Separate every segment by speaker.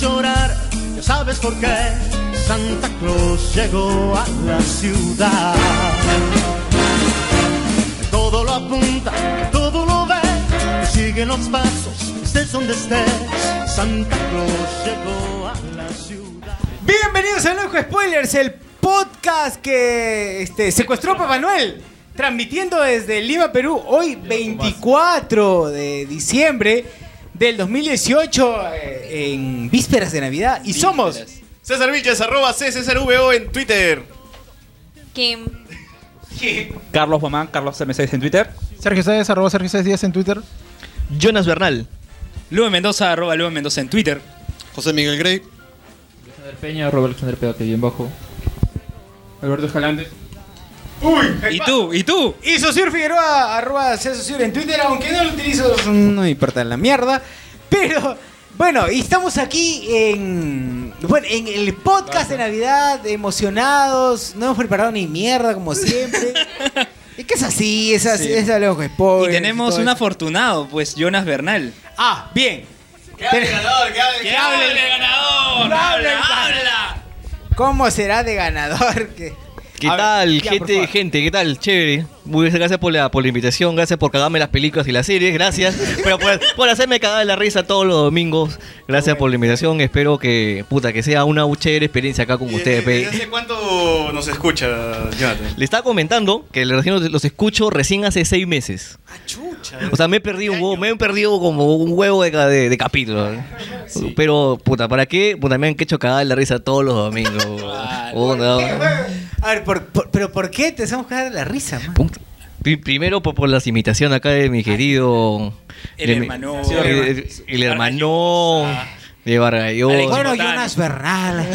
Speaker 1: llorar, ya sabes por qué. Santa Claus llegó a la ciudad. Todo lo apunta, todo lo ve, que sigue los pasos, estés donde estés. Santa Claus llegó a la ciudad.
Speaker 2: Bienvenidos a Loco Spoilers, el podcast que este, secuestró a Papá Noel. Transmitiendo desde Lima, Perú, hoy 24 de diciembre del 2018, eh, en vísperas de Navidad. Y somos
Speaker 3: César Vilches, arroba CCRVO en Twitter.
Speaker 4: Kim.
Speaker 5: Carlos Guamán, Carlos M6 en Twitter.
Speaker 6: Sergio Sáez, arroba Sergio Sáez Díaz en Twitter.
Speaker 3: Jonas Bernal.
Speaker 5: Lumen Mendoza, arroba Lumen Mendoza en Twitter.
Speaker 3: José Miguel Grey.
Speaker 7: Alexander Peña, arroba Alexander Pedote, bien bajo. Alberto Escalante.
Speaker 5: ¿Y tú? ¿Y tú?
Speaker 2: Y Sosur Figueroa, arroba Sosur en Twitter, aunque no lo utilizo, no me importa la mierda. Pero, bueno, y estamos aquí en, bueno, en el podcast de Navidad, emocionados, no hemos preparado ni mierda como siempre. es que es así, es así, es algo que es
Speaker 5: Y
Speaker 2: pobre.
Speaker 6: Pues,
Speaker 5: tenemos
Speaker 2: todo
Speaker 5: un
Speaker 2: eso.
Speaker 5: afortunado, pues Jonas Bernal.
Speaker 2: Ah, bien.
Speaker 5: ¡Que hable el ganador!
Speaker 2: ¡Que hable el ganador! ¿Cómo será de ganador? que-
Speaker 3: ¿Qué
Speaker 2: A ver,
Speaker 3: tal,
Speaker 2: ya, por
Speaker 3: gente?
Speaker 2: favor.
Speaker 3: Gente, ¿qué tal? Chévere. Muy bien, gracias por la, por la invitación, gracias por cagarme las películas y las series, gracias. Pero por, por hacerme cagar de la risa todos los domingos. Gracias por la invitación. Espero que, puta, que sea una chévere experiencia acá con ustedes, pe.
Speaker 8: ¿Hace cuánto nos escucha, Jonathan?
Speaker 3: Le estaba comentando que le- recién los, los escucho recién hace seis meses.
Speaker 2: Ah,
Speaker 3: O sea, me he perdido un huevo, me he perdido como un huevo de, ca- de, de capítulo. ¿eh? Pero, puta, ¿para qué? Puta, me han hecho cagar la risa todos los domingos. Puta.
Speaker 2: A ver, por- por- pero ¿por qué te hacemos cagar la risa, man?
Speaker 3: Puta. Pri- Primero por, por las imitaciones acá de mi querido...
Speaker 5: El
Speaker 3: de mi-
Speaker 5: hermano.
Speaker 3: El, el hermano de Vargallosa.
Speaker 2: Bueno,
Speaker 5: Botán.
Speaker 2: Jonas Bernal.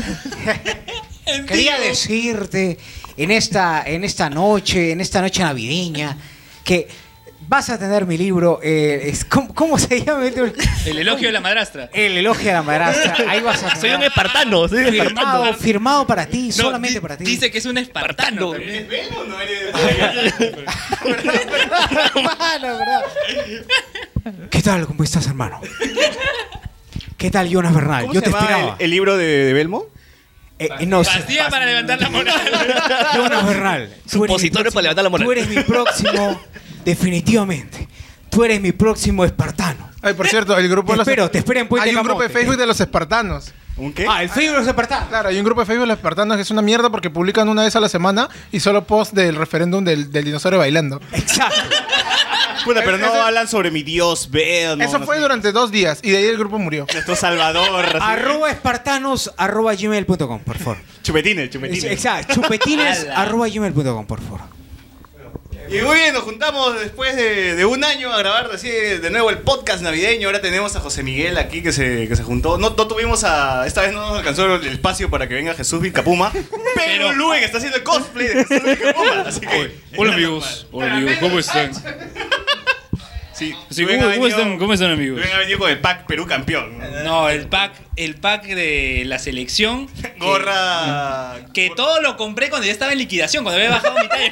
Speaker 2: Quería decirte en esta, en esta noche, en esta noche navideña, que vas a tener mi libro, eh, es- ¿cómo, cómo se llama? el libro?
Speaker 5: El elogio de la madrastra.
Speaker 2: El elogio a la madrastra. Ahí vas a
Speaker 3: Soy
Speaker 2: tener
Speaker 3: un espartano, soy un espartano.
Speaker 2: firmado, firmado para ti,
Speaker 5: No,
Speaker 2: solamente
Speaker 5: di-
Speaker 2: para ti.
Speaker 5: Dice que es un espartano. también.
Speaker 2: Hermano, ¿verdad? ¿Qué tal? ¿Cómo estás, hermano? ¿Qué tal, Jonas Bernal? Yo te esperaba.
Speaker 6: El, libro de, Belmo.
Speaker 2: Eh, eh, no,
Speaker 5: Pastilla para levantar la moral.
Speaker 2: Jonas Bernal. tú eres mi
Speaker 3: Supositorio
Speaker 2: próximo-
Speaker 3: para levantar la moral.
Speaker 2: Tú eres mi próximo, definitivamente. Tú eres mi próximo espartano.
Speaker 6: Ay, por cierto, el grupo
Speaker 2: Te
Speaker 6: de los
Speaker 2: espero, te espero en Puente
Speaker 6: Hay un
Speaker 2: Camote.
Speaker 6: grupo de Facebook de los espartanos.
Speaker 8: ¿Un qué?
Speaker 2: Ah, el Facebook de los espartanos.
Speaker 6: Claro, hay un grupo de Facebook de los espartanos que es una mierda porque publican una vez a la semana y solo post del referéndum del, del dinosaurio bailando.
Speaker 2: Exacto.
Speaker 8: Puta, pero no
Speaker 6: Ese-
Speaker 8: hablan sobre mi Dios, veo. no,
Speaker 6: Eso
Speaker 8: no
Speaker 6: fue
Speaker 8: sé.
Speaker 6: durante dos días y de ahí el grupo murió.
Speaker 8: Nuestro Salvador. así.
Speaker 2: arroba espartanos arroba gmail.com, por favor.
Speaker 8: Chupetines, chupetines.
Speaker 2: Exacto. Chupetines arroba gmail.com, por favor.
Speaker 8: Y muy bien, nos juntamos después de, de un año a grabar así de, de nuevo el podcast navideño. Ahora tenemos a José Miguel aquí que se, que se juntó. No, no tuvimos a. Esta vez no nos alcanzó el espacio para que venga Jesús Vilcapuma. Pero Luen está haciendo el cosplay de Jesús Vilcapuma. Así que.
Speaker 9: Hola amigos, hola amigos, ¿cómo están?
Speaker 8: Sí,
Speaker 9: Sí,
Speaker 8: Luen
Speaker 9: ¿cómo,
Speaker 8: ha
Speaker 9: cómo
Speaker 8: venido-
Speaker 9: están, ¿Cómo están amigos?
Speaker 8: Luen ha venido con el pack Perú campeón. ¿no?
Speaker 5: No, el pack, el pack de la selección. Eh,
Speaker 8: Gorra.
Speaker 5: Que todo lo compré cuando ya estaba en liquidación, cuando había bajado mitad de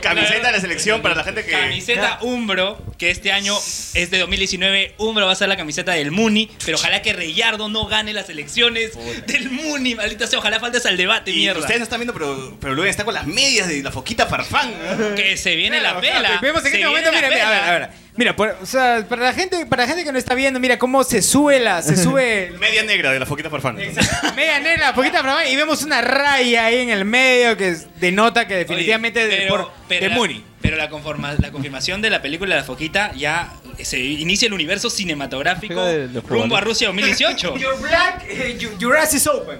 Speaker 8: Camiseta de la selección para la gente que.
Speaker 5: Camiseta Umbro, que este año es de 2019. Umbro va a ser la camiseta del Muni, pero ojalá que Reyardo no gane las elecciones del Muni, maldita sea. Ojalá faltes al debate,
Speaker 8: Y
Speaker 5: mierda.
Speaker 8: Ustedes no están viendo, pero, pero Luen está con las medias de la foquita farfán. ¿no?
Speaker 5: Que se viene la pela.
Speaker 2: Vemos en
Speaker 5: se
Speaker 2: este momento,
Speaker 5: viene
Speaker 2: mira, mira,
Speaker 5: la
Speaker 2: a ver,
Speaker 5: pela.
Speaker 2: a ver. Mira, por- o sea, para la gente, para la gente que no está viendo, mira cómo se sube la, se sube
Speaker 8: Media negra de la foquita farfán.
Speaker 2: media negra, poquita para abajo, y vemos una raya ahí en el medio que es- denota que definitivamente
Speaker 5: Oye,
Speaker 2: de,
Speaker 5: pero-
Speaker 2: por-
Speaker 5: pero
Speaker 2: de
Speaker 5: la-
Speaker 2: Muni.
Speaker 5: Pero la, conforma- la confirmación de la película La Foquita ya se inicia el universo cinematográfico
Speaker 3: Juega de- de fútbol,
Speaker 5: rumbo
Speaker 3: ¿no?
Speaker 5: a Rusia 2018.
Speaker 2: Your black, eh, you- your ass is open.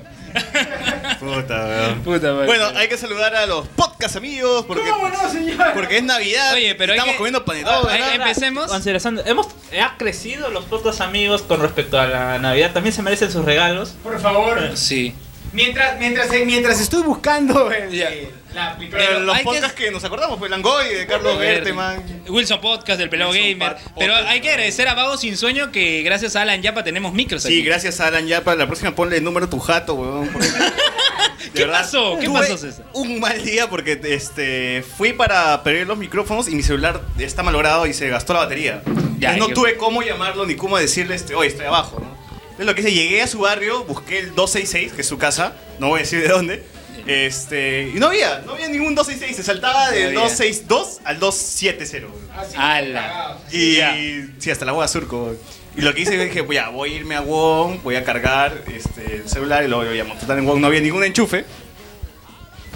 Speaker 8: Puta, weón.
Speaker 9: Puta madre.
Speaker 8: Bueno, hay que saludar a los podcast amigos porque,
Speaker 2: señor?
Speaker 8: porque es Navidad.
Speaker 5: Oye, pero hay
Speaker 8: estamos
Speaker 5: que- Ah,
Speaker 8: comiendo panetón.
Speaker 5: Ahí empecemos.
Speaker 10: Considerando, hemos eh, ha crecido los podcasts amigos con respecto a la Navidad. También se merecen sus regalos.
Speaker 2: Por
Speaker 11: Eh,
Speaker 2: favor.
Speaker 5: Sí.
Speaker 2: Mientras, mientras, eh, mientras estoy buscando eh,
Speaker 5: Ya.
Speaker 2: la
Speaker 8: Pero
Speaker 5: Pero
Speaker 8: los
Speaker 5: hay que-
Speaker 8: podcasts que... nos acordamos, pues Langoy, de Carlos Berteman.
Speaker 5: Wilson Podcast del Pelado
Speaker 8: Wilson
Speaker 5: Gamer.
Speaker 8: Pat-
Speaker 5: Pero
Speaker 8: Podcast.
Speaker 5: hay que agradecer a Vago Sin Sueño que gracias a Alan Yapa tenemos micros
Speaker 8: Sí,
Speaker 5: Pues aquí.
Speaker 8: gracias a Alan Yapa. La próxima ponle el número a tu jato, weón. porque- de
Speaker 5: ¿Qué pasó? ¿Qué
Speaker 8: tuve
Speaker 5: pasó, César?
Speaker 8: Un mal día porque este, fui para pedir los micrófonos y mi celular está malogrado y se gastó la batería.
Speaker 5: Ya,
Speaker 8: Entonces no
Speaker 5: yo-
Speaker 8: tuve cómo llamarlo ni cómo decirle, este, oye, estoy abajo, ¿no? Entonces lo que hice, llegué a su barrio, busqué el 266, que es su casa, no voy a decir de dónde. Este, y no había, no había ningún 266, se saltaba del
Speaker 5: No había.
Speaker 8: 262 al 270.
Speaker 12: Ah,
Speaker 5: ¡Hala!
Speaker 8: Y sí, hasta la Boa Surco. Y lo que hice dije, pues ya, voy a irme a Wong, voy a cargar este, el celular y luego voy a montar en Wong. No había ningún enchufe.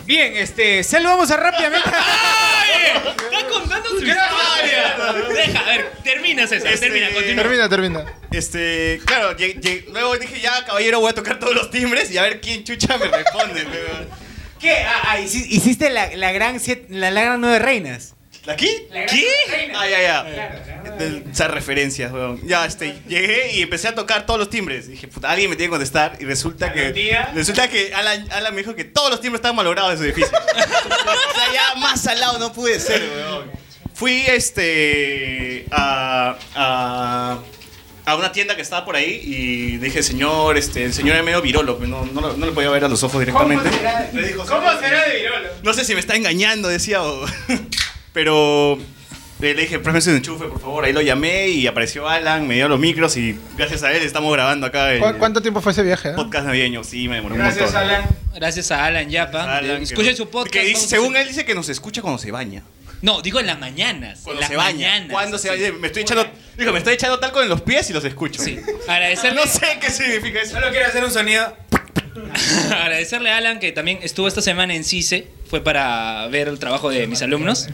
Speaker 2: Bien, este, Cel, vamos a rápidamente.
Speaker 5: Está contando su historia. Deja, a ver, termina César,
Speaker 8: Este,
Speaker 5: termina, continúa.
Speaker 6: Termina, termina.
Speaker 8: Este, claro, lleg- lleg- luego dije, ya, caballero, voy a tocar todos los timbres y a ver quién chucha me responde. pero-
Speaker 2: ¿Qué? Ah, ah, hici- hiciste la, la gran siete- la, la gran nueve reinas.
Speaker 8: ¿La qué? ¿Qué? Ah, ya, ya. Del- Esas referencias, weón. Ya, este, llegué y empecé a tocar todos los timbres. Dije, puta, alguien me tiene que contestar. Y resulta que.
Speaker 10: día?
Speaker 8: Resulta que Alan, Alan me dijo que todos los timbres estaban malogrados de su edificio. o sea, ya más salado no pude ser, weón. Fui, este. A. a a una tienda que estaba por ahí y dije, señor, este, el señor era medio virolo, pero no, no, lo- no le podía ver a los ojos directamente. Le dijo, "Señor,
Speaker 10: de virolo?
Speaker 8: no sé si me está engañando, decía. o- Pero eh, le dije, préstame un enchufe, por favor. Ahí lo llamé y apareció Alan, me dio los micros y gracias a él estamos grabando acá el
Speaker 6: ¿Cu- ¿Cuánto tiempo fue ese viaje? eh?
Speaker 8: podcast navideño. Sí, me demoró un montón.
Speaker 6: Alan.
Speaker 5: Gracias a Alan Yapa.
Speaker 8: Alan, que
Speaker 5: Escuchen
Speaker 8: no-
Speaker 5: su podcast.
Speaker 8: que dice-
Speaker 5: vamos a
Speaker 8: según
Speaker 5: hacer-
Speaker 8: él dice que nos escucha cuando se baña.
Speaker 5: No, digo en las mañanas. en
Speaker 8: Cuando
Speaker 5: las
Speaker 8: se baña.
Speaker 5: mañanas.
Speaker 8: cuando se
Speaker 5: así.
Speaker 8: baña. Me estoy echando. Dijo, me estoy echando talco en los pies y los escucho.
Speaker 5: Sí. Agradecerle,
Speaker 8: No sé qué significa eso.
Speaker 2: Solo quiero hacer un sonido.
Speaker 5: agradecerle a Alan que también estuvo esta semana en CICE. Fue para ver el trabajo de mis alumnos.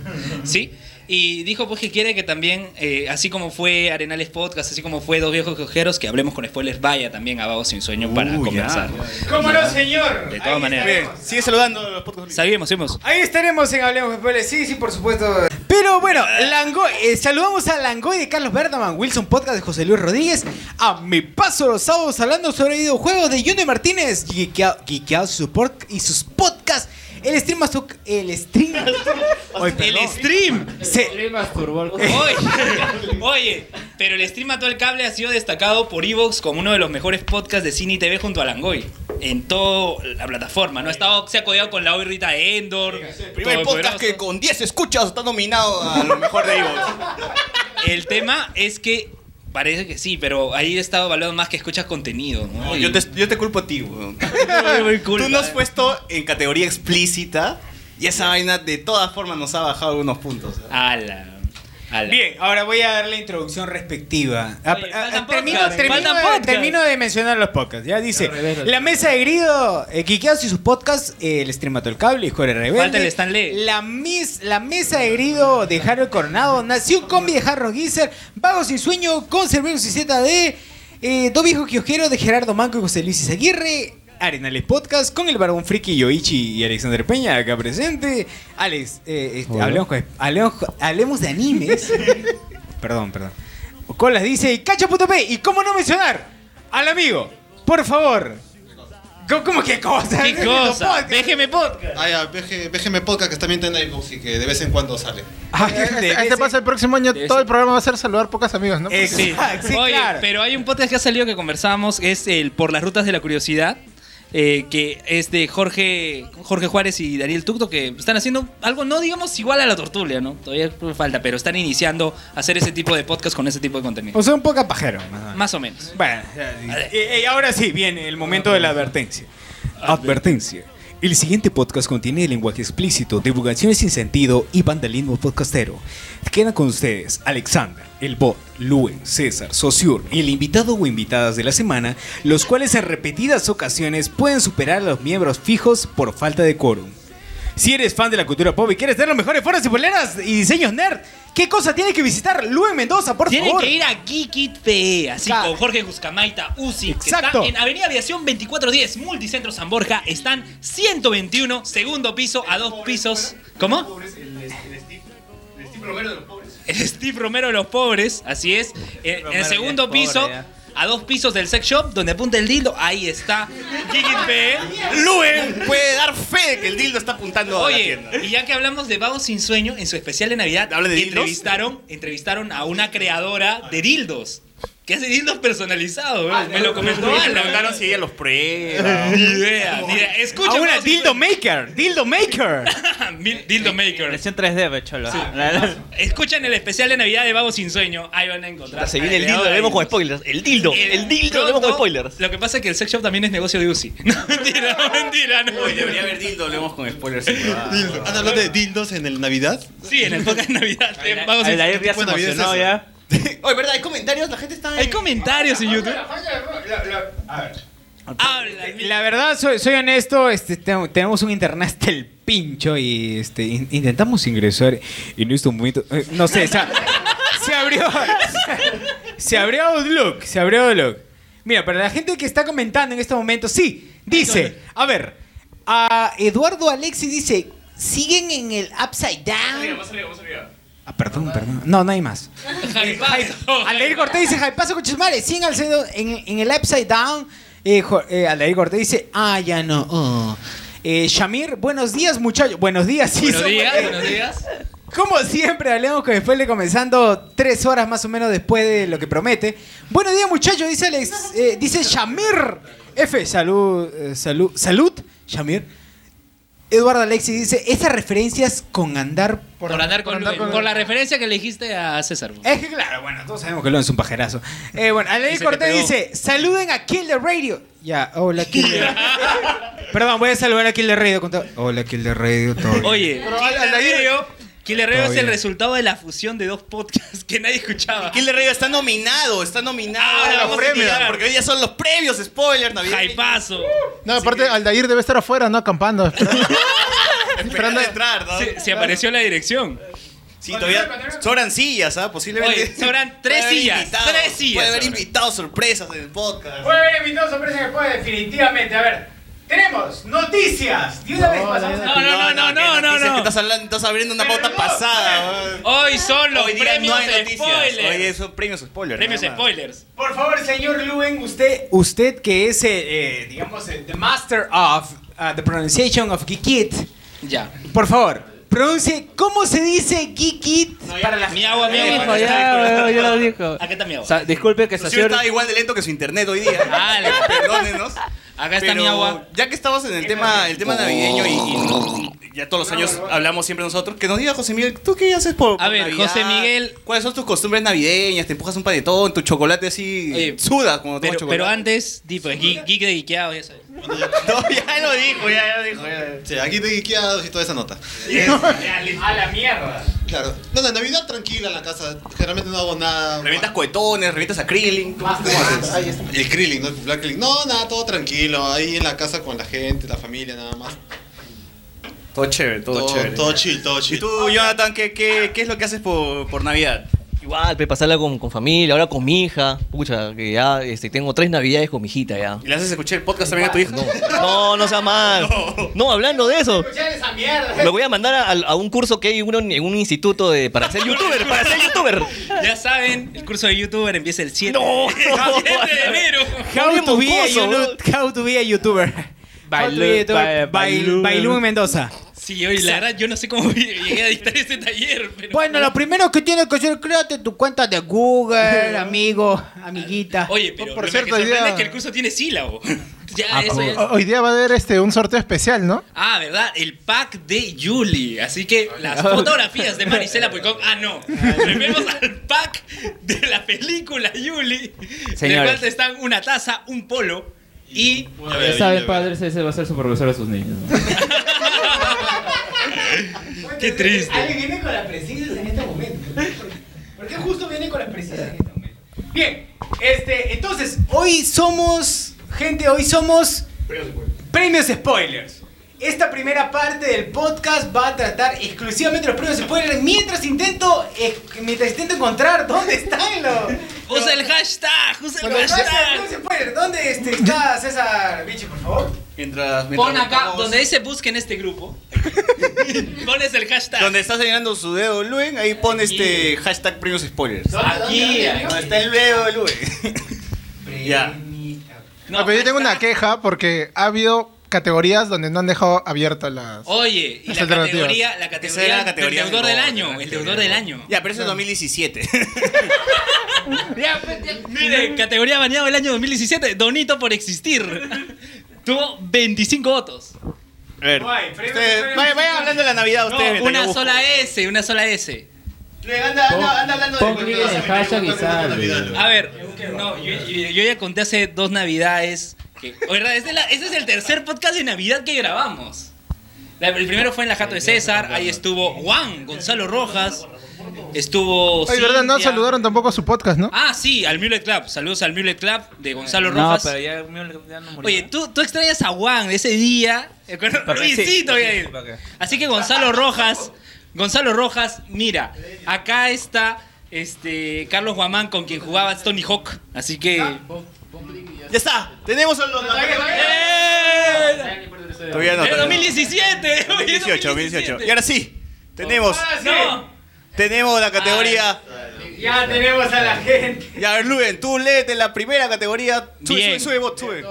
Speaker 5: ¿Sí? Y dijo pues que quiere que también, eh, así como fue Arenales Podcast, así como fue Dos Viejos Cojeros, que hablemos con spoilers, vaya también a Vagos Sin Sueño para
Speaker 8: Uh, ya.
Speaker 5: conversar.
Speaker 2: ¿Cómo no, señor?
Speaker 5: De todas maneras.
Speaker 8: Bien, sigue saludando a los podcasts.
Speaker 5: Seguimos, seguimos.
Speaker 2: Ahí estaremos en Hablemos Spoilers, sí, sí, por supuesto. Pero bueno, Langoy, eh, saludamos a Langoy de Carlos Berdaman, Wilson Podcast de José Luis Rodríguez, a Mi Paso los Sábados hablando sobre videojuegos de Junior Martínez, Geekea- Geekeado su por- y sus podcasts, el stream más... El stream... Ay, perdón.
Speaker 5: El stream.
Speaker 2: Se-
Speaker 5: Oye, oye, pero el stream Mató el Cable ha sido destacado por Evox como uno de los mejores podcasts de cine y TV junto a Langoy. En toda la plataforma, ¿no? Ha estado, se ha codiado con la hoy Rita Endor.
Speaker 8: Primer podcast que
Speaker 5: Todopoderoso.
Speaker 8: con 10 escuchas está nominado a lo mejor de Evox.
Speaker 5: El tema es que parece que sí, pero ahí he estado evaluado más que escuchas contenido, ¿no?
Speaker 8: No,
Speaker 5: Y-
Speaker 8: yo, te, yo te culpo a ti, weón. Tú nos has puesto en categoría explícita y esa vaina de todas formas nos ha bajado unos puntos. ¿eh?
Speaker 5: Ala, ala.
Speaker 2: Bien, Eh, ahora voy a dar la introducción respectiva. Ah,
Speaker 5: Oye,
Speaker 2: ah,
Speaker 5: faltan
Speaker 2: termino,
Speaker 5: podcasts,
Speaker 2: termino
Speaker 5: faltan
Speaker 2: de-
Speaker 5: podcasts.
Speaker 2: termino de mencionar los podcasts. Ya dice,
Speaker 7: Los rebeldes.
Speaker 2: la mesa de grido, eh, Quiqueados y sus podcasts, eh, el stream mató el cable, y Jorge Rebelde.
Speaker 5: Falta el Stanley.
Speaker 2: La, mis- la mesa de grido de Harold Coronado, nació un combi de Harold Geyser, Vagos sin sueño, con Cerveros y ZD, eh, Dos viejos kiosqueros de Gerardo Manco y José Luis Izaguirre. Arenales Podcast con el Barbón Friki, Yoichi y Alexander Peña acá presente. Alex, eh, este,
Speaker 7: Hola.
Speaker 2: hablemos, con- hablemos, hablemos de animes. Perdón, perdón. Colas dice, cacha.p, ¿y cómo no mencionar al amigo? Por favor. Co- ¿Cómo qué cosa?
Speaker 5: ¿Qué cosa? Déjeme podcast.
Speaker 12: Ah, ya, VG VGM Podcast, que también tiene iVoox y que de vez en cuando sale.
Speaker 2: Ay, Ah, de-
Speaker 6: Este pasa el próximo año,
Speaker 7: Debe
Speaker 6: todo
Speaker 7: ser.
Speaker 6: el programa va a ser saludar pocas amigos, ¿no?
Speaker 2: Ex-
Speaker 5: Sí.
Speaker 2: Exacto, Ah, sí,
Speaker 5: Oye,
Speaker 2: claro.
Speaker 5: pero hay un podcast que ha salido que conversamos, es el Por las Rutas de la Curiosidad, eh, que es de Jorge, Jorge Juárez y Daniel Tucto, que están haciendo algo, no digamos igual a la tortulia, ¿no? Todavía falta, pero están iniciando a hacer ese tipo de podcast con ese tipo de contenido.
Speaker 2: O sea, un poco Pues pajero. más o menos.
Speaker 5: Más o menos.
Speaker 2: Bueno, ya- y- y ahora sí, viene el momento de la advertencia. Advertencia. El siguiente podcast contiene lenguaje explícito, divulgaciones sin sentido y vandalismo podcastero. Quedan con ustedes Alexander, el bot, Luen, César, Sociur y el invitado o invitadas de la semana, los cuales en repetidas ocasiones pueden superar a los miembros fijos por falta de quórum. Si eres fan de la cultura pop y quieres ver los mejores foros y poleras y diseños nerd, ¿qué cosa tienes que visitar? Luen Mendoza, por
Speaker 5: Tienen
Speaker 2: favor.
Speaker 5: que ir a Geekit PE, así
Speaker 2: Claro.
Speaker 5: con Jorge Buscamaita, UCI,
Speaker 2: Exacto.
Speaker 5: que está en Avenida Aviación 2410, Multicentro San Borja, están 121, segundo piso a dos pisos. ¿Cómo? El Steve Romero de los pobres, así es. Eh, En, en el segundo piso, a dos pisos del sex shop, donde apunta el dildo, ahí está. Kikit P.
Speaker 8: Luen puede dar fe de que el dildo está apuntando a la
Speaker 5: Oye,
Speaker 8: tienda.
Speaker 5: y ya que hablamos de Vagos sin Sueño, en su especial de Navidad,
Speaker 8: ¿Habla de dildos?
Speaker 5: entrevistaron, entrevistaron a una creadora de dildos. que hace dildos personalizados, weón. Ah, Me lo comentó
Speaker 8: Me ah,
Speaker 5: Alan.
Speaker 8: preguntaron si ella los prueba.
Speaker 5: Ni idea, ni idea. Escucha,
Speaker 2: Ahora,
Speaker 5: vamos a-
Speaker 2: Dildo Maker. Dildo Maker.
Speaker 5: Mil- Dildo Maker.
Speaker 10: Versión 3D, pe, cholo.
Speaker 5: Sí.
Speaker 10: La-
Speaker 5: Escuchan el especial de Navidad de Vago Sin Sueño. Ahí van a encontrar.
Speaker 3: Se viene el dildo, lo vemos con spoilers. El dildo, el dildo, lo vemos con spoilers.
Speaker 5: Lo que pasa es que el sex shop también es negocio de UCI. No, mentira, mentira. No.
Speaker 8: Debería haber dildo, hablemos con spoilers.
Speaker 12: Dildo. ¿Han hablado de dildos en el Navidad?
Speaker 5: Sí, en el podcast de Navidad.
Speaker 8: eh,
Speaker 5: de Vago Sin-
Speaker 10: Aldair ya se
Speaker 12: Bueno, bien,
Speaker 10: emocionó
Speaker 12: es
Speaker 10: ya.
Speaker 8: Oye, ¿verdad? Hay comentarios, la gente está.
Speaker 5: Hay comentarios en YouTube.
Speaker 2: La verdad, soy, soy honesto, este, te- tenemos un internet hasta el pincho y este, in- intentamos ingresar en este momento. eh, no sé, se, a- se abrió. Se, abrió Outlook, se abrió Outlook. Mira, para la gente que está comentando en este momento, sí, dice, a ver, a Eduardo Alexi dice, siguen en el Upside Down. Ah, perdón, perdón. No, no hay más.
Speaker 5: Jaipazo.
Speaker 2: Aldair Cortés dice, Jaipazo con Chismare, 100 al cedo en, en el Upside Down. Eh, Jo- eh, Aldair Cortés dice, ah, ya no. oh". Eh, Shamir, buenos días muchachos. Buenos días, sí.
Speaker 5: Buenos
Speaker 2: son-
Speaker 5: días, buenos días.
Speaker 2: Como siempre, hablemos que después de comenzando tres horas más o menos después de lo que promete. Buenos días muchachos, dice Alex, eh, dice Shamir. F, salud, eh, salud, salud, Shamir. Eduardo Alexi dice, esas referencias con andar
Speaker 5: Por, andar con, Luen. Por la referencia que le dijiste a César.
Speaker 2: es que claro, bueno, todos sabemos que Lon es un pajerazo. Eh, bueno, Aley
Speaker 5: Ese que
Speaker 2: Cortés
Speaker 5: pegó.
Speaker 2: dice, saluden a Kill the Radio. Ya, hola Kill the Perdón, voy a saludar a Kill the Radio. Con todo. Hola Kill the Radio, todo bien.
Speaker 5: Oye, Killer Radio, Killer Radio
Speaker 2: Todo
Speaker 5: es el
Speaker 2: bien.
Speaker 5: resultado de la fusión de dos podcasts que nadie escuchaba.
Speaker 8: Killer Radio está nominado, está nominado
Speaker 5: Ahora
Speaker 8: a los
Speaker 5: vamos a
Speaker 8: premios.
Speaker 5: tirar.
Speaker 8: Porque hoy ya son los previos, spoiler, Navidad.
Speaker 5: Jaipazo.
Speaker 6: No, aparte, Aldair debe estar afuera, no acampando.
Speaker 8: Esperando entrar, ¿no?
Speaker 5: Se, se apareció la dirección.
Speaker 8: Sí, todavía sobran sillas, ¿ah? Posiblemente.
Speaker 5: Oye, sobran tres
Speaker 8: Puede haber
Speaker 5: sillas,
Speaker 8: invitados,
Speaker 5: tres sillas
Speaker 8: Puede haber
Speaker 5: sobran.
Speaker 8: invitados sorpresas en el podcast.
Speaker 2: Puede haber invitado sorpresa que puede, definitivamente. A ver, tenemos noticias. De una vez pasamos
Speaker 5: No, no, no, no,
Speaker 8: ¿qué
Speaker 5: no,
Speaker 8: noticias?
Speaker 5: no.
Speaker 8: Que estás, hablando- estás abriendo una pauta
Speaker 2: no,
Speaker 8: pasada. ¿no?
Speaker 5: Hoy son los
Speaker 8: Hoy día
Speaker 5: premios
Speaker 8: no hay noticias.
Speaker 5: spoilers.
Speaker 8: Hoy son premios spoilers.
Speaker 5: premios
Speaker 8: nada más.
Speaker 5: spoilers.
Speaker 2: Por favor, señor Luen, usted, usted que es, eh, eh, digamos, eh, the master of uh, the pronunciation of Geekit,
Speaker 5: Ya.
Speaker 2: por favor, pronuncie cómo se dice Geekit para la
Speaker 5: Mi agua, mi
Speaker 10: Ya
Speaker 5: agua.
Speaker 10: dijo, ya, weón, ya lo dijo.
Speaker 5: Acá está mi
Speaker 10: O
Speaker 5: agua.
Speaker 10: sea, disculpe que
Speaker 8: Su cielo
Speaker 10: Sacior.
Speaker 8: está igual de lento que su internet hoy día.
Speaker 5: Dale.
Speaker 8: Perdónenos.
Speaker 5: Acá está
Speaker 8: Pero
Speaker 5: mi agua.
Speaker 8: Ya que estamos en el tema, el tema navideño y, y ya todos los años hablamos siempre nosotros, que nos diga José Miguel, ¿tú qué haces por, por
Speaker 5: A ver,
Speaker 8: Navidad?
Speaker 5: José Miguel-
Speaker 8: ¿Cuáles son tus costumbres navideñas? ¿Te empujas un panetón, tu chocolate así
Speaker 5: Oye,
Speaker 8: sudas cuando tomas
Speaker 5: Pero, pero
Speaker 8: chocolate?
Speaker 5: antes, tipo, geek, geek de guiqueado, ya sabes.
Speaker 8: No, ya lo dijo, ya, ya lo dijo. ya.
Speaker 12: Sí, aquí te guiqueados y toda esa nota.
Speaker 5: A la mierda.
Speaker 12: Claro. No, la Navidad tranquila en la casa. Generalmente no hago nada.
Speaker 8: Revientas cohetones, revientas acrílico.
Speaker 12: El Krillin, ¿no? El Black Krillin. No, nada, todo tranquilo. Ahí en la casa con la gente, la familia, nada más.
Speaker 8: Todo chévere, todo,
Speaker 12: Todo,
Speaker 8: chévere.
Speaker 12: todo chill, todo
Speaker 8: ¿Y
Speaker 12: chill.
Speaker 8: tú, Jonathan, qué, qué, qué es lo que haces por, por Navidad?
Speaker 3: Igual, pe, pasarla con, con familia, ahora con mi hija. Pucha, que ya este, tengo tres navidades con mi hijita ya.
Speaker 8: ¿Y le haces escuchar el podcast también a tu hija? No.
Speaker 3: No, no sea mal. No, hablando de eso.
Speaker 2: esa mierda.
Speaker 3: Me voy a mandar a, a un curso que hay en un, en un instituto de, para ser youtuber, para ser youtuber.
Speaker 5: Ya saben, el curso de youtuber empieza el 7,
Speaker 3: No.
Speaker 5: el 7 de enero.
Speaker 2: How to, be a
Speaker 3: Moscoso,
Speaker 2: you- how to be a YouTuber. How to be a
Speaker 10: Bailu-
Speaker 2: YouTuber.
Speaker 10: ba-
Speaker 2: Bail-
Speaker 10: Bailú.
Speaker 2: Bailú Mendoza.
Speaker 5: Sí, oye, la verdad, yo no sé cómo llegué a dictar este taller. Pero...
Speaker 2: Bueno, lo primero que tienes que hacer, créate tu cuenta de Google, amigo, amiguita.
Speaker 5: Oye, pero
Speaker 6: Por
Speaker 5: lo
Speaker 6: cierto,
Speaker 5: que me sorprende
Speaker 6: ya-
Speaker 5: es que el curso tiene sílabo. ya,
Speaker 6: Ah,
Speaker 5: eso ya.
Speaker 6: Hoy día va a haber este, un sorteo especial, ¿no?
Speaker 5: Ah, ¿verdad? El pack de Julie. Así
Speaker 8: Ah,
Speaker 5: que las fotografías de Maricela Puigcom. Ah, no. Volvemos al pack de la película Julie. En el
Speaker 10: Señores.
Speaker 5: cual están una taza, un polo y.
Speaker 7: Ya saben, padres, ese va a ser su profesor a sus niños. ¿no?
Speaker 5: Qué triste.
Speaker 2: Alguien viene con las precisas en este momento. ¿Por qué justo viene con las precisas en este momento? Bien, este, entonces, hoy somos, gente, hoy somos premios spoilers. Esta primera parte del podcast va a tratar exclusivamente los premios spoilers mientras intento, eh, mientras intento encontrar dónde están los...
Speaker 5: Usa el hashtag, usa el
Speaker 2: los- los premios
Speaker 5: hashtag.
Speaker 2: spoilers. ¿Dónde este, está César Bichi, por favor?
Speaker 8: Mientras, mientras
Speaker 5: Pon acá,
Speaker 8: buscamos-
Speaker 5: donde dice busquen este grupo. Pones el hashtag.
Speaker 8: Donde está señalando su dedo Luen, ahí pone este hashtag premios spoilers.
Speaker 5: Aquí.
Speaker 8: Donde está el dedo de Luen. ya.
Speaker 6: Ah, pero yo tengo una queja porque ha habido categorías donde no han dejado abiertas las.
Speaker 5: Oye, y
Speaker 6: las
Speaker 5: la
Speaker 6: alternativas.
Speaker 5: categoría,
Speaker 8: Esa
Speaker 5: la
Speaker 8: era
Speaker 5: categoría,
Speaker 8: la categoría
Speaker 5: del deudor del año, el deudor del año.
Speaker 8: Ya, pero eso es 2017.
Speaker 5: Ya, pues, ya, Mire, categoría baneado del año 2017, Donito por existir. Tuvo 25 votos.
Speaker 8: A ver, ustedes- vaya, vaya hablando de la Navidad
Speaker 5: No,
Speaker 8: ustedes. mientras yo
Speaker 5: una
Speaker 8: busco.
Speaker 5: sola S, una sola S.
Speaker 8: Anda, anda, anda hablando de
Speaker 7: Pon clic en el hashtag y sale.
Speaker 5: A ver, no, yo, yo- yo ya conté hace dos navidades. Que, o verdad, este, es la- este es el tercer podcast de Navidad que grabamos. La- el primero fue en la Jato de César, ahí estuvo Juan, Gonzalo Rojas, estuvo...
Speaker 6: Ay, verdad, no
Speaker 5: Cintia.
Speaker 6: saludaron tampoco a su podcast, ¿no?
Speaker 5: Ah, sí, al Mule Club. Saludos al Mule Club de Gonzalo
Speaker 10: No,
Speaker 5: Rojas.
Speaker 10: pero ya, mío, ya no murió.
Speaker 5: Oye, ¿tú, tú extrañas a Juan de ese día. eh, ¿De acuerdo?
Speaker 10: Para
Speaker 5: Uy,
Speaker 10: que-
Speaker 5: sí, todavía
Speaker 10: para que-
Speaker 5: ahí.
Speaker 10: para que-
Speaker 5: Así que Gonzalo Rojas, Gonzalo Rojas, mira, acá está este Carlos Guamán con quien jugaba Tony Hawk. Así que.
Speaker 8: Ya está, tenemos a los.
Speaker 5: ¡Eh!
Speaker 8: Todavía no,
Speaker 5: ¡Es
Speaker 8: todavía no.
Speaker 5: 2017! Oye, es
Speaker 8: 2018, 2018. Y ahora sí, tenemos,
Speaker 5: No,
Speaker 8: tenemos la categoría.
Speaker 2: Ya tenemos a la gente.
Speaker 8: Ya, a ver, Luen, tú léete la primera categoría. Sube,
Speaker 5: Bien.
Speaker 8: sube, sube, bot, sube.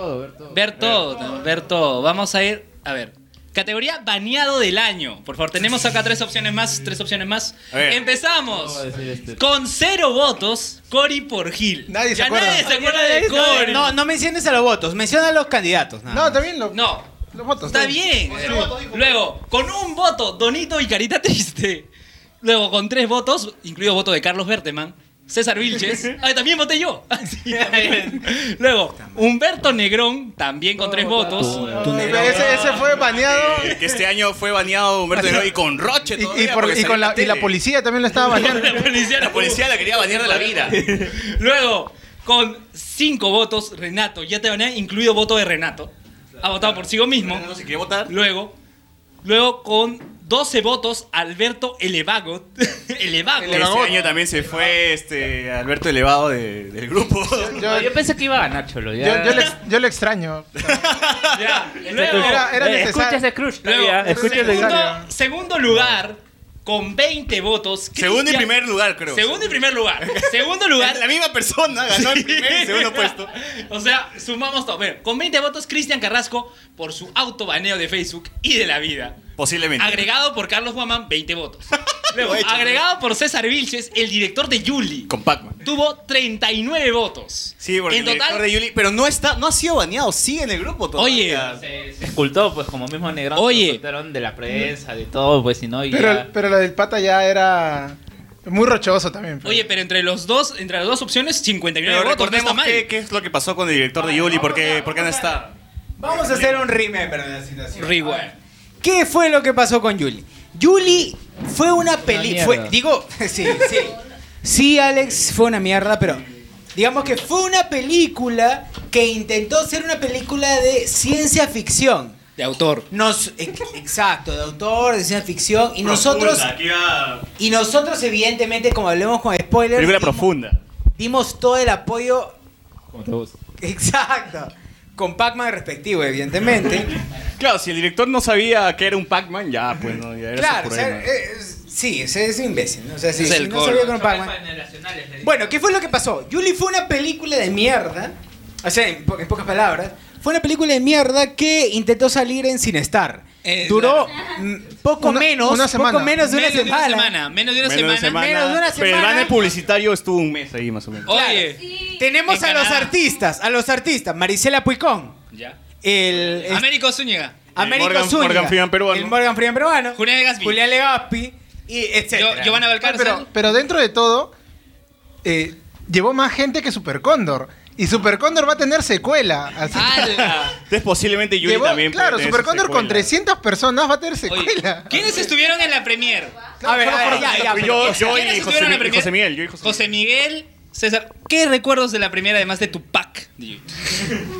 Speaker 5: ver todo, no, ver todo. Vamos a ir. A ver. Categoría baneado del año. Por favor, tenemos acá tres opciones más. Tres opciones más.
Speaker 8: A ver.
Speaker 5: Empezamos.
Speaker 7: Voy a decir este.
Speaker 5: Con cero votos, Cory por Gil.
Speaker 6: Nadie se
Speaker 5: ya
Speaker 6: acuerda.
Speaker 5: nadie se acuerda de Cory.
Speaker 2: No, no menciones a los votos, menciona a los candidatos. nada
Speaker 6: No,
Speaker 2: más.
Speaker 6: también lo-
Speaker 5: No,
Speaker 6: los votos.
Speaker 5: está
Speaker 6: también.
Speaker 5: bien. Luego, con un voto, Donito y Carita Triste. Luego, con tres votos, incluido voto de Carlos Berteman, César Vilches. Ah, también voté yo. Sí, también. Luego, Humberto Negrón, también con tres votos.
Speaker 2: Tú
Speaker 6: Eh,
Speaker 2: negro.
Speaker 6: pero Ese, ese fue baneado.
Speaker 8: Eh, Que este año fue baneado Humberto Negro y con Roche
Speaker 6: Y,
Speaker 8: todavía,
Speaker 6: y por-
Speaker 8: porque
Speaker 6: y
Speaker 8: salió
Speaker 6: con
Speaker 8: en
Speaker 6: la, y la
Speaker 8: tele.
Speaker 6: policía también lo estaba baneando.
Speaker 5: La policía,
Speaker 8: La policía la quería banear de la vida.
Speaker 5: Luego, con cinco votos, Renato. Ya te banean, incluido voto de Renato. Ha votado por sí mismo.
Speaker 8: No se quería votar.
Speaker 5: Luego, luego con 12 votos, Alberto Elevago. Elevago.
Speaker 8: Este año también se fue este Alberto Elevado de- del grupo.
Speaker 10: No,
Speaker 6: Yo,
Speaker 10: yo pensé que iba a ganar Cholo.
Speaker 6: yo,
Speaker 10: Ya.
Speaker 6: yo le, ex- yo le extraño.
Speaker 5: Ya. Luego,
Speaker 6: Era- era
Speaker 10: Eh,
Speaker 6: necesario.
Speaker 10: Escuchas Scrooge.
Speaker 5: luego,
Speaker 10: todavía, Escuchas
Speaker 5: segundo,
Speaker 6: necesario.
Speaker 5: segundo lugar, con 20 votos.
Speaker 8: Segundo y
Speaker 5: Cristian-
Speaker 8: primer lugar, creo.
Speaker 5: Segundo y primer lugar. Segundo lugar.
Speaker 8: La misma persona ganó el primer y el segundo puesto.
Speaker 5: O sea, sumamos todo. Bueno, con 20 votos, Cristian Carrasco por su autobaneo de Facebook y de la vida.
Speaker 8: Posiblemente.
Speaker 5: Agregado por Carlos Guamán, 20 votos. Luego,
Speaker 8: Lo he hecho,
Speaker 5: agregado por César Vilches, el director de Yuli.
Speaker 8: Con Pac-Man.
Speaker 5: Tuvo 39 votos.
Speaker 8: Sí, porque
Speaker 5: en
Speaker 8: el director
Speaker 5: total.
Speaker 8: de Yuli- Pero no está, no ha sido baneado, sigue en el grupo
Speaker 5: Oye,
Speaker 8: todavía.
Speaker 10: Se escultó, pues, como mismo Negrón. se
Speaker 5: Oye.
Speaker 10: ocultaron de la prensa, de todo, pues, si no, y
Speaker 6: Pero,
Speaker 10: ya.
Speaker 6: pero lo del pata ya era muy rochoso también. pues.
Speaker 5: Oye, pero entre los dos, entre las dos opciones, 59
Speaker 8: Pero
Speaker 5: votos. No está
Speaker 8: recordemos
Speaker 5: mal.
Speaker 8: qué, qué es lo que pasó con el director de Yuli, por qué, por qué no está.
Speaker 2: Vamos a hacer un remember de la situación.
Speaker 5: Rewind.
Speaker 2: ¿Qué fue lo que pasó con Julie? Julie fue una peli.
Speaker 7: mierda.
Speaker 2: fue- digo, sí, sí. Sí, Alex, fue una mierda, pero digamos que fue una película que intentó ser una película de ciencia ficción.
Speaker 5: De autor.
Speaker 2: Nos, ex- exacto, de autor, de ciencia ficción. Y nosotros, y nosotros evidentemente, como hablemos con spoilers,
Speaker 8: Película
Speaker 2: dimos-
Speaker 8: profunda.
Speaker 2: dimos todo el apoyo
Speaker 7: Como todos.
Speaker 2: Exacto. Con Pac-Man respectivo, evidentemente.
Speaker 8: Claro, si el director no sabía que era un Pac-Man, ya, pues no, ya era su
Speaker 2: claro, o sea,
Speaker 8: problema.
Speaker 2: eh, es- sí, es, es un imbécil. ¿no? O sea, sí,
Speaker 5: Es
Speaker 2: sí,
Speaker 5: el
Speaker 2: no
Speaker 5: col.
Speaker 2: sabía con Pac-Man.
Speaker 10: Pac-Man.
Speaker 2: Bueno, ¿qué fue lo que pasó? Julie fue una película de mierda. O sea, en, po- en pocas palabras. Fue una película de mierda que intentó salir en Cinestar.
Speaker 5: Eh,
Speaker 2: Duró mm, poco
Speaker 6: Una-
Speaker 2: menos,
Speaker 6: una semana.
Speaker 2: poco menos de una,
Speaker 5: menos de una
Speaker 2: semana.
Speaker 5: semana. Menos de una
Speaker 8: Menos de
Speaker 5: semana.
Speaker 8: semana.
Speaker 2: menos de una
Speaker 8: Pero el
Speaker 2: semana.
Speaker 8: banner publicitario estuvo un mes ahí, más o menos.
Speaker 5: Oye.
Speaker 2: Tenemos
Speaker 5: En
Speaker 2: a los
Speaker 5: Canadá.
Speaker 2: artistas, a los artistas. Marisela Puicón,
Speaker 5: Ya.
Speaker 2: el,
Speaker 8: Ah,
Speaker 2: este,
Speaker 5: Américo Zúñiga.
Speaker 2: Américo
Speaker 8: Morgan-
Speaker 2: Zúñiga,
Speaker 8: Morgan Freeman peruano.
Speaker 2: El Morgan Freeman peruano.
Speaker 5: Julián Legazpi.
Speaker 2: Julián Legazpi. Y
Speaker 5: Yo-
Speaker 2: etcétera.
Speaker 5: Giovanna
Speaker 6: Ay,
Speaker 5: Valcárcel.
Speaker 6: pero, pero dentro de todo, eh, llevó más gente que Super Cóndor. Y Super Cóndor va a tener secuela. Así que-
Speaker 5: ¡Hala!
Speaker 8: Entonces posiblemente Yuri
Speaker 6: llevó-
Speaker 8: también. puede
Speaker 6: claro,
Speaker 8: tener
Speaker 6: Super
Speaker 8: su
Speaker 6: Cóndor con
Speaker 8: secuela.
Speaker 6: 300 personas va a tener
Speaker 5: Oye,
Speaker 6: secuela.
Speaker 5: ¿quiénes estuvieron en la premier?
Speaker 2: a ver, a ver, ya, ya,
Speaker 8: Fui
Speaker 2: pero-
Speaker 8: yo,
Speaker 5: O sea,
Speaker 8: yo
Speaker 5: ¿quiénes
Speaker 8: y José,
Speaker 5: estuvieron en la
Speaker 8: Mi- y
Speaker 5: premier?
Speaker 8: José Miguel. Yo y José,
Speaker 5: José Miguel, César, ¿qué recuerdos de la primera además de Tupac?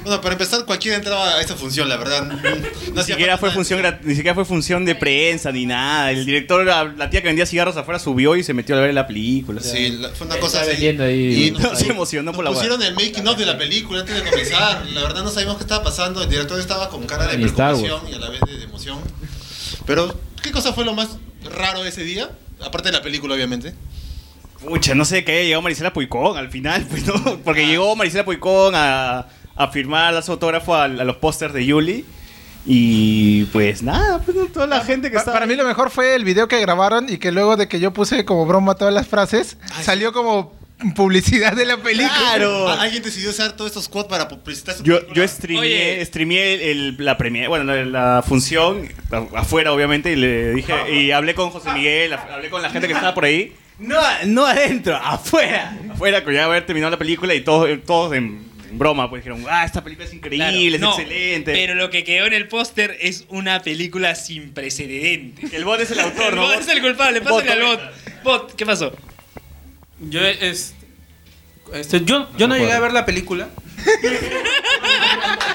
Speaker 12: Bueno, para empezar, cualquiera entraba a esta función, la verdad. No
Speaker 8: Ni siquiera fue función grat- ni siquiera fue función de prensa ni nada. El director, la, la tía que vendía cigarros afuera subió y se metió a ver la película.
Speaker 12: Sí, la- fue una cosa
Speaker 7: Está
Speaker 12: así.
Speaker 7: vendiendo ahí.
Speaker 12: Y
Speaker 8: No,
Speaker 12: nos,
Speaker 8: se emocionó por la
Speaker 12: nos
Speaker 8: hueá.
Speaker 12: pusieron el making of de la película antes de comenzar. La verdad no sabíamos qué estaba pasando. El director estaba con cara de
Speaker 7: Ni Star Wars.
Speaker 12: preocupación y a la vez de, de emoción. Pero, ¿qué cosa fue lo más raro ese día? Aparte de la película, obviamente.
Speaker 8: Pucha, no sé qué haya llegado Marisela Puicón al final, pues no.
Speaker 12: Ah.
Speaker 8: Porque llegó Marisela Puicón a, a firmar las autógrafos a, a los pósters de Yuli. Y pues nada, pues, no, toda la gente que
Speaker 6: Ah, Pa-
Speaker 8: estaba.
Speaker 6: Para mí lo mejor fue el video que grabaron y que luego de que yo puse como broma todas las frases, salió como publicidad de la película.
Speaker 8: Claro.
Speaker 12: Ah, Alguien decidió usar todos estos quads para publicitar su
Speaker 8: Yo,
Speaker 12: película.
Speaker 8: yo streameé, streameé el- el- la premiere, bueno, la, la función a- afuera, obviamente, y le dije, y hablé con José Miguel, af- hablé con la gente que estaba por ahí. No, no adentro, afuera. Afuera, que ya haber terminado la película y todos, todos en, en broma, pues dijeron, ah, esta película es increíble,
Speaker 5: Claro,
Speaker 8: es
Speaker 5: no,
Speaker 8: excelente.
Speaker 5: Pero lo que quedó en el póster es una película sin precedentes.
Speaker 8: El bot es el autor, ¿no?
Speaker 5: El bot es el culpable, pásale al bot. Bot, ¿qué pasó?
Speaker 11: Yo es. este, yo, yo no llegué a ver la película.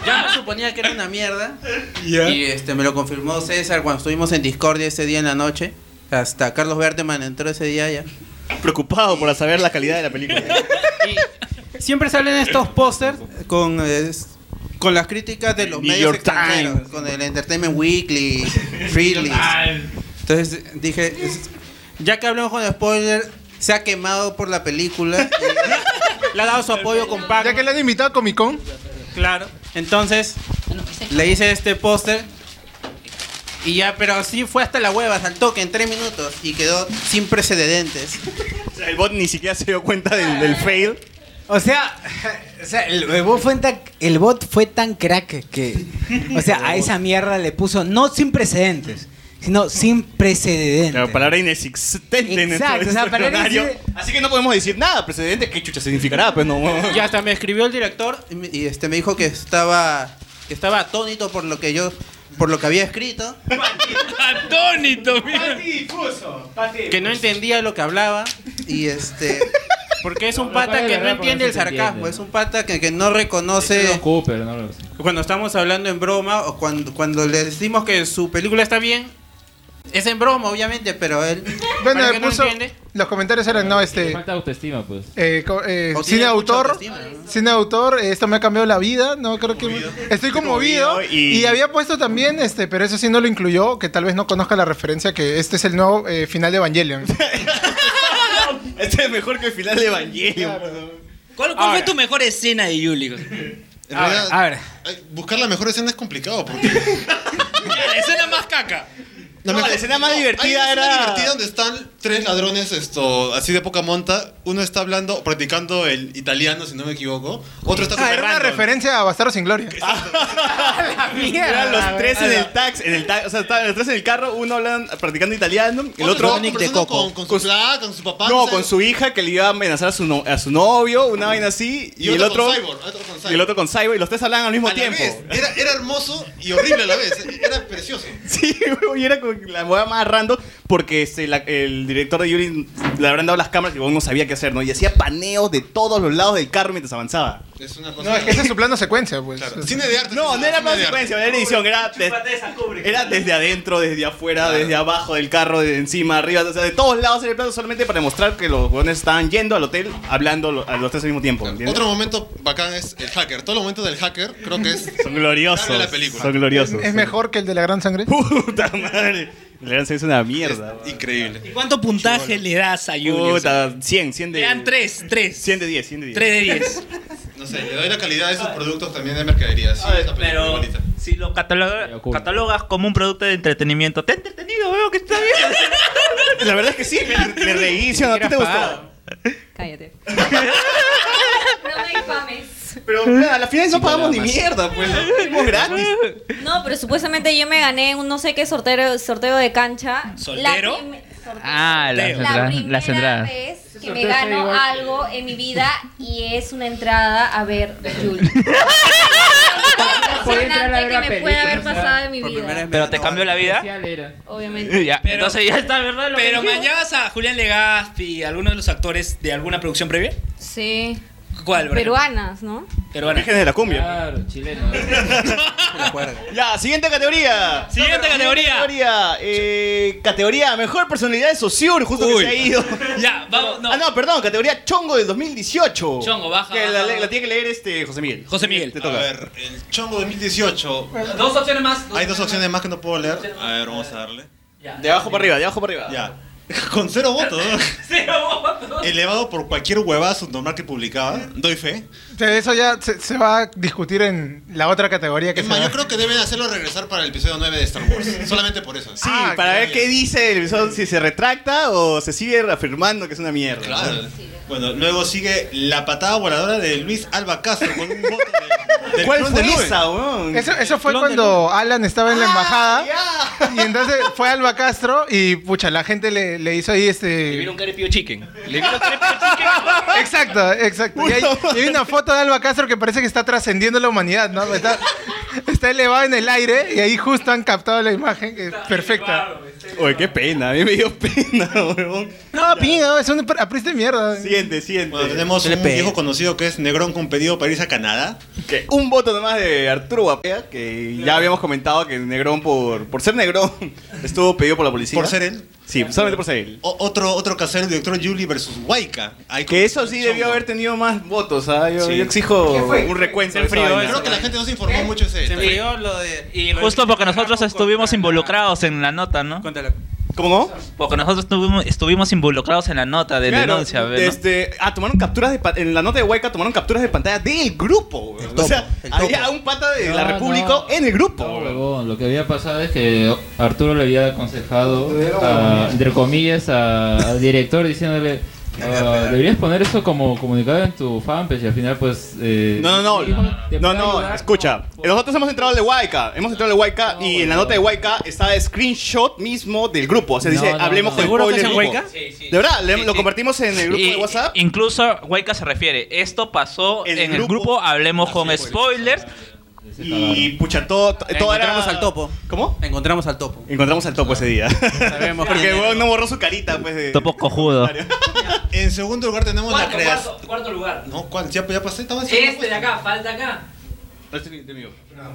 Speaker 11: Yo no suponía que era una mierda. Y este me lo confirmó César cuando estuvimos en Discordia ese día en la noche. Hasta Carlos Berteman entró ese día ya.
Speaker 8: Preocupado por saber la calidad de la película.
Speaker 11: Siempre salen estos pósters con, eh, es- con las críticas de los
Speaker 8: New
Speaker 11: medios
Speaker 8: York
Speaker 11: extranjeros,
Speaker 8: Times.
Speaker 11: con el Entertainment Weekly, Freely. Entonces dije, es- ya que hablamos con spoiler, se ha quemado por la película. y le ha dado su apoyo con Pac. Ya que
Speaker 6: le han invitado a Comic Con.
Speaker 11: Claro. Entonces, le hice este póster. Y ya, pero sí fue hasta la hueva, al toque en tres minutos y quedó sin precedentes.
Speaker 8: O sea, el bot ni siquiera se dio cuenta del, del fail.
Speaker 2: O sea, o sea, el, el bot fue tan, el bot fue tan crack que. O sea, a esa mierda le puso no sin precedentes, sino sin precedentes.
Speaker 8: La palabra inexistente en nuestro-
Speaker 2: Exacto, o sea,
Speaker 8: nuestro
Speaker 2: para él
Speaker 8: diccionario.
Speaker 2: dice-
Speaker 8: Así que no podemos decir nada, precedente, ¿qué chucha significará? Pues no.
Speaker 11: Y hasta me escribió el director y, me- y, este me dijo que estaba que estaba atónito por lo que yo por lo que había escrito,
Speaker 5: Atónito, mira.
Speaker 8: difuso.
Speaker 11: que no entendía lo que hablaba y este porque es un pata
Speaker 7: paga
Speaker 11: que
Speaker 7: la
Speaker 11: no
Speaker 7: verdad, porque
Speaker 11: entiende
Speaker 7: no
Speaker 11: el
Speaker 7: se te entiende,
Speaker 11: sarcasmo,
Speaker 7: ¿no?
Speaker 11: es un pata que, que no reconoce
Speaker 7: Cooper, no lo sé.
Speaker 11: cuando estamos hablando en broma o cuando cuando le decimos que su película está bien es en broma obviamente, pero él
Speaker 6: Bueno,
Speaker 11: para
Speaker 6: le
Speaker 11: que no
Speaker 6: puso-
Speaker 11: entiende,
Speaker 6: los comentarios eran, no, este...
Speaker 7: Falta autoestima, pues.
Speaker 6: eh, co- eh,
Speaker 11: O
Speaker 6: cine
Speaker 11: tiene mucha
Speaker 6: autor,
Speaker 11: autoestima, ¿no?
Speaker 6: cine autor, eh, esto me ha cambiado la vida, no creo que estoy conmovido
Speaker 8: Conmovido
Speaker 6: y...
Speaker 8: y-
Speaker 6: había puesto también, este, pero eso sí no lo incluyó, que tal vez no conozca la referencia que este es el nuevo eh, final de Evangelion.
Speaker 8: Este es mejor que el final de Evangelion.
Speaker 5: ¿Cuál, cuál fue tu mejor escena de Yuli?
Speaker 12: En realidad, ay, buscar la mejor escena es complicado porque
Speaker 5: La escena más caca.
Speaker 12: No,
Speaker 8: No,
Speaker 12: mejor-
Speaker 8: la escena más
Speaker 12: no,
Speaker 8: divertida
Speaker 12: hay una
Speaker 8: era-
Speaker 12: escena divertida donde están tres ladrones, esto, así de poca monta. Uno está hablando, practicando el italiano, si no me equivoco. Otro está
Speaker 6: Ah, era una
Speaker 12: superrando.
Speaker 6: referencia a Bastardo sin Gloria.
Speaker 8: Eran los tres en el tax, en el tax, o sea, estaban los tres en el carro, uno hablando, practicando italiano, el otro
Speaker 12: estaba conversando con, con su flaca, con su papá.
Speaker 8: no,
Speaker 12: sé,
Speaker 8: con su hija que le iba a amenazar a su, no- a su novio, una vaina así, y,
Speaker 12: Y,
Speaker 8: el otro,
Speaker 12: con Cyborg, otro con Cyborg.
Speaker 8: y el otro con Cyborg, y los tres hablaban al mismo
Speaker 12: A la
Speaker 8: tiempo.
Speaker 12: vez, Era, era hermoso y horrible a la vez. Era precioso.
Speaker 8: Sí, güey, y era como que la moda más random porque este, la- el director de Yuri le habrán dado las cámaras y uno no sabía qué hacer, ¿no? Y hacía paneos de todos los lados del carro mientras avanzaba.
Speaker 12: Es una cosa.
Speaker 6: No, es que ese es su plano secuencia, pues.
Speaker 12: Cine de arte.
Speaker 8: No, no era plano
Speaker 12: cine de arte.
Speaker 8: secuencia, era edición, era, de- era desde adentro, desde afuera, desde abajo del carro, de encima, arriba, o sea, de todos lados era el plano solamente para demostrar que los hueones estaban yendo al hotel hablando lo- a los tres al mismo tiempo, ¿entiendes?
Speaker 12: Otro momento bacán es el hacker. Todos los momentos del hacker creo que es.
Speaker 8: Son gloriosos,
Speaker 12: Dame la película.
Speaker 8: son gloriosos.
Speaker 6: ¿Es mejor que el de la gran sangre?
Speaker 8: Puta madre, la verdad es una mierda.
Speaker 12: Increíble.
Speaker 5: ¿Cuánto puntaje le das a Yuli? O sea,
Speaker 8: Puta, 100, 100
Speaker 5: le dan
Speaker 8: de...
Speaker 5: 3, 3.
Speaker 8: 100 de 10, 100 de 10.
Speaker 5: 3 de 10.
Speaker 12: No sé, le doy la calidad de esos productos también de mercadería. Sí, esta película
Speaker 10: Pero
Speaker 12: muy bonita.
Speaker 10: si lo cataloga- catalogas como un producto de entretenimiento, te he entretenido, veo que está bien.
Speaker 8: La verdad es que sí, me, me reí, ¿sí o no? ¿A ti te gustó?
Speaker 4: Cállate. no me infames.
Speaker 8: Pero nada, a la final no pagamos ni mierda, pues. Lo hicimos gratis.
Speaker 4: No, pero supuestamente yo me gané un no sé qué sorteo, sorteo de cancha.
Speaker 5: ¿Soltero?
Speaker 4: La, prim- sorteo.
Speaker 3: Ah, las
Speaker 4: la
Speaker 3: entradas.
Speaker 4: primera
Speaker 3: las entradas.
Speaker 4: vez que me gano algo en mi vida y es una entrada a ver Julie.
Speaker 7: Podía entrar a ver la
Speaker 4: que me puede
Speaker 7: película,
Speaker 4: haber
Speaker 7: o sea,
Speaker 4: pasado en mi
Speaker 11: por primera
Speaker 4: vida.
Speaker 11: vez me
Speaker 10: Pero te
Speaker 11: ganó
Speaker 10: cambió la vida.
Speaker 7: Especial era.
Speaker 4: Obviamente.
Speaker 10: Ya,
Speaker 5: Pero-
Speaker 10: entonces ya está, ¿verdad? Lo que
Speaker 5: Pero
Speaker 10: dijimos.
Speaker 5: mañana a Julián Legaspi, alguno de los actores de alguna producción previa.
Speaker 4: Sí.
Speaker 5: ¿Cuál, bro?
Speaker 4: Peruanas, ¿no?
Speaker 5: Peruana.
Speaker 8: Orígenes de la cumbia.
Speaker 7: Claro, chileno.
Speaker 11: la cuerda.
Speaker 8: Ya, siguiente categoría.
Speaker 5: Siguiente categoría.
Speaker 8: Categoría, eh, categoría mejor personalidad de Sociur, justo
Speaker 5: Uy.
Speaker 8: que se ha ido.
Speaker 5: Ya, vamos. No.
Speaker 8: Ah, no, perdón, categoría Chongo del 2018.
Speaker 5: Chongo, baja,
Speaker 8: Que la,
Speaker 5: baja.
Speaker 8: la tiene que leer este José Miguel.
Speaker 5: José Miguel.
Speaker 8: Te
Speaker 12: A
Speaker 8: toca.
Speaker 12: ver, el chongo 2018.
Speaker 5: Dos opciones más.
Speaker 12: Hay dos opciones más que no puedo leer. A ver, vamos a darle.
Speaker 5: Ya.
Speaker 8: De abajo para arriba, de abajo para arriba.
Speaker 12: Ya. Con cero votos. Elevado por cualquier huevazo normal que publicaba. Doy fe.
Speaker 6: O sea, eso ya se, se va a discutir en la otra categoría que
Speaker 12: Es
Speaker 6: se
Speaker 12: más,
Speaker 6: va-
Speaker 12: yo creo que deben hacerlo regresar para el episodio 9 de Star Wars. Solamente por eso.
Speaker 8: Sí, para ver qué dice el episodio, si se retracta o se sigue reafirmando que es una mierda.
Speaker 12: Claro. Bueno, luego sigue la patada voladora de Luis Alba Castro con un voto de, del
Speaker 8: ¿Cuál
Speaker 12: clon
Speaker 8: fue
Speaker 12: de Lube.
Speaker 8: esa, weón?
Speaker 6: Eso, eso fue
Speaker 12: Clon de
Speaker 6: cuando Alan estaba
Speaker 8: Ah,
Speaker 6: en la embajada. Y entonces fue Alba Castro y pucha, la gente le, le hizo ahí
Speaker 3: Le
Speaker 6: este.
Speaker 3: vieron carepio chicken. Le vieron
Speaker 6: Exacto, exacto. Y hay, y hay una foto de Alba Castro que parece que está trascendiendo la humanidad, ¿no? Está, está elevada en el aire y ahí justo han captado la imagen que es perfecta.
Speaker 8: Oye, qué pena, a mí me dio pena, weón.
Speaker 6: No, pinga, es un apriste de mierda.
Speaker 8: Siguiente, siguiente.
Speaker 12: Bueno, tenemos un viejo conocido que es Negrón con pedido para irse a Canadá.
Speaker 8: Que un voto nomás de Arturo Guapea, que ya habíamos comentado que Negrón, por, por ser Negrón, estuvo pedido por la policía.
Speaker 12: Por ser él.
Speaker 8: Sí, solamente por ser él.
Speaker 12: O- otro, otro casero, el director Julie versus Waika. Ahí con-
Speaker 8: Que eso sí debió haber tenido más votos, ¿ah? yo,
Speaker 12: Sí.
Speaker 8: yo exijo
Speaker 12: ¿Qué fue?
Speaker 8: un recuento.
Speaker 12: Se
Speaker 10: Pues,
Speaker 8: de esa
Speaker 12: enfrió,
Speaker 8: vaina.
Speaker 12: creo que la gente no se informó mucho de ese detalle.
Speaker 10: Y justo porque nosotros estuvimos involucrados en la nota, ¿no?
Speaker 8: ¿Cómo?
Speaker 10: Porque nosotros estuvimos, estuvimos involucrados en la nota de
Speaker 8: Claro,
Speaker 10: denuncia, ¿no?
Speaker 8: este, ah, tomaron capturas de pa- en la nota de Huayca tomaron capturas de pantalla del grupo. güey. o sea, había un pata de la
Speaker 7: No,
Speaker 8: República
Speaker 7: no.
Speaker 8: en el grupo. güey.
Speaker 7: Huevón, lo que había pasado es que Arturo le había aconsejado, a- entre comillas, a- al director diciéndole, "Ah, deberías poner eso como comunicado en tu fanpage y al final pues... eh,
Speaker 8: No, no, no. No, no, escucha. Nosotros hemos entrado al de Huayca. Hemos entrado al de Huayca y en la nota de Huayca está el screenshot mismo del grupo. O sea,
Speaker 10: No,
Speaker 8: dice,
Speaker 10: no,
Speaker 8: hablemos
Speaker 10: no.
Speaker 8: con
Speaker 10: ¿Seguro que
Speaker 8: spoilers
Speaker 10: es en
Speaker 8: grupo.
Speaker 10: Huayca?
Speaker 8: De verdad, le-
Speaker 10: Sí,
Speaker 8: lo
Speaker 10: sí.
Speaker 8: compartimos en el grupo
Speaker 10: Y-
Speaker 8: de WhatsApp.
Speaker 10: Incluso Huayca se refiere, esto pasó en el grupo Hablemos con Spoilers.
Speaker 8: Y pucha, todo, todo era-
Speaker 10: Encontramos al
Speaker 11: topo.
Speaker 8: ¿Cómo?
Speaker 11: Encontramos al topo.
Speaker 8: Encontramos al topo ese día.
Speaker 11: Sabemos
Speaker 8: Porque
Speaker 11: quién
Speaker 8: el
Speaker 11: es.
Speaker 8: huevón no borró su carita, pues. De...
Speaker 10: Topo cojudo.
Speaker 12: En segundo lugar tenemos la
Speaker 13: Cuarto,
Speaker 12: creación.
Speaker 13: cuarto, cuarto lugar.
Speaker 12: No, pues, ¿cuál? Ya, ya pasé, estaba
Speaker 5: Eh,
Speaker 12: haciendo
Speaker 13: Este de acá, falta acá.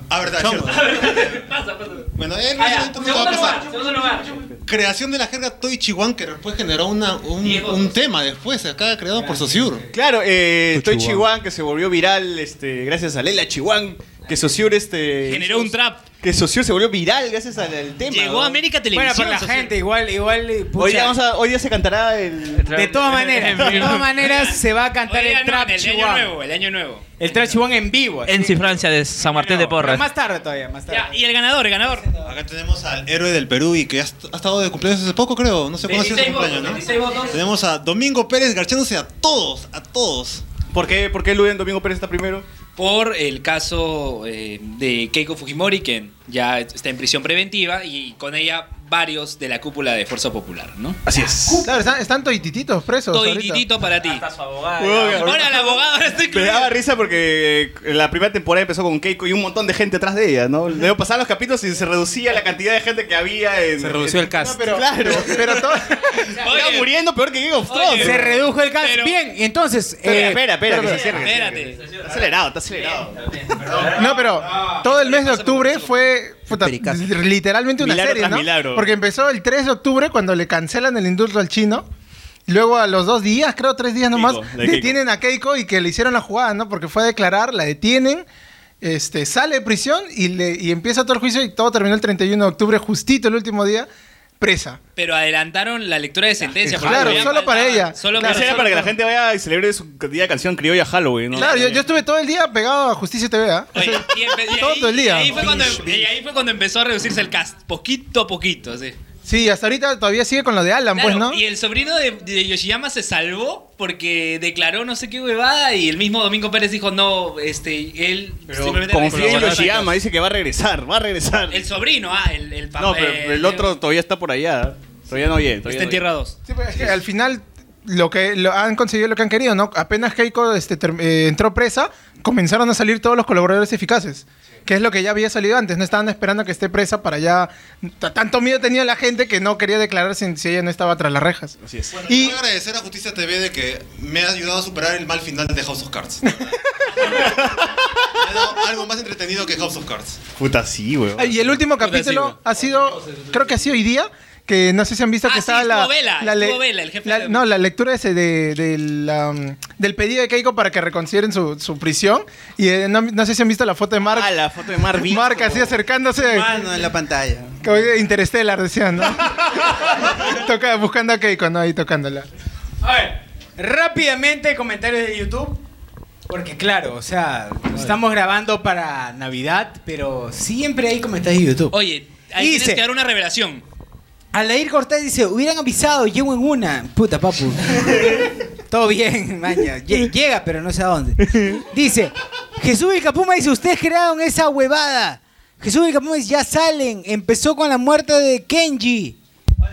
Speaker 12: Ah, verdad,
Speaker 13: Chongo.
Speaker 12: cierto.
Speaker 13: Pasa, pasa.
Speaker 12: Bueno, él
Speaker 13: Ah, ya.
Speaker 12: esto me va a
Speaker 13: Segundo lugar,
Speaker 12: pasar.
Speaker 13: segundo lugar.
Speaker 12: Creación de la jerga Toy Chihuahua, que después generó una, un, un tema después, acá creado por Sociur.
Speaker 8: Claro, eh, estoy
Speaker 12: Chihuahua.
Speaker 8: Chihuahua, que se volvió viral este, gracias a Lela Chihuahua, que Sociur este... Generó un trap. Que Sociur se volvió viral gracias al, al tema.
Speaker 2: Llegó a América Televisión, Bueno, por la Saussure. gente, igual, igual...
Speaker 8: Hoy día, vamos a- hoy día se cantará el...
Speaker 2: De todas maneras, de todas maneras se va a cantar
Speaker 10: Hoy día
Speaker 2: el
Speaker 10: no,
Speaker 2: trap
Speaker 10: en el año
Speaker 2: Chihuahua.
Speaker 10: nuevo,
Speaker 5: El año nuevo.
Speaker 2: El trap Chihuahua en vivo. así.
Speaker 10: En Cifrancia de San Martín de
Speaker 2: Pero
Speaker 10: Porras.
Speaker 2: más tarde todavía, más tarde.
Speaker 5: Y el ganador, el ganador.
Speaker 12: Acá tenemos al héroe del Perú y que ha, est- ha estado de cumpleaños hace poco, creo. No sé cuándo ha sido su
Speaker 13: 26
Speaker 12: cumpleaños,
Speaker 13: votos,
Speaker 12: ¿no?
Speaker 13: 26 votos.
Speaker 12: Tenemos a Domingo Pérez garchándose a todos, a todos.
Speaker 8: ¿Por qué, por qué Luden Domingo Pérez está primero?
Speaker 5: Por el caso eh, de Keiko Fujimori, que ya está en prisión preventiva y con ella varios de la cúpula de Fuerza Popular, ¿no?
Speaker 8: Así es.
Speaker 6: Claro, están, están toitititos presos. ahorita.
Speaker 5: Toititito para ti. Ahora el abogado ahora está
Speaker 8: Me
Speaker 5: incluido.
Speaker 8: daba risa porque eh, la primera temporada empezó con Keiko y un montón de gente atrás de ella, ¿no? Luego pasaban los capítulos y se reducía la cantidad de gente que había en... Se
Speaker 11: redució el cast.
Speaker 8: pero, claro. Pero todo... Estaba muriendo peor que Game of Thrones.
Speaker 2: Se redujo el gas. Bien, entonces...
Speaker 8: Espera,
Speaker 2: eh,
Speaker 8: espera, espera, que se cierre.
Speaker 5: Espérate.
Speaker 8: Está acelerado, está acelerado.
Speaker 6: No, pero
Speaker 8: Ah,
Speaker 6: todo el mes de octubre fue puta, literalmente una
Speaker 8: Milagro
Speaker 6: serie,
Speaker 8: tras
Speaker 6: ¿no?
Speaker 8: milagro.
Speaker 6: Porque empezó el 3 de octubre cuando le cancelan el indulto al chino. Y Luego a los dos días, creo tres días nomás,
Speaker 8: Keiko, la de
Speaker 6: detienen a Keiko y que le hicieron la jugada, ¿no? Porque fue a declarar, la detienen, este, sale de prisión y, le, y empieza todo el juicio y todo terminó el 31 de octubre, justito el último día, presa.
Speaker 5: Pero adelantaron la lectura de sentencia. porque
Speaker 6: Claro,
Speaker 5: todavía
Speaker 6: solo para
Speaker 5: faltaba-
Speaker 6: ella.
Speaker 5: Solo
Speaker 8: Claro,
Speaker 5: solo-
Speaker 8: para que la gente vaya y celebre su día de canción criolla Halloween, ¿no?
Speaker 6: Claro, yo, yo estuve todo el día pegado a Justicia TV, ¿ah?
Speaker 5: Oye, y empe- y ahí-
Speaker 6: Todo el día.
Speaker 5: Y ahí, fue cuando, em- y ahí fue cuando empezó a reducirse el cast, poquito a poquito, así.
Speaker 6: Sí, hasta ahorita todavía sigue con lo de Alan, pues,
Speaker 5: Claro,
Speaker 6: ¿no?
Speaker 5: Y el sobrino de, de Yoshiyama se salvó porque declaró no sé qué huevada y el mismo Domingo Pérez dijo no, este, él simplemente
Speaker 8: Confía en
Speaker 5: regresó.
Speaker 8: Yoshiyama, dice que va a regresar, va a regresar.
Speaker 5: El sobrino, ah, el, el papá. eh,
Speaker 8: No, pero el otro todavía está por allá.
Speaker 14: ¿eh?
Speaker 8: Todavía no viene.
Speaker 5: Está en tierra 2.
Speaker 6: Sí, pero es que al final lo que lo han conseguido lo que han querido, ¿no? Apenas Keiko este, ter- eh, entró presa, comenzaron a salir todos los colaboradores eficaces. Que es lo que ya había salido antes, no estaban esperando que esté presa para ya. T- Tanto miedo tenía la gente que no quería declarar si, si ella no estaba tras las rejas.
Speaker 12: Bueno,
Speaker 6: Y-
Speaker 12: y quiero agradecer a Justicia TV de que me ha ayudado a superar el mal final de House of Cards. me ha dado algo más entretenido que House of Cards.
Speaker 8: Puta, sí, weón.
Speaker 6: Ah, Y el último
Speaker 12: Puta, sí,
Speaker 6: capítulo
Speaker 12: güey.
Speaker 6: ha sido, creo que ha sido hoy día, que no sé si han visto
Speaker 5: Ah,
Speaker 6: que
Speaker 5: sí,
Speaker 6: estaba
Speaker 5: estuvo
Speaker 6: la.
Speaker 5: Vela,
Speaker 6: la
Speaker 5: estuvo Vela, el jefe
Speaker 6: la-
Speaker 5: de-
Speaker 6: No, la lectura ese de, de la, um, del pedido de Keiko para que reconsideren su, su prisión. Y eh, no, no sé si han visto la foto de Mark. Ah, la foto de Mark. Mark así acercándose.
Speaker 11: Mano en la pantalla.
Speaker 6: Como de Interstellar, decían, ¿no? Toca, buscando a Keiko, ¿no? Ahí tocándola.
Speaker 2: A ver, rápidamente comentarios de YouTube. Porque claro, o sea, estamos grabando para Navidad, pero siempre hay comentarios de YouTube.
Speaker 5: Oye, ahí
Speaker 2: Dice-
Speaker 5: tienes que dar una revelación.
Speaker 2: Alair Cortés dice, hubieran avisado, llego en una. Puta, papu. Todo bien, maña. Lle- Llega, pero no sé a dónde. Dice, Jesús el Capuma dice, ustedes crearon esa huevada. Jesús el Capuma dice, ya salen. Empezó con la muerte de Kenji.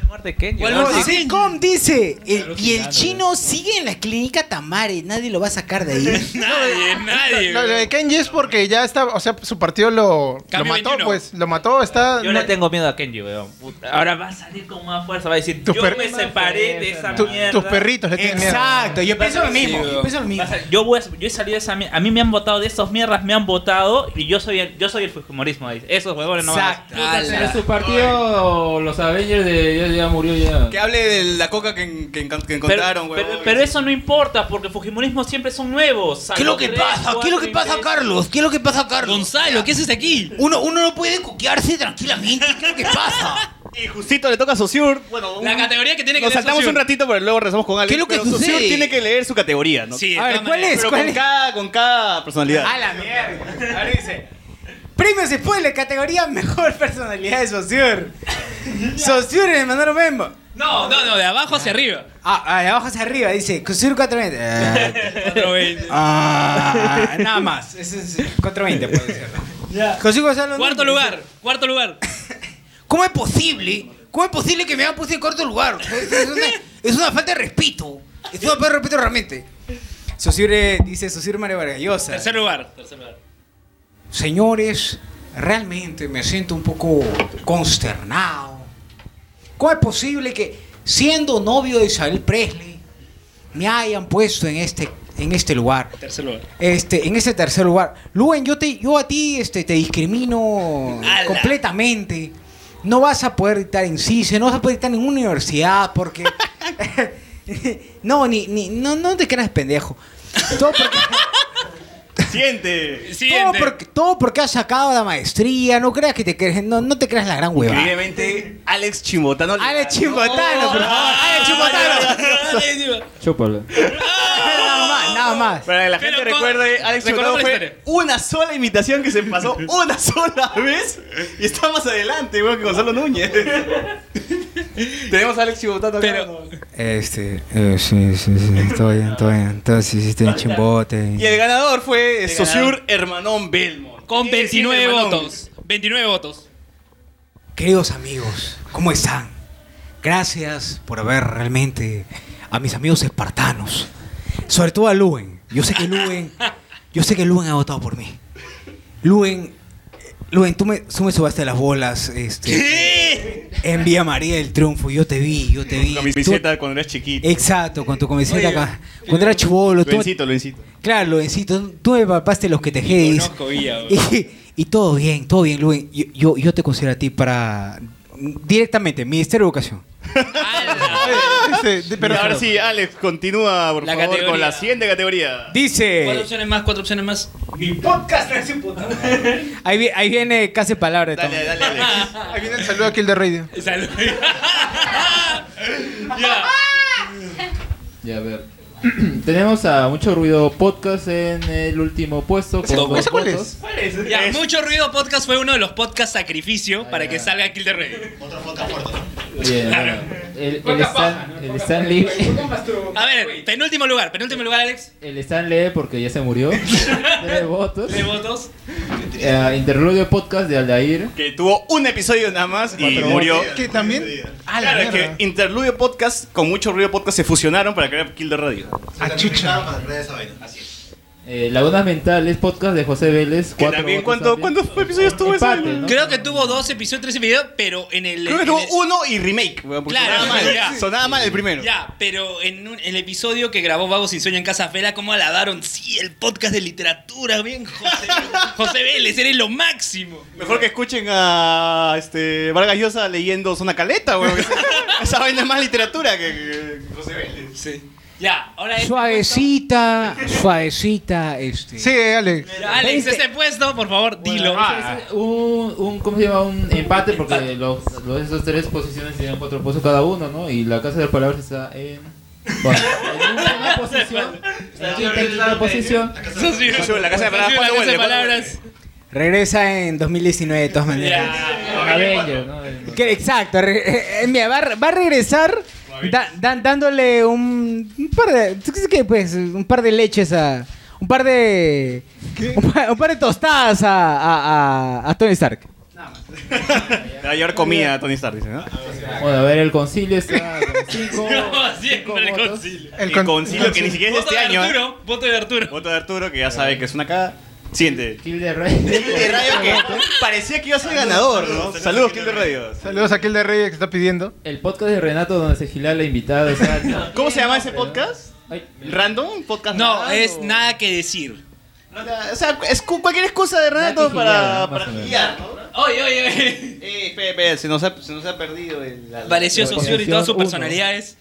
Speaker 10: Muerte Kenji.
Speaker 2: No, Sitcom dice, el- y el chino sigue en la clínica Tamare, nadie lo va a sacar de ahí.
Speaker 5: Nadie, nadie.
Speaker 6: Lo, lo de Kenji es porque ya está, o sea, su partido lo, lo
Speaker 10: Cambio
Speaker 6: mató,
Speaker 10: 21.
Speaker 6: pues. Lo mató, está.
Speaker 10: Yo le tengo miedo a Kenji, weón. Puta, Ahora va a salir con más fuerza. Va a decir, yo
Speaker 6: per-
Speaker 10: me separé de esa
Speaker 6: Tu-
Speaker 10: mierda.
Speaker 6: tus perritos le tienen miedo. Exacto, yo
Speaker 10: Va a
Speaker 6: pienso lo
Speaker 10: salir,
Speaker 6: mismo,
Speaker 10: weón.
Speaker 6: yo pienso lo mismo.
Speaker 10: Va a salir- Yo, voy a- yo he salido de esa mierda. A mí me han votado de esas mierdas, me han votado. Y yo soy el, yo soy el fujimorismo. dice. Esos huevones no van a-
Speaker 2: Exacto.
Speaker 10: Puta,
Speaker 7: Pero
Speaker 10: pero
Speaker 7: su partido, los Avengers, de, ya, ya murió ya.
Speaker 8: Que hable de la coca que, en- que encan- que
Speaker 10: Pero,
Speaker 8: encontraron,
Speaker 10: pero-
Speaker 8: huevón.
Speaker 10: pero eso no importa, porque fujimorismos siempre son nuevos.
Speaker 8: ¿Qué es lo que pasa?
Speaker 2: ¿Qué es lo que pasa, Carlos? ¿Qué es lo que pasa, Carlos?
Speaker 5: Gonzalo, ¿qué haces aquí?
Speaker 2: Uno, uno no puede coquearse tranquilamente. ¿Qué es lo que pasa?
Speaker 14: Y justito le toca a Sosur. Bueno,
Speaker 5: La categoría que tiene que
Speaker 14: Nos
Speaker 5: leer
Speaker 14: saltamos
Speaker 5: Saussure.
Speaker 14: un ratito, pero luego regresamos con Alex.
Speaker 5: ¿Qué es lo que
Speaker 14: pero Saussure
Speaker 5: sucede?
Speaker 14: tiene que leer su categoría, ¿no?
Speaker 5: Sí, de
Speaker 14: A ver,
Speaker 5: todas
Speaker 14: ¿cuál
Speaker 5: maneras.
Speaker 14: es?
Speaker 5: Pero
Speaker 14: ¿Cuál
Speaker 5: con
Speaker 14: es?
Speaker 5: cada-
Speaker 14: con cada personalidad.
Speaker 2: A la mierda. Ahora dice. Premios spoiler, categoría mejor personalidad de Saussure. Saussure de Manolo Membo.
Speaker 5: No, no, no, de abajo hacia arriba.
Speaker 2: Ah, ah, de abajo hacia arriba dice Saussure 420. Eh,
Speaker 5: Otro veinte.
Speaker 2: ah, nada más. Ese es 420 puede ser. José Gonzalo
Speaker 5: Cuarto
Speaker 2: Núñez
Speaker 5: lugar, cuarto lugar.
Speaker 2: ¿Cómo es posible? ¿Cómo es posible que me hayan puesto en cuarto lugar? Es es una, es una falta de respeto. Es una falta de respeto realmente. Sosire, dice Sosire María Vargallosa.
Speaker 5: Tercer lugar, tercer lugar.
Speaker 2: Señores, realmente me siento un poco consternado. ¿Cómo es posible que, siendo novio de Isabel Presley, me hayan puesto en este, en este lugar?
Speaker 5: Tercer lugar.
Speaker 2: Este, en este tercer lugar. Luen, yo te, yo a ti este, te discrimino
Speaker 5: ¡Hala!
Speaker 2: completamente. No vas a poder dictar en CICE, no vas a poder dictar en ninguna universidad, porque. no, ni, ni, no, no te creas pendejo. Todo porque,
Speaker 14: Siguiente.
Speaker 2: todo porque, todo porque has sacado la maestría, no creas que te crees, no, no te creas la gran hueva.
Speaker 14: Increíblemente, Alex Chimbotano.
Speaker 2: Alex Chimbotano, por favor. Alex
Speaker 5: Chimbotano.
Speaker 7: Chúpala.
Speaker 2: Nada más, nada más.
Speaker 14: Para que la gente recuerde, Alex Chimbotano
Speaker 5: recordamos la
Speaker 14: fue una sola imitación que se pasó una sola vez y está más adelante, igual que Gonzalo Núñez. Tenemos a Alex Chimbotano acá. ¿no?
Speaker 2: Este, eh, sí, sí, sí, todo bien, todo bien. Entonces sí, sí, estoy en chimbote.
Speaker 14: Y el ganador fue
Speaker 5: El
Speaker 14: Sosur Hermanón Belmont.
Speaker 5: Con
Speaker 14: ¿Qué decir,
Speaker 5: 29
Speaker 14: Hermanón?
Speaker 5: votos. 29 votos.
Speaker 2: Queridos amigos, ¿cómo están? Gracias por haber realmente a mis amigos espartanos. Sobre todo a Luen. Yo sé que Luen, yo sé que Luen ha votado por mí. Luen, Luen, tú me, tú me subaste las bolas, este. En Vía María del Triunfo, yo te vi, yo te vi.
Speaker 14: Con
Speaker 2: Tú-
Speaker 14: camiseta cuando eras
Speaker 2: Eh,
Speaker 14: chiquito.
Speaker 2: exacto, con tu camiseta acá. Cuando era chubolo, tú,
Speaker 14: Luencito, Luencito.
Speaker 2: Claro, Luencito, tú me palpaste los que te dices.
Speaker 5: Conozco Villa, bro.
Speaker 2: Y, y todo bien, todo bien, Luis. Yo, yo, yo te considero a ti para. Directamente, Ministerio de Educación.
Speaker 14: pero ahora sí, Alex, continúa por
Speaker 5: La
Speaker 14: favor con
Speaker 5: categoría.
Speaker 14: la siguiente categoría.
Speaker 5: Cuatro
Speaker 2: Dice.
Speaker 5: opciones más, cuatro opciones más.
Speaker 2: Mi podcast es Ahí, vi- ahí viene casi palabra de Tommy.
Speaker 6: Ahí viene el saludo aquí el de Radio.
Speaker 5: Salud.
Speaker 7: Ya, a ver. Tenemos a Mucho Ruido Podcast en el último puesto. Con dos votos.
Speaker 5: ¿Cuál es? Ya, Mucho Ruido Podcast fue uno de los podcasts sacrificio para que salga Kill the Rey. Otro podcast fuerte.
Speaker 7: Bien, bueno. El, el, Stan, el Stan Lee.
Speaker 5: A ver, penúltimo lugar, penúltimo lugar, Alex.
Speaker 7: El Stan Lee, porque ya se murió. Tres votos.
Speaker 5: Tres votos.
Speaker 7: Eh, Interludio Podcast de Aldair.
Speaker 14: Que tuvo un episodio nada más y
Speaker 7: Cuatro
Speaker 14: murió.
Speaker 7: votos.
Speaker 6: Que también. A la
Speaker 14: Claro, es que
Speaker 6: mierda.
Speaker 14: Interludio
Speaker 6: Ah,
Speaker 14: Podcast con mucho ruido podcast se fusionaron para crear Kill the Radio.
Speaker 12: Se terminaron para traer esa vaina. Así es.
Speaker 7: eh, Lagunas Mentales, podcast de José Vélez. cuatro
Speaker 5: también,
Speaker 7: votos
Speaker 5: ¿cuánto-
Speaker 7: también. Empate, ¿no?
Speaker 5: Creo que tuvo dos episodios, tres videos, pero en el.
Speaker 8: Creo que
Speaker 5: en
Speaker 8: tuvo
Speaker 5: el-
Speaker 8: uno y remake, weón. porque
Speaker 5: Claro,
Speaker 8: sonaba mal.
Speaker 5: ya.
Speaker 8: Sonaba mal el primero.
Speaker 5: Ya, pero en un- el episodio que grabó Vago Sin Sueño en Casa Fela, ¿cómo alabaron? Sí, el podcast de literatura, bien, José, José Vélez, eres lo máximo.
Speaker 8: Mejor que escuchen a este, Vargas Llosa leyendo Zona Caleta, weón. Esa vaina es más literatura que, que José Vélez.
Speaker 5: Sí. Ya, ahora este es.
Speaker 2: Suavecita, suavecita, este.
Speaker 6: Sí, Alex.
Speaker 5: Alex, este puesto, por favor, dilo.
Speaker 7: Ah, es un, un- ¿cómo se llama? Un empate, porque los, los- esos tres posiciones tienen cuatro puestos cada uno, ¿no? Y la casa de palabras está en. Bueno, en una posición. Está en una posición.
Speaker 8: La casa de palabras, ¿cuándo
Speaker 5: La casa de
Speaker 8: vuelve?
Speaker 5: palabras.
Speaker 2: Regresa en 2019 de todas maneras.
Speaker 7: Avenger, ¿no?
Speaker 2: Que- exacto. re- eh, mira, va, a re- va a regresar da- dan- dándole un, un par de. ¿qué, pues? Un par de leches a. Un par de. Un par, un par de tostadas a, a, a- a Tony Stark.
Speaker 8: Le va a llevar comida a Tony Stark, dice, ¿no?
Speaker 7: Bueno, a ver, el concilio está.
Speaker 5: Siempre el concilio.
Speaker 8: El, concilio que ni siquiera es de
Speaker 5: Voto
Speaker 8: este
Speaker 5: de
Speaker 8: año. ¿eh?
Speaker 5: Arturo, voto de Arturo.
Speaker 8: Voto de Arturo, que ya sabe que es una caga. Siguiente.
Speaker 7: Kill de Radio.
Speaker 8: Radio que parecía que iba a ser ganador, ¿no? Saludos, Kill de Radio.
Speaker 6: Saludos a aquel de Reyes que está pidiendo.
Speaker 7: El podcast de Renato, donde se gila la invitada. o sea,
Speaker 8: ¿Cómo se llama ese podcast? ¿Random? ¿Podcast
Speaker 5: No,
Speaker 8: random?
Speaker 5: es nada que decir.
Speaker 8: O sea, es cu- cualquier excusa de Renato para, para guiar, ¿no?
Speaker 5: Oye, oye, oye.
Speaker 8: Eh, espera, espera, se nos ha, se nos ha perdido el... la- la-
Speaker 5: Pareció
Speaker 8: la-
Speaker 5: Saussure y todas sus personalidades.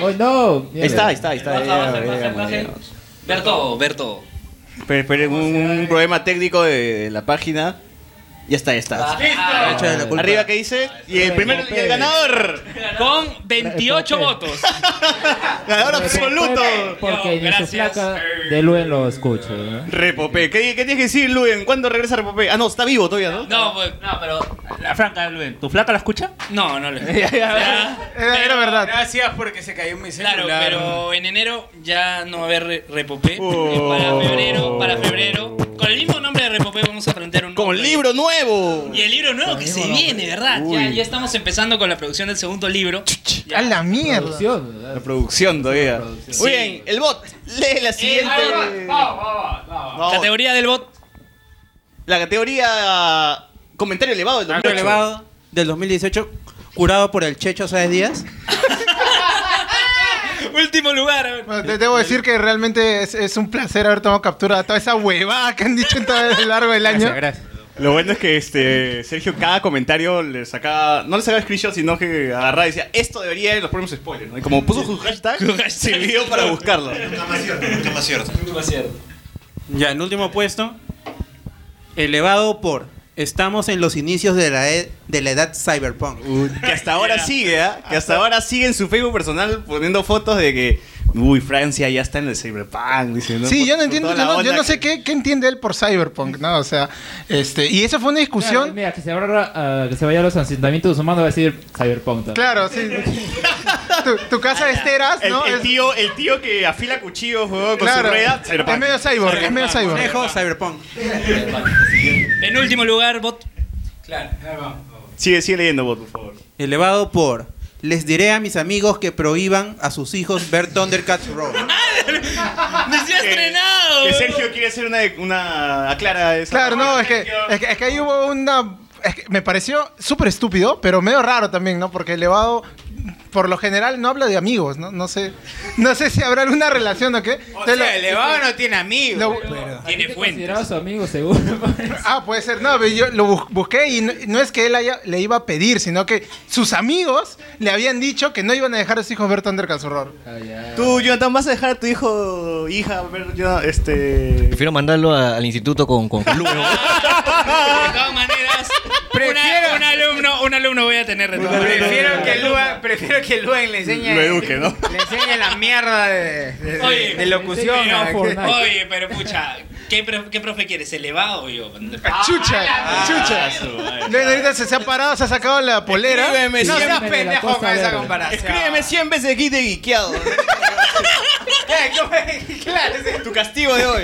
Speaker 7: Oh, no.
Speaker 8: Ahí está, ahí está, ahí está.
Speaker 5: Baja, baja,
Speaker 8: eh,
Speaker 5: baja,
Speaker 8: digamos,
Speaker 5: baja.
Speaker 8: digamos.
Speaker 5: Ver todo, ver todo.
Speaker 8: Espera, espera, un, un problema técnico de, de la página. Ya está, ya
Speaker 10: Ah,
Speaker 8: está. Ah, Arriba que dice.
Speaker 5: Ah,
Speaker 8: Y el primero y el ganador.
Speaker 5: Con 28 votos.
Speaker 8: Ganador absoluto.
Speaker 7: Porque ni su placa de Luen lo escucho. ¿eh? ¿no?
Speaker 8: Repope. ¿Qué, ¿Qué tienes que decir, Luen? ¿Cuándo regresa Repope? Ah, no, está vivo todavía, ¿no?
Speaker 5: No, pues, no, pero.
Speaker 10: La franca, Luen, ¿tu flaca la escucha?
Speaker 5: No, no lo
Speaker 6: Era, era verdad.
Speaker 11: Gracias porque se cayó mi celular.
Speaker 5: Claro, pero en enero ya no va a haber re- repopé.
Speaker 8: Oh.
Speaker 5: Y Para febrero, para febrero. Con el mismo nombre de repopé vamos a afrontar un.
Speaker 8: Con libro nuevo.
Speaker 5: Y el libro nuevo que se viene, ¿verdad? Ya,
Speaker 8: Uy.
Speaker 5: ya estamos empezando con la producción del segundo libro.
Speaker 6: A la mierda.
Speaker 8: La producción todavía. Muy
Speaker 5: Sí.
Speaker 8: bien, el bot. Lee
Speaker 2: Eh,
Speaker 8: la siguiente. No,
Speaker 5: Categoría del bot.
Speaker 8: La categoría. ah, Comentario elevado del 2008.
Speaker 11: elevado del 2018, curado por el Checho Sáez Díaz.
Speaker 5: Último lugar.
Speaker 6: Bueno, te debo decir que realmente es, es un placer haber tomado captura de toda esa huevada que han dicho en todo el largo del año.
Speaker 8: Lo bueno es que este Sergio cada comentario le sacaba, no le sacaba screenshot, sino que agarraba y decía, esto debería ir en los premios spoilers, ¿no? Y como puso su hashtag, sirvió para buscarlo.
Speaker 12: Nunca más cierto.
Speaker 11: Ya, en último puesto, elevado por Estamos en los inicios de la, ed- de la edad cyberpunk.
Speaker 8: Que hasta ahora sigue, ¿ah? Que hasta ahora sigue en su Facebook personal poniendo fotos de que, uy, Francia ya está en el cyberpunk, dice, ¿no?
Speaker 6: Sí,
Speaker 8: Por-
Speaker 6: yo no
Speaker 8: por
Speaker 6: entiendo,
Speaker 8: toda
Speaker 6: yo
Speaker 8: la
Speaker 6: no, yo
Speaker 8: onda
Speaker 6: no sé qué, qué entiende él por Cyberpunk, ¿no? O sea, este, y esa fue una
Speaker 7: Claro,
Speaker 6: discusión.
Speaker 7: mira, que se, abra, ah, que se vaya a los asentamientos humanos va a decir Cyberpunk. tal.
Speaker 6: Claro, sí. tu, tu casa de esteras,
Speaker 8: El,
Speaker 6: ¿no?
Speaker 8: el
Speaker 6: Es-
Speaker 8: tío, el tío que afila cuchillos weón, con
Speaker 6: claro,
Speaker 8: su rueda,
Speaker 6: es medio cyborg, es medio cyborg.
Speaker 11: Lejos, cyberpunk.
Speaker 5: En último lugar, bot.
Speaker 8: Sigue, sigue leyendo vos, por favor.
Speaker 11: Elevado por Les diré a mis amigos que prohíban a sus hijos ver Thundercats Row.
Speaker 5: ¡Decía estrenado!
Speaker 8: Que
Speaker 5: weón.
Speaker 8: Sergio quiere hacer una, una aclara esa.
Speaker 6: Claro, no, es que, es que, es que ahí hubo una... es que me pareció súper estúpido, pero medio raro también, ¿no? Porque elevado, por lo general, no habla de amigos, ¿no? No sé, no sé si habrá alguna relación o qué. Entonces, lo-
Speaker 11: elevado no tiene amigos.
Speaker 6: lo-
Speaker 5: Tiene fuente.
Speaker 7: Considerado su amigo, seguro.
Speaker 6: Ah, puede ser. No, pero yo lo bus- busqué y no, no es que él haya- le iba a pedir, sino que sus amigos le habían dicho que no iban a dejar a sus hijos ver Thundercats Horror.
Speaker 7: Ah, ya.
Speaker 8: Tú, Jonathan, vas a dejar a tu hijo, hija, ver, yo, este.
Speaker 3: Prefiero mandarlo a- al instituto con, con con Lugo.
Speaker 5: De todas maneras, una- un alumno, un alumno voy a tener de todas maneras.
Speaker 2: Prefiero que Luen, prefiero que Luen le enseñe.
Speaker 8: Lo eduque, ¿no?
Speaker 2: Le enseñe la mierda de, de- de-
Speaker 5: Oye,
Speaker 2: de locución.
Speaker 5: pero-
Speaker 2: a-
Speaker 5: Oye, pero pucha, ¿qué, pro- qué profe quieres? ¿Elevado o yo?
Speaker 2: Ah,
Speaker 5: Ah,
Speaker 6: Chucha,
Speaker 8: Ah,
Speaker 6: chucha. Luego ahorita se, se ha parado, se ha sacado la polera.
Speaker 8: Escríbeme
Speaker 6: No,
Speaker 8: siempre.
Speaker 6: seas-
Speaker 8: Escríbeme
Speaker 7: pendejo con esa comparación.
Speaker 8: Escríbeme 100 veces aquí de guiqueado.
Speaker 2: ¿Qué? ¿Cómo es? Eh, claro, sí.
Speaker 8: tu castigo de hoy.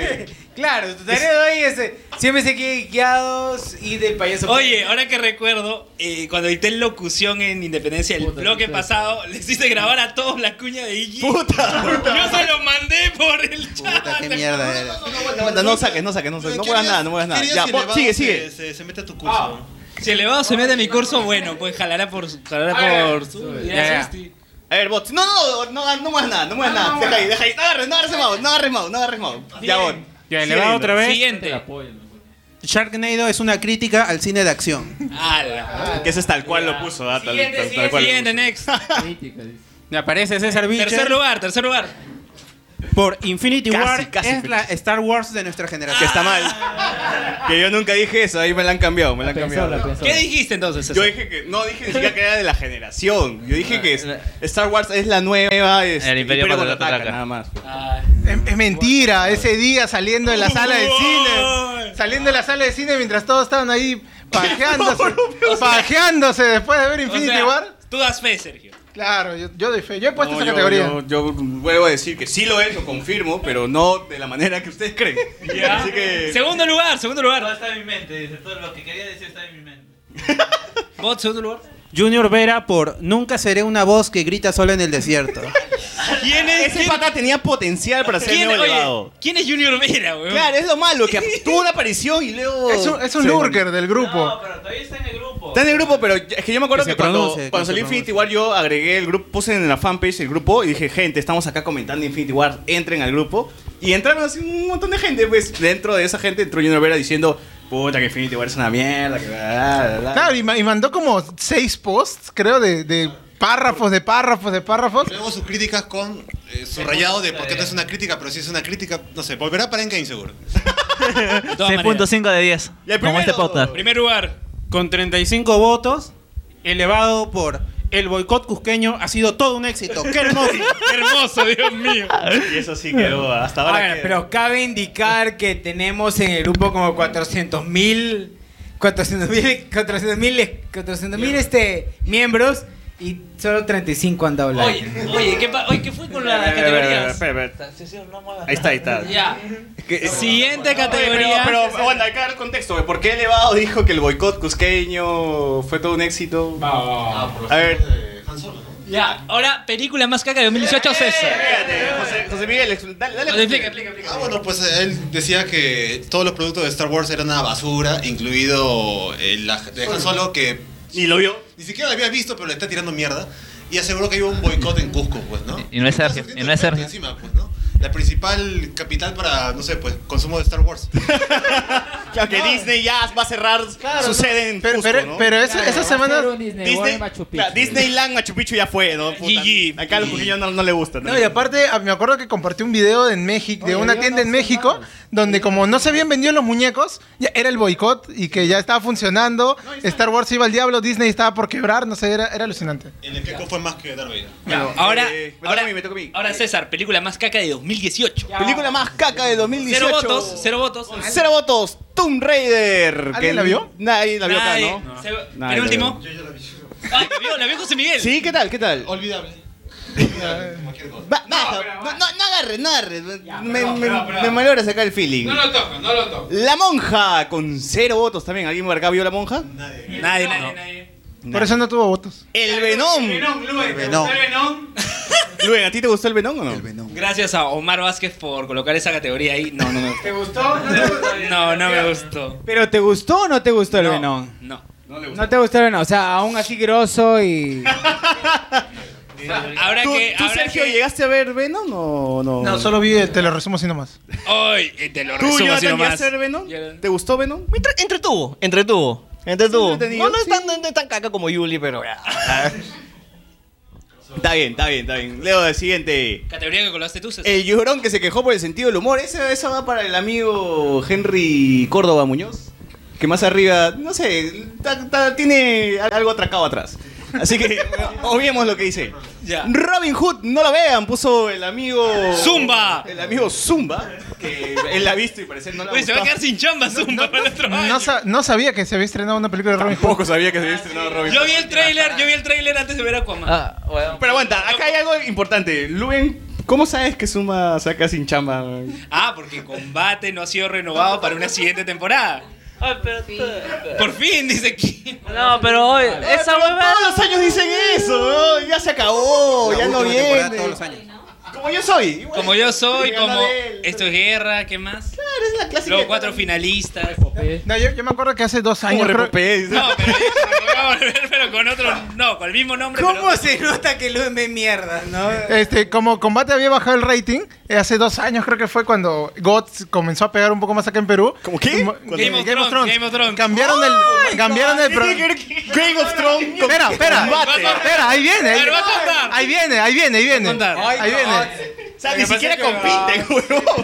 Speaker 2: Claro, tu tarea de hoy es eh, siempre se quede guiados y del payaso.
Speaker 5: Oye, ahora que recuerdo, eh, cuando edité locución en Independencia, el bloque pasado, les hice grabar a todos la cuña de Iggy. ¡Puta! Yo se lo mandé por el chat.
Speaker 8: Qué mierda era. No,
Speaker 5: aguanta,
Speaker 8: no saques, no saques, no saques. No muevas nada, no muevas nada. Ya, vos, sigue, sigue.
Speaker 12: Se, se mete a tu
Speaker 5: curso. Ah. Si elevado se mete a mi curso, bueno, pues jalará por. su- Jalará por. su-
Speaker 8: Ah, Ya,
Speaker 5: ya,
Speaker 8: ya.
Speaker 5: ya.
Speaker 8: A ver, bot. No, no, no, no, no muevas nada, no muevas nada. Deja ahí, deja ahí. No agarres, no agarres mouse, no agarres mouse, no agarres mouse. Ya, bot.
Speaker 11: Ya, le va otra vez.
Speaker 5: Siguiente.
Speaker 11: Sharknado es una crítica al cine de acción.
Speaker 8: Que eso es tal cual lo puso, ¿ah? Tal- tal- tal cual lo
Speaker 5: Siguiente, next.
Speaker 11: Me aparece César Bicho.
Speaker 5: Tercer lugar, tercer lugar.
Speaker 11: Por Infinity
Speaker 8: Casi,
Speaker 11: War
Speaker 8: casi,
Speaker 11: es la Star Wars de nuestra generación.
Speaker 8: Que está mal. Que yo nunca dije eso, ahí me la han cambiado, me la han cambiado.
Speaker 5: ¿Qué dijiste entonces?
Speaker 8: Yo dije que no dije ni siquiera que era de la generación. Yo dije que es- Star Wars es la nueva este,
Speaker 3: El Imperio
Speaker 8: contraataca,
Speaker 3: Contraataca.
Speaker 8: nada más.
Speaker 6: Es, es mentira, ese día saliendo de la sala de cine, saliendo de la sala de cine mientras todos estaban ahí pajeándose, pajeándose después de ver Infinity
Speaker 5: O sea,
Speaker 6: War.
Speaker 5: Tú das fe, Sergio.
Speaker 6: Claro, yo, yo doy fe, yo he puesto
Speaker 8: No,
Speaker 6: esa
Speaker 8: yo-
Speaker 6: categoría.
Speaker 8: Yo, yo vuelvo a decir que sí lo es, lo confirmo, pero no de la manera que ustedes creen. Así que.
Speaker 5: Segundo lugar, segundo lugar.
Speaker 10: Todo está en mi mente, dice, todo lo que quería decir está en mi mente.
Speaker 5: Bot, segundo lugar.
Speaker 11: Junior Vera por Nunca seré una voz que grita sola en el desierto.
Speaker 8: ¿Quién es, Ese pata tenía potencial para ser
Speaker 5: ¿Quién-
Speaker 8: nuevo
Speaker 5: oye,
Speaker 8: elevado.
Speaker 5: ¿Quién es Junior Vera, weón?
Speaker 8: Claro, es lo malo, que tuvo una aparición y luego.
Speaker 6: Es un, es un
Speaker 8: Sí.
Speaker 6: lurker del grupo.
Speaker 8: Está en el grupo, pero es que yo me acuerdo
Speaker 6: Que
Speaker 8: que,
Speaker 6: se
Speaker 8: cuando,
Speaker 6: pronuncie, que
Speaker 8: cuando
Speaker 6: se
Speaker 8: salió
Speaker 6: pronuncie.
Speaker 8: Infinity War yo agregué el grupo, puse en la fanpage el grupo y dije, gente, estamos acá comentando Infinity War, entren al grupo. Y entraron así un montón de gente, pues dentro de esa gente entró Junior Vera diciendo, puta que Infinity War es una mierda, que bla, bla, bla".
Speaker 6: Claro, y, ma- y mandó como seis posts, creo, de, de párrafos, de párrafos, de párrafos.
Speaker 12: Luego sus críticas con eh, su rayado de por qué no es una crítica, pero si es una crítica, no sé, volverá para Endgame seguro.
Speaker 11: 6.5 de 10.
Speaker 12: como este podcast.
Speaker 5: Primer lugar.
Speaker 11: Con 35 votos, elevado por El boicot cusqueño ha sido todo un éxito. ¡Qué hermoso!
Speaker 5: Qué hermoso, Dios mío.
Speaker 8: Y eso sí quedó hasta
Speaker 2: A
Speaker 8: ahora.
Speaker 2: ver, pero cabe indicar que tenemos en el grupo como 400 mil 400 mil 400 mil 400 mil este miembros y solo 35 han dado like.
Speaker 5: Oye, ¿qué, pa- oye, ¿qué fue con las
Speaker 8: Espera, espera,
Speaker 5: categorías?
Speaker 8: espera, Ahí está, ahí está.
Speaker 5: Ya. Siguiente categoría.
Speaker 8: Pero, pero, bueno, hay que dar contexto, güey. ¿Por qué Elevado dijo que el boicot cusqueño fue todo un éxito?
Speaker 5: Ah,
Speaker 8: A ver.
Speaker 5: Ya, ahora película más caca de 2018 César.
Speaker 8: Eh, José, José Miguel, expl- dale, dale.
Speaker 5: Explica,
Speaker 12: Ah, bueno, pues él decía que todos los productos de Star Wars eran una basura, incluido el de Han Solo, que.
Speaker 8: Ni lo vio.
Speaker 12: Ni siquiera lo había visto, pero le está tirando mierda. Y aseguró que hubo un boicot en Cusco, pues, ¿no?
Speaker 7: Y no es Sergio, y no es Sergio.
Speaker 12: Encima, pues, ¿no? La principal capital para, no sé, pues, consumo de Star Wars.
Speaker 8: Claro, que Disney ya va a cerrar su sede en Cusco,
Speaker 6: pero-
Speaker 8: ¿no?
Speaker 6: pero esa- Claro, esa va a semana- ser un Disney World
Speaker 8: Disney,
Speaker 6: en Machu Picchu.
Speaker 8: claro, Disneyland Machu Picchu ya fue, ¿no? Puta, Acá a los cusqueños no, no le gusta.
Speaker 6: No, y aparte, a- me acuerdo que compartí un video de en México, de una tienda en México, donde como no se habían vendido los muñecos, ya era el boicot y que ya estaba funcionando, Star Wars iba al diablo, Disney estaba por quebrar, no sé, era, era alucinante.
Speaker 12: En el que fue más que Darth Vader.
Speaker 5: Ya, ahora,
Speaker 8: eh,
Speaker 5: ahora, ahora César, película más caca de 2018.
Speaker 8: Película más caca de 2018.
Speaker 5: Cero votos, cero votos.
Speaker 8: Cero votos. Tomb Raider.
Speaker 5: ¿Alguien la vio?
Speaker 8: Nadie la vio
Speaker 5: Nadie.
Speaker 8: acá, ¿no?
Speaker 5: Se-
Speaker 8: Nadie
Speaker 5: el
Speaker 8: la
Speaker 5: último.
Speaker 8: vio.
Speaker 5: Ay, la vio, la vio José Miguel.
Speaker 8: Sí, ¿qué tal? ¿Qué tal?
Speaker 12: Olvidable.
Speaker 8: Va, baja, no, no, no agarres, no agarres. Me, me, me malogra sacar el feeling.
Speaker 15: No lo toco, no lo toco.
Speaker 8: La monja con cero votos también. ¿Alguien por acá vio la monja? Nadie. Nadie, nadie,
Speaker 6: Por eso no tuvo votos.
Speaker 8: El Venom.
Speaker 15: El
Speaker 8: Venom. Luen, ¿a ti te gustó el Venom o no? El Venom.
Speaker 5: Gracias a Omar Vázquez por colocar esa categoría ahí. No, no me gustó.
Speaker 2: ¿Te gustó?
Speaker 5: No, no me gustó.
Speaker 2: Pero ¿te gustó o no te gustó el Venom?
Speaker 5: No.
Speaker 2: No te gustó el Venom, o sea, aún así grosso y
Speaker 5: Ahora
Speaker 8: ¿Tú,
Speaker 5: que.
Speaker 8: tú,
Speaker 5: ahora
Speaker 8: Sergio,
Speaker 5: que-
Speaker 8: llegaste a ver Venom o no?
Speaker 6: No, solo vi, te lo resumo así nomás.
Speaker 5: Ay, eh, te lo
Speaker 8: ¿Tú,
Speaker 5: resumo así
Speaker 8: Jonathan,
Speaker 5: nomás.
Speaker 8: llegaste a ver Venom? ¿Te gustó Venom?
Speaker 3: Entretuvo, entretuvo. Entretuvo.
Speaker 8: entretenido,
Speaker 3: No, no es tan, no es tan caca como Yuli, pero.
Speaker 8: Está bien, está bien, está bien. Leo el siguiente.
Speaker 5: Categoría que colocaste tú, César.
Speaker 8: El llorón que se quejó por el sentido del humor. Esa, esa va para el amigo Henry Córdoba Muñoz. Que más arriba, no sé, ta- ta- tiene algo atracado atrás. Así que obviemos lo que dice.
Speaker 5: Ya.
Speaker 8: Robin Hood, no la vean, puso el amigo.
Speaker 5: Zumba.
Speaker 8: El amigo Zumba. Que él la ha visto y parece no la ha
Speaker 5: Uy, se va a
Speaker 8: gustado.
Speaker 5: quedar sin chamba Zumba para el otro año.
Speaker 6: No, sa- no sabía que se había estrenado una película de Robin Hood. Poco
Speaker 8: sabía que se había estrenado Robin
Speaker 5: Yo vi
Speaker 8: Ah,
Speaker 10: Ah,
Speaker 5: el tráiler, yo vi el tráiler antes de ver a Aquaman.
Speaker 8: Pero aguanta, acá hay algo importante. Luen
Speaker 14: ¿Cómo sabes que Suma saca sin chamba? man?
Speaker 5: Ah, porque Combate no ha sido renovado para una siguiente temporada.
Speaker 10: Ay, pero.
Speaker 5: Por fin, dice que.
Speaker 10: No, pero hoy. Esa huevada.
Speaker 14: Todos los años dicen eso, weón. Ya se acabó,
Speaker 5: La
Speaker 14: Oh, ya no
Speaker 5: última temporada
Speaker 14: viene.
Speaker 5: todos los
Speaker 14: Como yo soy. igual.
Speaker 5: Como yo soy,
Speaker 14: Y gana
Speaker 5: como.
Speaker 14: él.
Speaker 5: Esto es guerra, ¿qué más? Claro,
Speaker 14: es la clásica.
Speaker 5: Los cuatro finalistas.
Speaker 6: No, yo, yo me acuerdo que hace dos años. creo-
Speaker 5: No, pero, pero voy a volver, pero con otro. No, con el mismo nombre.
Speaker 2: ¿Cómo se nota que lo ve mierda, no?
Speaker 6: Este, como Combate había bajado el rating, eh, hace dos años creo que fue cuando GOTS comenzó a pegar un poco más acá en Perú. ¿Cómo qué?
Speaker 5: Game of Thrones, Game of Thrones.
Speaker 6: Cambiaron
Speaker 14: Oh
Speaker 6: el. Cambiaron el. pro-
Speaker 14: Game of Thrones.
Speaker 6: Espera, espera.
Speaker 14: Combate.
Speaker 6: Espera, ahí viene. Ahí,
Speaker 14: Pero va a contar.
Speaker 6: ahí viene, ahí viene, ahí viene. Ahí viene.
Speaker 14: O sea, ni siquiera compiten,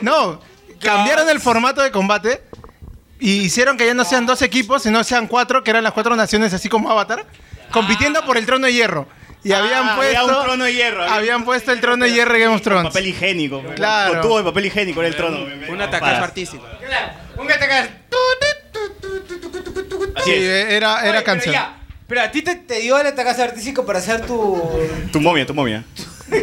Speaker 6: No, cambiaron el formato de combate y hicieron que ya no sean dos equipos, sino sean cuatro, que eran las cuatro naciones, así como Avatar, compitiendo por el trono de hierro. Y habían puesto.
Speaker 14: Ah, Había un trono de hierro. había-
Speaker 6: habían puesto el trono de hierro de Game of Thrones.
Speaker 14: Papel higiénico. weón.
Speaker 6: Claro.
Speaker 14: Con tubo de papel higiénico en el trono.
Speaker 11: Un
Speaker 14: Para.
Speaker 11: ataque artístico.
Speaker 2: Un atacar.
Speaker 14: Así
Speaker 6: Sí,
Speaker 14: es.
Speaker 6: era, era canción.
Speaker 2: Pero a ti te, te dio el atacazo artístico para hacer tu.
Speaker 14: Tu momia, tu momia.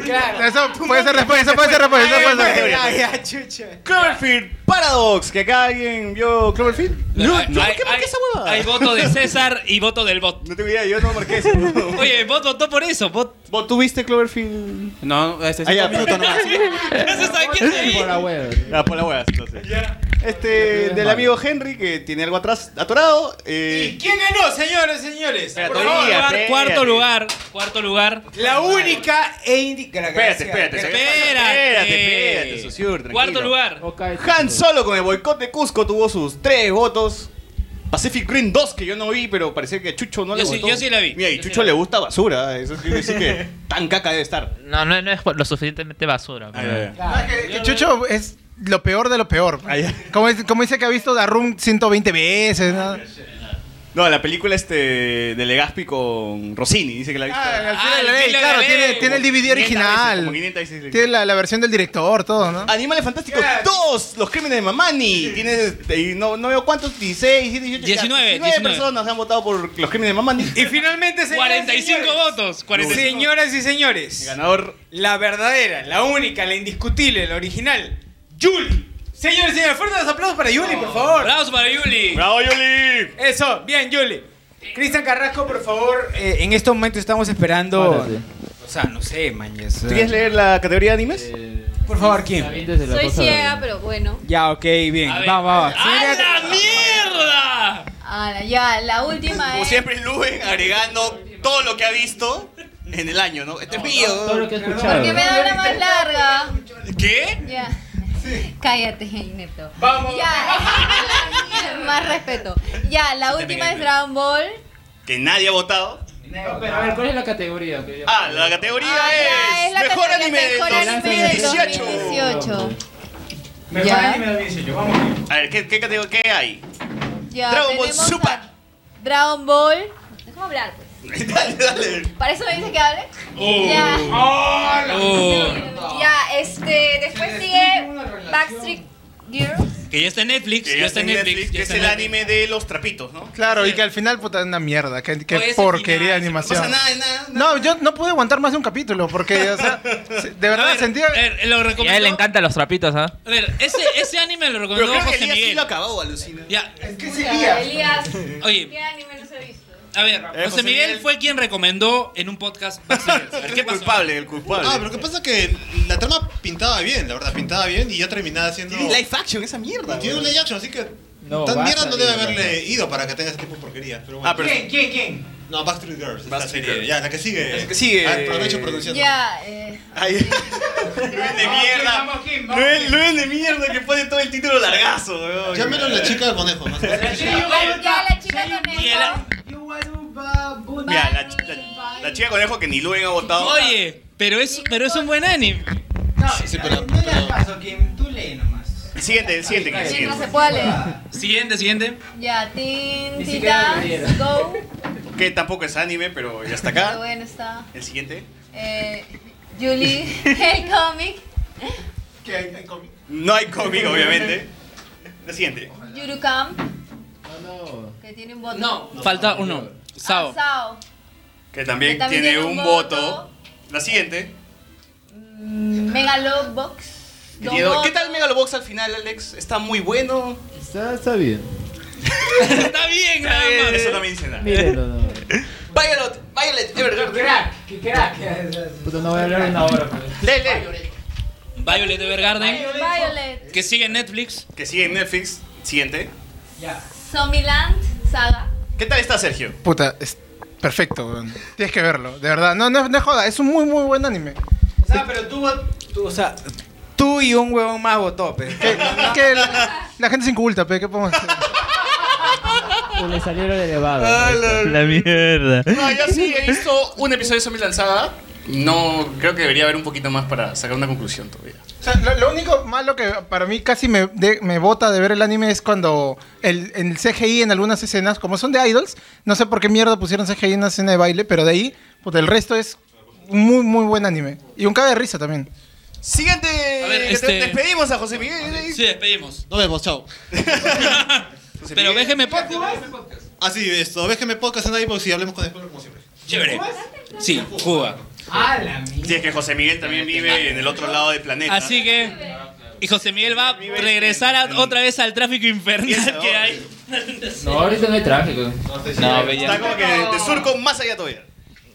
Speaker 2: Claro.
Speaker 6: Eso puede ser después, eso puede ser después, eso puede ser después.
Speaker 2: Ay, ay, chucha.
Speaker 14: Cloverfield Paradox. Que acá alguien vio Cloverfield. No,
Speaker 5: Hay-
Speaker 14: no,
Speaker 5: hay-
Speaker 14: ¿Qué marqué esa hueva?
Speaker 5: Hay voto de César y voto del bot.
Speaker 14: No tengo idea, yo no marqué eso.
Speaker 5: Oye, bot votó por eso. Bot.
Speaker 14: ¿Vos tuviste Cloverfield?
Speaker 11: No, este es
Speaker 14: Ah, ya.
Speaker 11: un minuto nomás.
Speaker 5: Ya se sabe quién es ahí.
Speaker 7: Por la hueva.
Speaker 14: Ah, por la huevas, entonces. Este, del amigo Henry, que tiene algo atrás atorado. Eh,
Speaker 2: ¿Quién ganó, señores, señores? Por
Speaker 14: todavía,
Speaker 2: favor.
Speaker 14: espérate.
Speaker 5: Cuarto lugar. Cuarto lugar.
Speaker 2: La única e indicada.
Speaker 14: Espérate, espérate,
Speaker 5: Eh,
Speaker 14: espérate, espérate, Saussure, tranquilo.
Speaker 5: Cuarto lugar.
Speaker 14: Han Solo con el boicot de Cusco tuvo sus tres votos. Pacific Green 2, que yo no vi, pero parecía que a Chucho no le
Speaker 5: Yo sí-
Speaker 14: gustó.
Speaker 5: yo sí la vi.
Speaker 14: Mira, y
Speaker 5: Yo sí
Speaker 14: Chucho
Speaker 5: la vi.
Speaker 14: le gusta basura. ¿eh? Eso quiere decir que tan caca debe estar.
Speaker 10: No, no, no es lo suficientemente basura. pero-
Speaker 6: Que Chucho es lo peor de lo peor. Como, es- como dice que ha visto The Room 120 veces. ¿no?
Speaker 14: No, la película este de Legaspi con Rossini, dice que la ha visto.
Speaker 5: Ah.
Speaker 6: Al filo de la ley, claro, tiene, tiene el DVD
Speaker 14: Como
Speaker 6: original.
Speaker 14: 500 veces.
Speaker 6: Tiene la, la versión del director, todo, ¿no?
Speaker 14: Animales Fantásticos 2, Los Crímenes de Mamani. Tiene, este, y no, no veo cuántos, 16, 18,
Speaker 5: 19,
Speaker 14: 19
Speaker 5: 19.
Speaker 14: personas han votado por Los Crímenes de Mamani.
Speaker 2: Y finalmente, señores,
Speaker 5: 45
Speaker 2: señores,
Speaker 5: votos. 45.
Speaker 2: Señoras y señores,
Speaker 14: ganador.
Speaker 2: la verdadera, la única, la indiscutible, la original, Yuli. Señores y señores, fuertes los aplausos para Yuli, por favor.
Speaker 5: Aplausos para Yuli.
Speaker 14: ¡Bravo, Yuli!
Speaker 2: Eso, bien, Yuli. Cristian Carrasco, por favor, eh, en estos momentos estamos esperando.
Speaker 7: Párate.
Speaker 2: O sea, no sé, eh. mañez.
Speaker 14: ¿Tú quieres leer la categoría de animes?
Speaker 2: Por favor, ¿quién?
Speaker 4: Soy ciega, pero bueno.
Speaker 2: Ya, ok, bien. Vamos, vamos.
Speaker 5: ¡A la mierda!
Speaker 4: Ahora, ya, la última
Speaker 8: Como
Speaker 4: es.
Speaker 8: siempre, Luen agregando todo lo que ha visto en el año, ¿no? Este es mío.
Speaker 7: Todo lo que he escuchado.
Speaker 4: Porque me da una más larga.
Speaker 5: ¿Qué?
Speaker 4: Ya. Cállate, Neto.
Speaker 2: Vamos.
Speaker 4: Ya. más respeto. Ya, la última es Dragon Ball.
Speaker 8: Que nadie ha votado.
Speaker 7: A ver, ¿cuál es la categoría? que yo-
Speaker 8: Ah, la categoría
Speaker 4: Ah, ya,
Speaker 8: es,
Speaker 4: es la
Speaker 8: Mejor
Speaker 4: categoría
Speaker 8: anime del
Speaker 4: mejor anime del
Speaker 8: 2018.
Speaker 4: 2018.
Speaker 2: Mejor
Speaker 4: Ya.
Speaker 2: anime del 18, vamos.
Speaker 8: A ver, ¿qué, qué categoría qué hay?
Speaker 4: Ya,
Speaker 8: Dragon Ball
Speaker 4: tenemos
Speaker 8: Super.
Speaker 4: a Dragon Ball. Déjame hablar, pues.
Speaker 8: dale, dale. Oh.
Speaker 4: ¿Para eso me dice que hable?
Speaker 7: Oh.
Speaker 4: Ya.
Speaker 7: Ah,
Speaker 5: Oh.
Speaker 4: Ya, este. Después sigue Backstreet Girls.
Speaker 5: Que ya está en Netflix.
Speaker 8: Que
Speaker 5: Ya está en Netflix.
Speaker 8: que
Speaker 5: ya
Speaker 8: es
Speaker 5: está en
Speaker 8: el
Speaker 5: Netflix.
Speaker 8: anime de los trapitos, ¿no?
Speaker 6: Claro, y que al final, puta, es una mierda. Qué, qué
Speaker 8: Oye, ese
Speaker 6: porquería de
Speaker 8: final, no
Speaker 6: animación.
Speaker 8: pasa nada, nada.
Speaker 6: No, yo no pude aguantar más de un capítulo porque, o sea, se- de verdad sentía.
Speaker 5: A ver, lo
Speaker 10: Y a él le
Speaker 5: recomendó.
Speaker 10: encantan los trapitos, ¿ah?
Speaker 5: A ver, ese, ese anime lo
Speaker 8: Pero
Speaker 5: recomendó
Speaker 8: creo que
Speaker 5: José
Speaker 8: el día sí
Speaker 5: Miguel.
Speaker 8: lo acabó, alucina.
Speaker 5: Ya,
Speaker 6: ¿Qué
Speaker 4: Ya, Elías.
Speaker 5: Oye.
Speaker 4: ¿Qué anime no se ha visto?
Speaker 5: a ver, José,
Speaker 8: Eh, José
Speaker 5: Miguel,
Speaker 8: Miguel.
Speaker 5: fue quien recomendó en un podcast. Backstreet Girls. A ver,
Speaker 8: Es
Speaker 5: ¿Qué
Speaker 8: el
Speaker 5: pasó?
Speaker 8: culpable, el culpable.
Speaker 12: Ah, pero que pasa que la trama pintaba bien, la verdad, pintaba bien y ya terminaba siendo.
Speaker 8: Tiene live action esa mierda.
Speaker 12: Tiene un
Speaker 8: weón.
Speaker 12: live action, así que.
Speaker 7: No,
Speaker 12: tan
Speaker 7: basta,
Speaker 12: mierda no debe
Speaker 7: digo,
Speaker 12: haberle ido para que tenga ese tipo de porquería. Pero bueno.
Speaker 8: Ah, pero-
Speaker 2: ¿Quién, quién, quién?
Speaker 12: No, Backstreet Girls, esta
Speaker 8: Backstreet
Speaker 12: serie.
Speaker 8: Girls.
Speaker 12: Ya, la que sigue.
Speaker 8: La que sigue.
Speaker 12: Ah, aprovecho pronunciando.
Speaker 4: Ya, eh.
Speaker 8: Ay, Luen de mierda. Luen, Luen de mierda que pone todo el título largazo, weón.
Speaker 12: Llámelo la chica del conejo, más.
Speaker 4: Ya, ya, la chica con
Speaker 5: Y el-
Speaker 4: esto.
Speaker 8: Mira, la, chi- la- la chica conejo que ni Luen ha votado.
Speaker 5: Oye, pero es, pero es un buen anime.
Speaker 2: No,
Speaker 12: sí, pero-
Speaker 2: no le das
Speaker 12: pero-
Speaker 2: paso, Kim, tú lee nomás.
Speaker 8: El siguiente, el siguiente, el
Speaker 4: Mientras se
Speaker 8: siguiente.
Speaker 4: pueda leer.
Speaker 5: Siguiente, siguiente.
Speaker 4: Ya, Teen
Speaker 2: siquiera lo
Speaker 4: Titans Go.
Speaker 8: Que tampoco es anime, pero ya está
Speaker 4: Qué
Speaker 8: acá.
Speaker 4: bueno está.
Speaker 8: El siguiente.
Speaker 4: Eh, Julie, el cómic.
Speaker 8: No hay cómic, obviamente. La siguiente.
Speaker 4: Yurukam,
Speaker 7: No,
Speaker 4: que tiene un voto.
Speaker 5: No, falta uno. Sao.
Speaker 4: Sao.
Speaker 8: Que también,
Speaker 4: Que Ah, también
Speaker 8: tiene
Speaker 4: tiene
Speaker 8: un
Speaker 4: un
Speaker 8: voto.
Speaker 4: voto.
Speaker 8: La siguiente.
Speaker 4: Mm, Megalobox.
Speaker 8: Miedo. ¿Qué tal Megalobox al final, Alex? Está muy bueno.
Speaker 7: Está, está bien.
Speaker 8: Está bien, nada más. Eso no me dice nada.
Speaker 7: Mírenlo, no.
Speaker 8: Violet, Violet, Evergarden.
Speaker 2: ¡Qué crack!
Speaker 7: Puta, no voy a hablar una hora. pues.
Speaker 8: Lee, lee.
Speaker 5: Violet Evergarden.
Speaker 4: Violet.
Speaker 5: Que sigue en Netflix.
Speaker 8: Que sigue en Netflix. Siguiente.
Speaker 4: Zombieland Saga.
Speaker 8: ¿Qué tal está Sergio?
Speaker 6: Puta, es perfecto, weón. Tienes que verlo, de verdad. No, no, no es joda, es un muy, muy buen anime.
Speaker 2: O sea, pero tú, tú, o sea, tú y un huevón más votó, pe.
Speaker 6: Que, que la, la gente se inculta, pe, ¿qué podemos hacer?
Speaker 7: Se le salió lo elevado.
Speaker 8: Ay, la-
Speaker 7: La mierda.
Speaker 8: No, yo sí he visto un episodio de Zombie Lanzada. No, creo que debería haber un poquito más para sacar una conclusión todavía.
Speaker 6: O sea, lo, lo único malo que para mí casi me, de- me bota de ver el anime es cuando el, el CGI en algunas escenas, como son de idols, no sé por qué mierda pusieron CGI en una escena de baile, pero de ahí, puta, el resto es un muy, muy buen anime. Y un caga de risa también.
Speaker 8: Siguiente.
Speaker 5: ver,
Speaker 8: que te-
Speaker 5: este-
Speaker 8: Despedimos a José Miguel.
Speaker 5: Sí, despedimos.
Speaker 12: Nos vemos, chao.
Speaker 5: Pero déjeme podcast.
Speaker 12: Ah, sí, esto. Déjeme podcast en iVoox y hablemos con Spoiler como siempre.
Speaker 5: Chévere. Sí, Cuba.
Speaker 8: Sí, es que José Miguel también vive en el otro lado del planeta.
Speaker 5: Así que. Y José Miguel va a regresar a- otra vez al tráfico infernal que hay.
Speaker 7: No, ahorita no hay tráfico.
Speaker 8: No,
Speaker 13: No,
Speaker 8: Está
Speaker 13: Villa,
Speaker 8: como que de surco más allá todavía.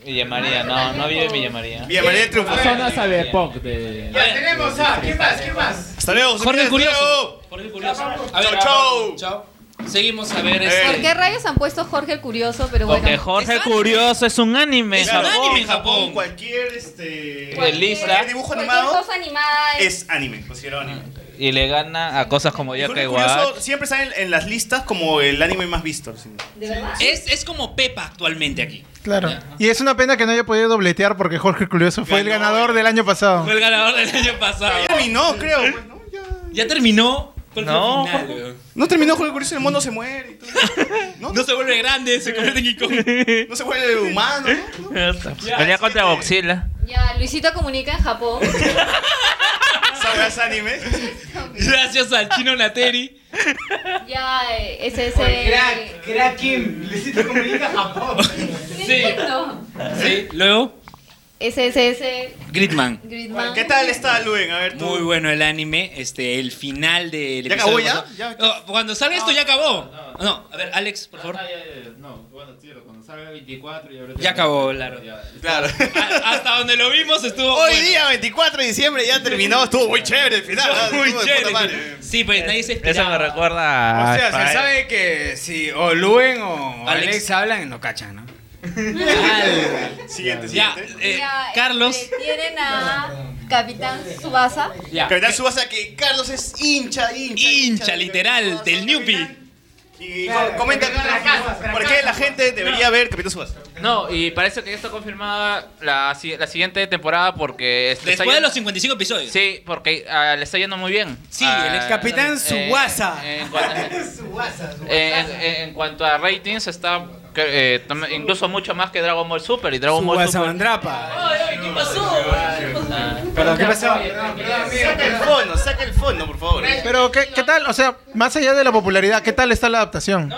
Speaker 13: Villa María, no, no vive en Villa María.
Speaker 8: Villa María de Triunfo.
Speaker 7: Zona cyberpunk de...
Speaker 2: Ya tenemos a. ¿Quién más? ¿Quién más?
Speaker 8: Hasta luego, José
Speaker 5: Jorge
Speaker 8: Miguel.
Speaker 5: Curioso. Jorge Curioso. A ver,
Speaker 8: Chau,
Speaker 5: chau. Seguimos a
Speaker 8: Eh,
Speaker 5: ver.
Speaker 4: ¿Por
Speaker 5: este-
Speaker 4: qué rayos han puesto Jorge el Curioso? Pero bueno.
Speaker 10: Porque Jorge Curioso es un anime.
Speaker 5: Es un
Speaker 10: Japón.
Speaker 5: anime en Japón.
Speaker 8: Cualquier este.
Speaker 10: Cualquier lista.
Speaker 8: dibujo
Speaker 4: Cualquier
Speaker 8: animado
Speaker 4: cosa animada es-
Speaker 8: es anime, considerado anime.
Speaker 10: Y le gana a cosas como
Speaker 8: Jorge
Speaker 10: Yaka Watch.
Speaker 8: Curioso siempre sale en- en las listas como el anime más visto. sí.
Speaker 4: ¿De verdad?
Speaker 5: Es, es como Pepa actualmente aquí.
Speaker 6: Claro. Y es una pena que no haya podido dobletear porque Jorge Curioso fue el ganador del año pasado.
Speaker 5: eh. Fue el ganador del año pasado.
Speaker 8: Terminó, creo. pues, ¿no?
Speaker 5: Ya terminó. ¿Cuál fue el
Speaker 10: No.
Speaker 5: final, weón?
Speaker 8: No terminó Jorge Curioso, el mundo se muere y todo.
Speaker 5: No se vuelve grande, se convierte en King Kong. este-
Speaker 8: No se vuelve humano. ¿no?
Speaker 10: Pelea contra Godzilla.
Speaker 4: Ya, Luisito comunica en Japón.
Speaker 8: Sabrás anime.
Speaker 5: Gracias al chino Nateri.
Speaker 4: ya, eh, ese es
Speaker 2: Oye,
Speaker 4: el.
Speaker 2: Crack, crack Kim. Luisito comunica a Japón.
Speaker 5: Sí. Sí, luego
Speaker 4: SSS
Speaker 5: Gridman.
Speaker 4: Gridman.
Speaker 8: ¿Qué tal está Luen? A ver tú.
Speaker 5: Muy bueno el anime, este el final del
Speaker 8: ¿Ya
Speaker 5: episodio
Speaker 8: acabó ya?
Speaker 5: pasado. No, cuando salga esto ya acabó. No, a ver, Alex, por favor.
Speaker 7: No, bueno, tiro, cuando salga 24 ya
Speaker 5: Ya acabó, claro.
Speaker 8: Claro.
Speaker 5: A- Hasta donde lo vimos estuvo
Speaker 8: Hoy
Speaker 5: bueno.
Speaker 8: día, 24 de diciembre, ya terminó. Estuvo muy chévere el final. ¿verdad?
Speaker 5: Muy
Speaker 8: Estuvo de puta madre.
Speaker 5: chévere. Sí, pues nadie se
Speaker 10: Eso me este
Speaker 5: esperaba.
Speaker 10: recuerda a.
Speaker 8: Ah,
Speaker 2: O sea, se
Speaker 10: Spy.
Speaker 2: sabe que si o Luen o
Speaker 5: Alex.
Speaker 2: Alex, hablan, no cachan, ¿no?
Speaker 8: Siguiente,
Speaker 5: Ya,
Speaker 8: siguiente.
Speaker 5: eh,
Speaker 4: Ya, este,
Speaker 5: Carlos.
Speaker 4: Tienen a Capitán Subasa.
Speaker 5: Ya.
Speaker 8: Capitán Subasa que Carlos es hincha, hincha.
Speaker 5: Hincha, literal, del Newpi.
Speaker 8: Y co- comenta por qué la gente debería ver Capitán Subasa.
Speaker 13: No, y parece que ya está confirmada la, si- la siguiente temporada porque... este, está
Speaker 5: Después de
Speaker 13: yendo-
Speaker 5: los 55 episodios.
Speaker 13: Sí, porque ah, le está yendo muy bien.
Speaker 5: Sí,
Speaker 13: Ah,
Speaker 5: el ex-
Speaker 2: Capitán Tsubasa.
Speaker 13: En, cuanto,
Speaker 10: Eh,
Speaker 13: en- en- en cuanto a ratings, está que, eh, tam- incluso mucho más que Dragon Ball Super. Y Dragon Ball
Speaker 2: Subasa
Speaker 13: Super.
Speaker 2: Mandrapa.
Speaker 13: ¿Qué pasó?
Speaker 2: Perdón, ¿qué pasó?
Speaker 8: Saca el fondo, saca el fondo, por favor.
Speaker 6: Pero, ¿qué, qué tal? O sea, más allá de la popularidad, ¿qué tal está la adaptación?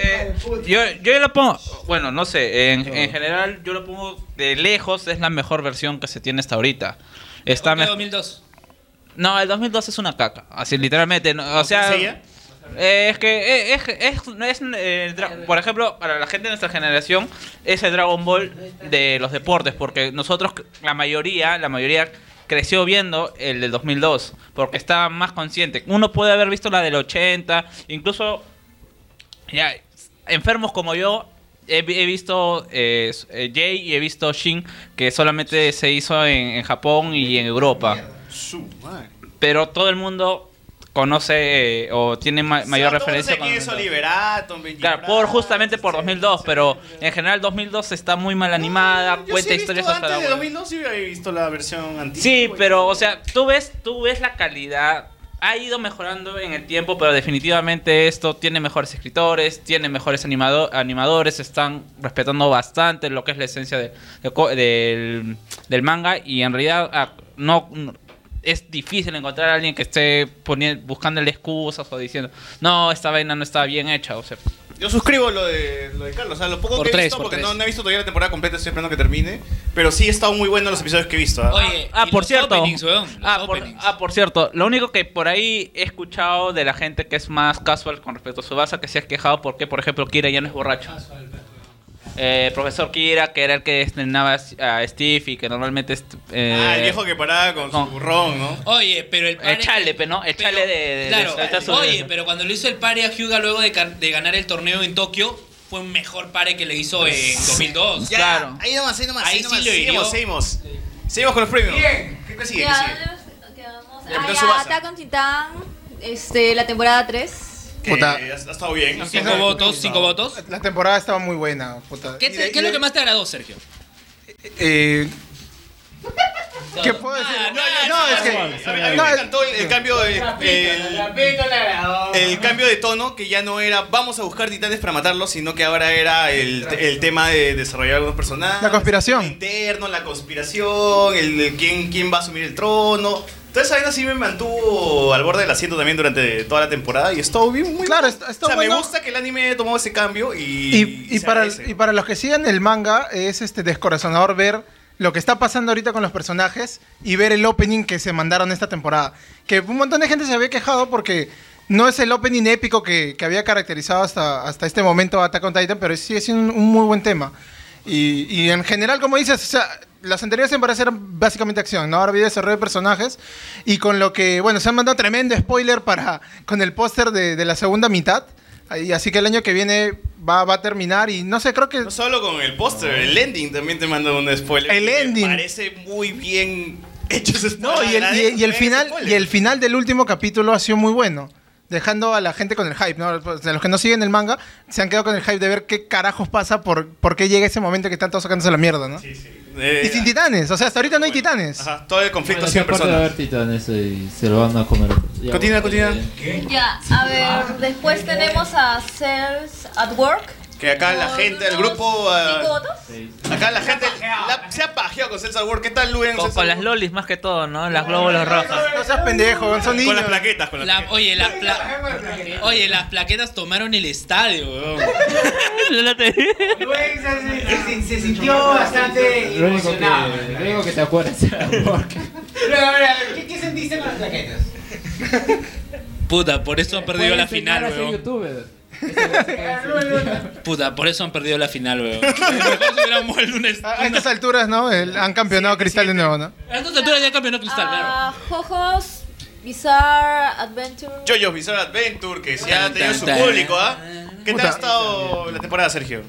Speaker 10: Eh, yo, yo lo pongo. Bueno, no sé. En, en general, yo lo pongo de lejos. Es la mejor versión que se tiene hasta ahorita. Está
Speaker 5: De
Speaker 10: mejor.
Speaker 5: 2002.
Speaker 10: No, el 2002 es una caca. Así, literalmente. no- o sea.
Speaker 8: conseguía?
Speaker 10: eh, es que eh, es, es- no es, eh, dra- por ejemplo, para la gente de nuestra generación es el Dragon Ball de los deportes, porque nosotros, la mayoría, la mayoría creció viendo el del 2002, porque estaba más consciente. Uno puede haber visto la del 80, incluso ya, enfermos como yo, he, vi- he visto eh, s- eh, Jay y he visto Shin, que solamente se hizo en, en Japón y en Europa.
Speaker 8: Su madre.
Speaker 10: Pero todo el mundo conoce eh, o tiene ma- mayor
Speaker 8: Todo
Speaker 10: referencia
Speaker 8: sé quién es
Speaker 10: con-
Speaker 8: Oliverato, Benji
Speaker 10: Claro,
Speaker 8: Prado,
Speaker 10: por, justamente por
Speaker 8: sí.
Speaker 10: 2002, pero en general 2002 está muy mal animada,
Speaker 8: Yo sí he
Speaker 10: cuenta
Speaker 8: visto
Speaker 10: historias hasta la
Speaker 8: antes de
Speaker 10: hueva.
Speaker 8: 2002 sí había visto la versión antigua.
Speaker 10: Sí, pero, o sea, tú ves, tú ves la calidad. Ha ido mejorando en el tiempo, pero definitivamente esto tiene mejores escritores, tiene mejores animado- animadores, están respetando bastante lo que es la esencia de- de co- del, del manga y en realidad ah, no no- es difícil encontrar a alguien que esté poniendo, buscándole excusas o diciendo, no, esta vaina no estaba bien hecha. O sea,
Speaker 8: Yo suscribo lo de, lo de Carlos, o sea, lo poco
Speaker 5: Por
Speaker 8: que he
Speaker 5: tres,
Speaker 8: visto,
Speaker 5: por
Speaker 8: porque
Speaker 5: tres.
Speaker 8: no, no he visto todavía la temporada completa, estoy esperando que termine, pero sí he estado muy bueno los episodios que he visto. ¿ah?
Speaker 5: Oye,
Speaker 10: Ah, por cierto.
Speaker 5: openings, weón,
Speaker 10: Ah por, ah, por cierto. Lo único que por ahí he escuchado de la gente que es más casual con respecto a su base, que se ha quejado porque, por ejemplo, Kira ya no es borracho. Eh, profesor Kira, que era el que estrenaba a Steve y que normalmente... est- eh,
Speaker 8: ah, el viejo que paraba con su burrón, ¿no?
Speaker 5: Oye, pero el
Speaker 10: El chale, pe, ¿no? El chale de... de-
Speaker 5: Claro,
Speaker 10: de- está su-
Speaker 5: oye, pero cuando lo hizo el pare a Hyuga luego de, can- de ganar el torneo en Tokio, fue un mejor pare que le hizo en 2002.
Speaker 8: Ya, Ahí nomás, ahí nomás.
Speaker 5: Ahí
Speaker 8: ahí nomás.
Speaker 5: sí lo hirió.
Speaker 8: seguimos, seguimos. Seguimos con los premios.
Speaker 4: Bien.
Speaker 8: ¿Qué sigue? ¿Qué sigue?
Speaker 4: Quedamos, quedamos.
Speaker 8: Le apretó
Speaker 4: Ah,
Speaker 8: su
Speaker 4: ya,
Speaker 8: baza.
Speaker 4: Attack on Titan, este, la temporada 3.
Speaker 8: Que ha, ha estado bien.
Speaker 5: Cinco votos, cinco votos.
Speaker 6: La temporada estaba muy buena, puta.
Speaker 5: ¿Qué, te- qué es lo que más te agradó, Sergio?
Speaker 6: Eh, ¿Qué puedo
Speaker 5: decir?
Speaker 6: no, es que-
Speaker 8: A mí, a mí me encantó el, el cambio de. el- el cambio de tono que ya no era vamos a buscar titanes para matarlos, sino que ahora era el, el tema de desarrollar algunos personajes.
Speaker 6: la conspiración.
Speaker 8: interno, la conspiración, el, el quién, quién va a asumir el trono. Toda esa vaina sí me mantuvo al borde del asiento también durante toda la temporada y estuvo bien, muy Claro,
Speaker 6: está
Speaker 8: o sea,
Speaker 6: bueno.
Speaker 8: me gusta que el anime tomó ese cambio y.
Speaker 6: Y, y para, y para los que sigan el manga, es este descorazonador ver lo que está pasando ahorita con los personajes y ver el opening que se mandaron esta temporada. Que un montón de gente se había quejado porque no es el opening épico que, que había caracterizado hasta, hasta este momento a Attack on Titan, pero sí es un, un muy buen tema. Y, y en general, como dices, o sea, las anteriores temporadas eran básicamente acción, ¿no? Ahora había desarrollo de personajes y con lo que, bueno, se han mandado tremendo spoiler para, con el póster de, de la segunda mitad. Y así que el año que viene va, va a terminar y no sé, creo que...
Speaker 8: No solo con el póster, el ending también te manda un spoiler.
Speaker 6: El
Speaker 8: Me
Speaker 6: ending.
Speaker 8: Parece muy bien hecho ese
Speaker 6: No, y el, y- y el final, y el final del último capítulo ha sido muy bueno. Dejando a la gente con el hype, ¿no? Pues, de los que no siguen el manga, se han quedado con el hype de ver qué carajos pasa, por, por qué llega ese momento que están todos sacándose la mierda, ¿no?
Speaker 8: Eh,
Speaker 6: y sin titanes, o sea, hasta ahorita no hay titanes.
Speaker 8: Ajá, todo el conflicto
Speaker 7: Bueno,
Speaker 8: ha sido
Speaker 7: aparte de
Speaker 8: personal.
Speaker 7: haber titanes y se lo van a comer. Ya,
Speaker 8: Continúa,
Speaker 7: bueno,
Speaker 8: continúa.
Speaker 7: eh,
Speaker 4: Ya, a ver, después tenemos a Cells at Work.
Speaker 8: Que acá la
Speaker 4: Con
Speaker 8: gente, el
Speaker 4: unos
Speaker 8: grupo. ah,
Speaker 4: cinco votos.
Speaker 8: acá la gente la- se ha pajeado con Celsa World. ¿Qué tal, Luen?
Speaker 10: Con, con las lolis más que todo, ¿no? Las glóbulos rojas.
Speaker 6: No seas pendejo, son
Speaker 8: Con
Speaker 6: niños.
Speaker 8: las plaquetas, con las
Speaker 5: La- oye, la pla- oye, las plaquetas tomaron el estadio, weón.
Speaker 2: Luis se, se- se sintió bastante
Speaker 7: Lo único
Speaker 2: emocionado.
Speaker 7: que, lo único que te acuerdas era porque
Speaker 2: Pero a ver, a ver, ¿qué, qué sentiste con las plaquetas?
Speaker 5: Puta, por eso han perdido la final,
Speaker 7: Ahora soy
Speaker 5: weón.
Speaker 7: youtuber.
Speaker 5: Puta, por eso han perdido la final, weón. Mejor se hubieran muerto un est-
Speaker 6: A, a estas alturas, ¿no? El- han campeonado Cristal de nuevo, ¿no?
Speaker 5: A estas alturas ya campeonó Cristal, claro.
Speaker 4: A Jojos Bizarre Adventure.
Speaker 8: Yoyos Ah, Bizarre Adventure, que se ha
Speaker 5: Tan,
Speaker 8: tenido
Speaker 5: tan,
Speaker 8: su
Speaker 5: tan.
Speaker 8: público, ¿ah? ¿Qué tal
Speaker 6: Puta.
Speaker 8: ha estado la temporada, Sergio?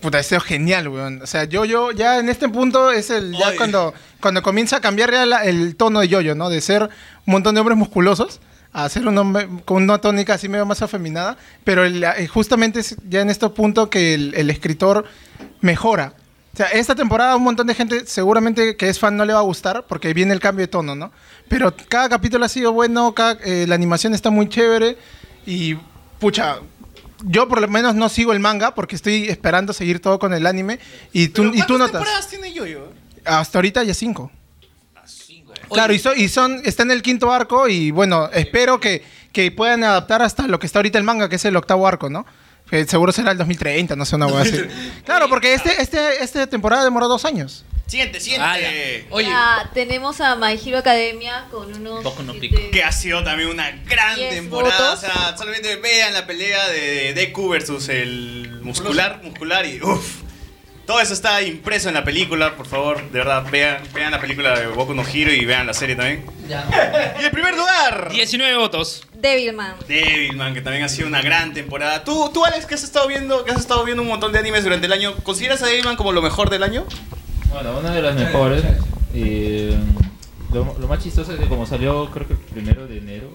Speaker 6: Puta, este es genial, weón. O sea, Yo-Yo ya en este punto es el ya cuando, cuando comienza a cambiar ya la- el tono de Yo-Yo, ¿no? De ser un montón de hombres musculosos a ser un hombre con una tónica así medio más afeminada. Pero el- eh, justamente es ya en este punto que el, el escritor mejora. O sea, esta temporada un montón de gente seguramente que es fan no le va a gustar porque viene el cambio de tono, ¿no? Pero cada capítulo ha sido bueno, cada- eh, la animación está muy chévere y pucha, yo por lo menos no sigo el manga porque estoy esperando seguir todo con el anime y tú, y tú notas.
Speaker 8: temporadas tiene Yoyo?
Speaker 6: Hasta ahorita ya cinco. Claro, y, so- y son, está en el quinto arco y bueno, espero que, que puedan adaptar hasta lo que está ahorita el manga, que es el octavo arco, ¿no? Que seguro será el 2030, no sé, una hueá así. Claro, porque este, este, esta temporada demoró dos años.
Speaker 8: Siguiente, siguiente.
Speaker 4: Ya, tenemos a My Hero Academia con unos.
Speaker 8: Que ha sido también una gran
Speaker 4: Diez
Speaker 8: temporada.
Speaker 4: votos.
Speaker 8: O sea, solamente vean la pelea de Deku versus el muscular, muscular y uff. Todo eso está impreso en la película, por favor, de verdad, vean, vean la película de Boku no Hero y vean la serie también. Y en primer lugar,
Speaker 5: 19 votos.
Speaker 4: Devilman.
Speaker 8: Devilman, que también ha sido una gran temporada. Tú, tú Alex, que has estado viendo, que has estado viendo un montón de animes durante el año, ¿consideras a Devilman como lo mejor del año?
Speaker 7: Bueno, una de las mejores. Y, mm, lo, lo más chistoso es que como salió creo que el primero de enero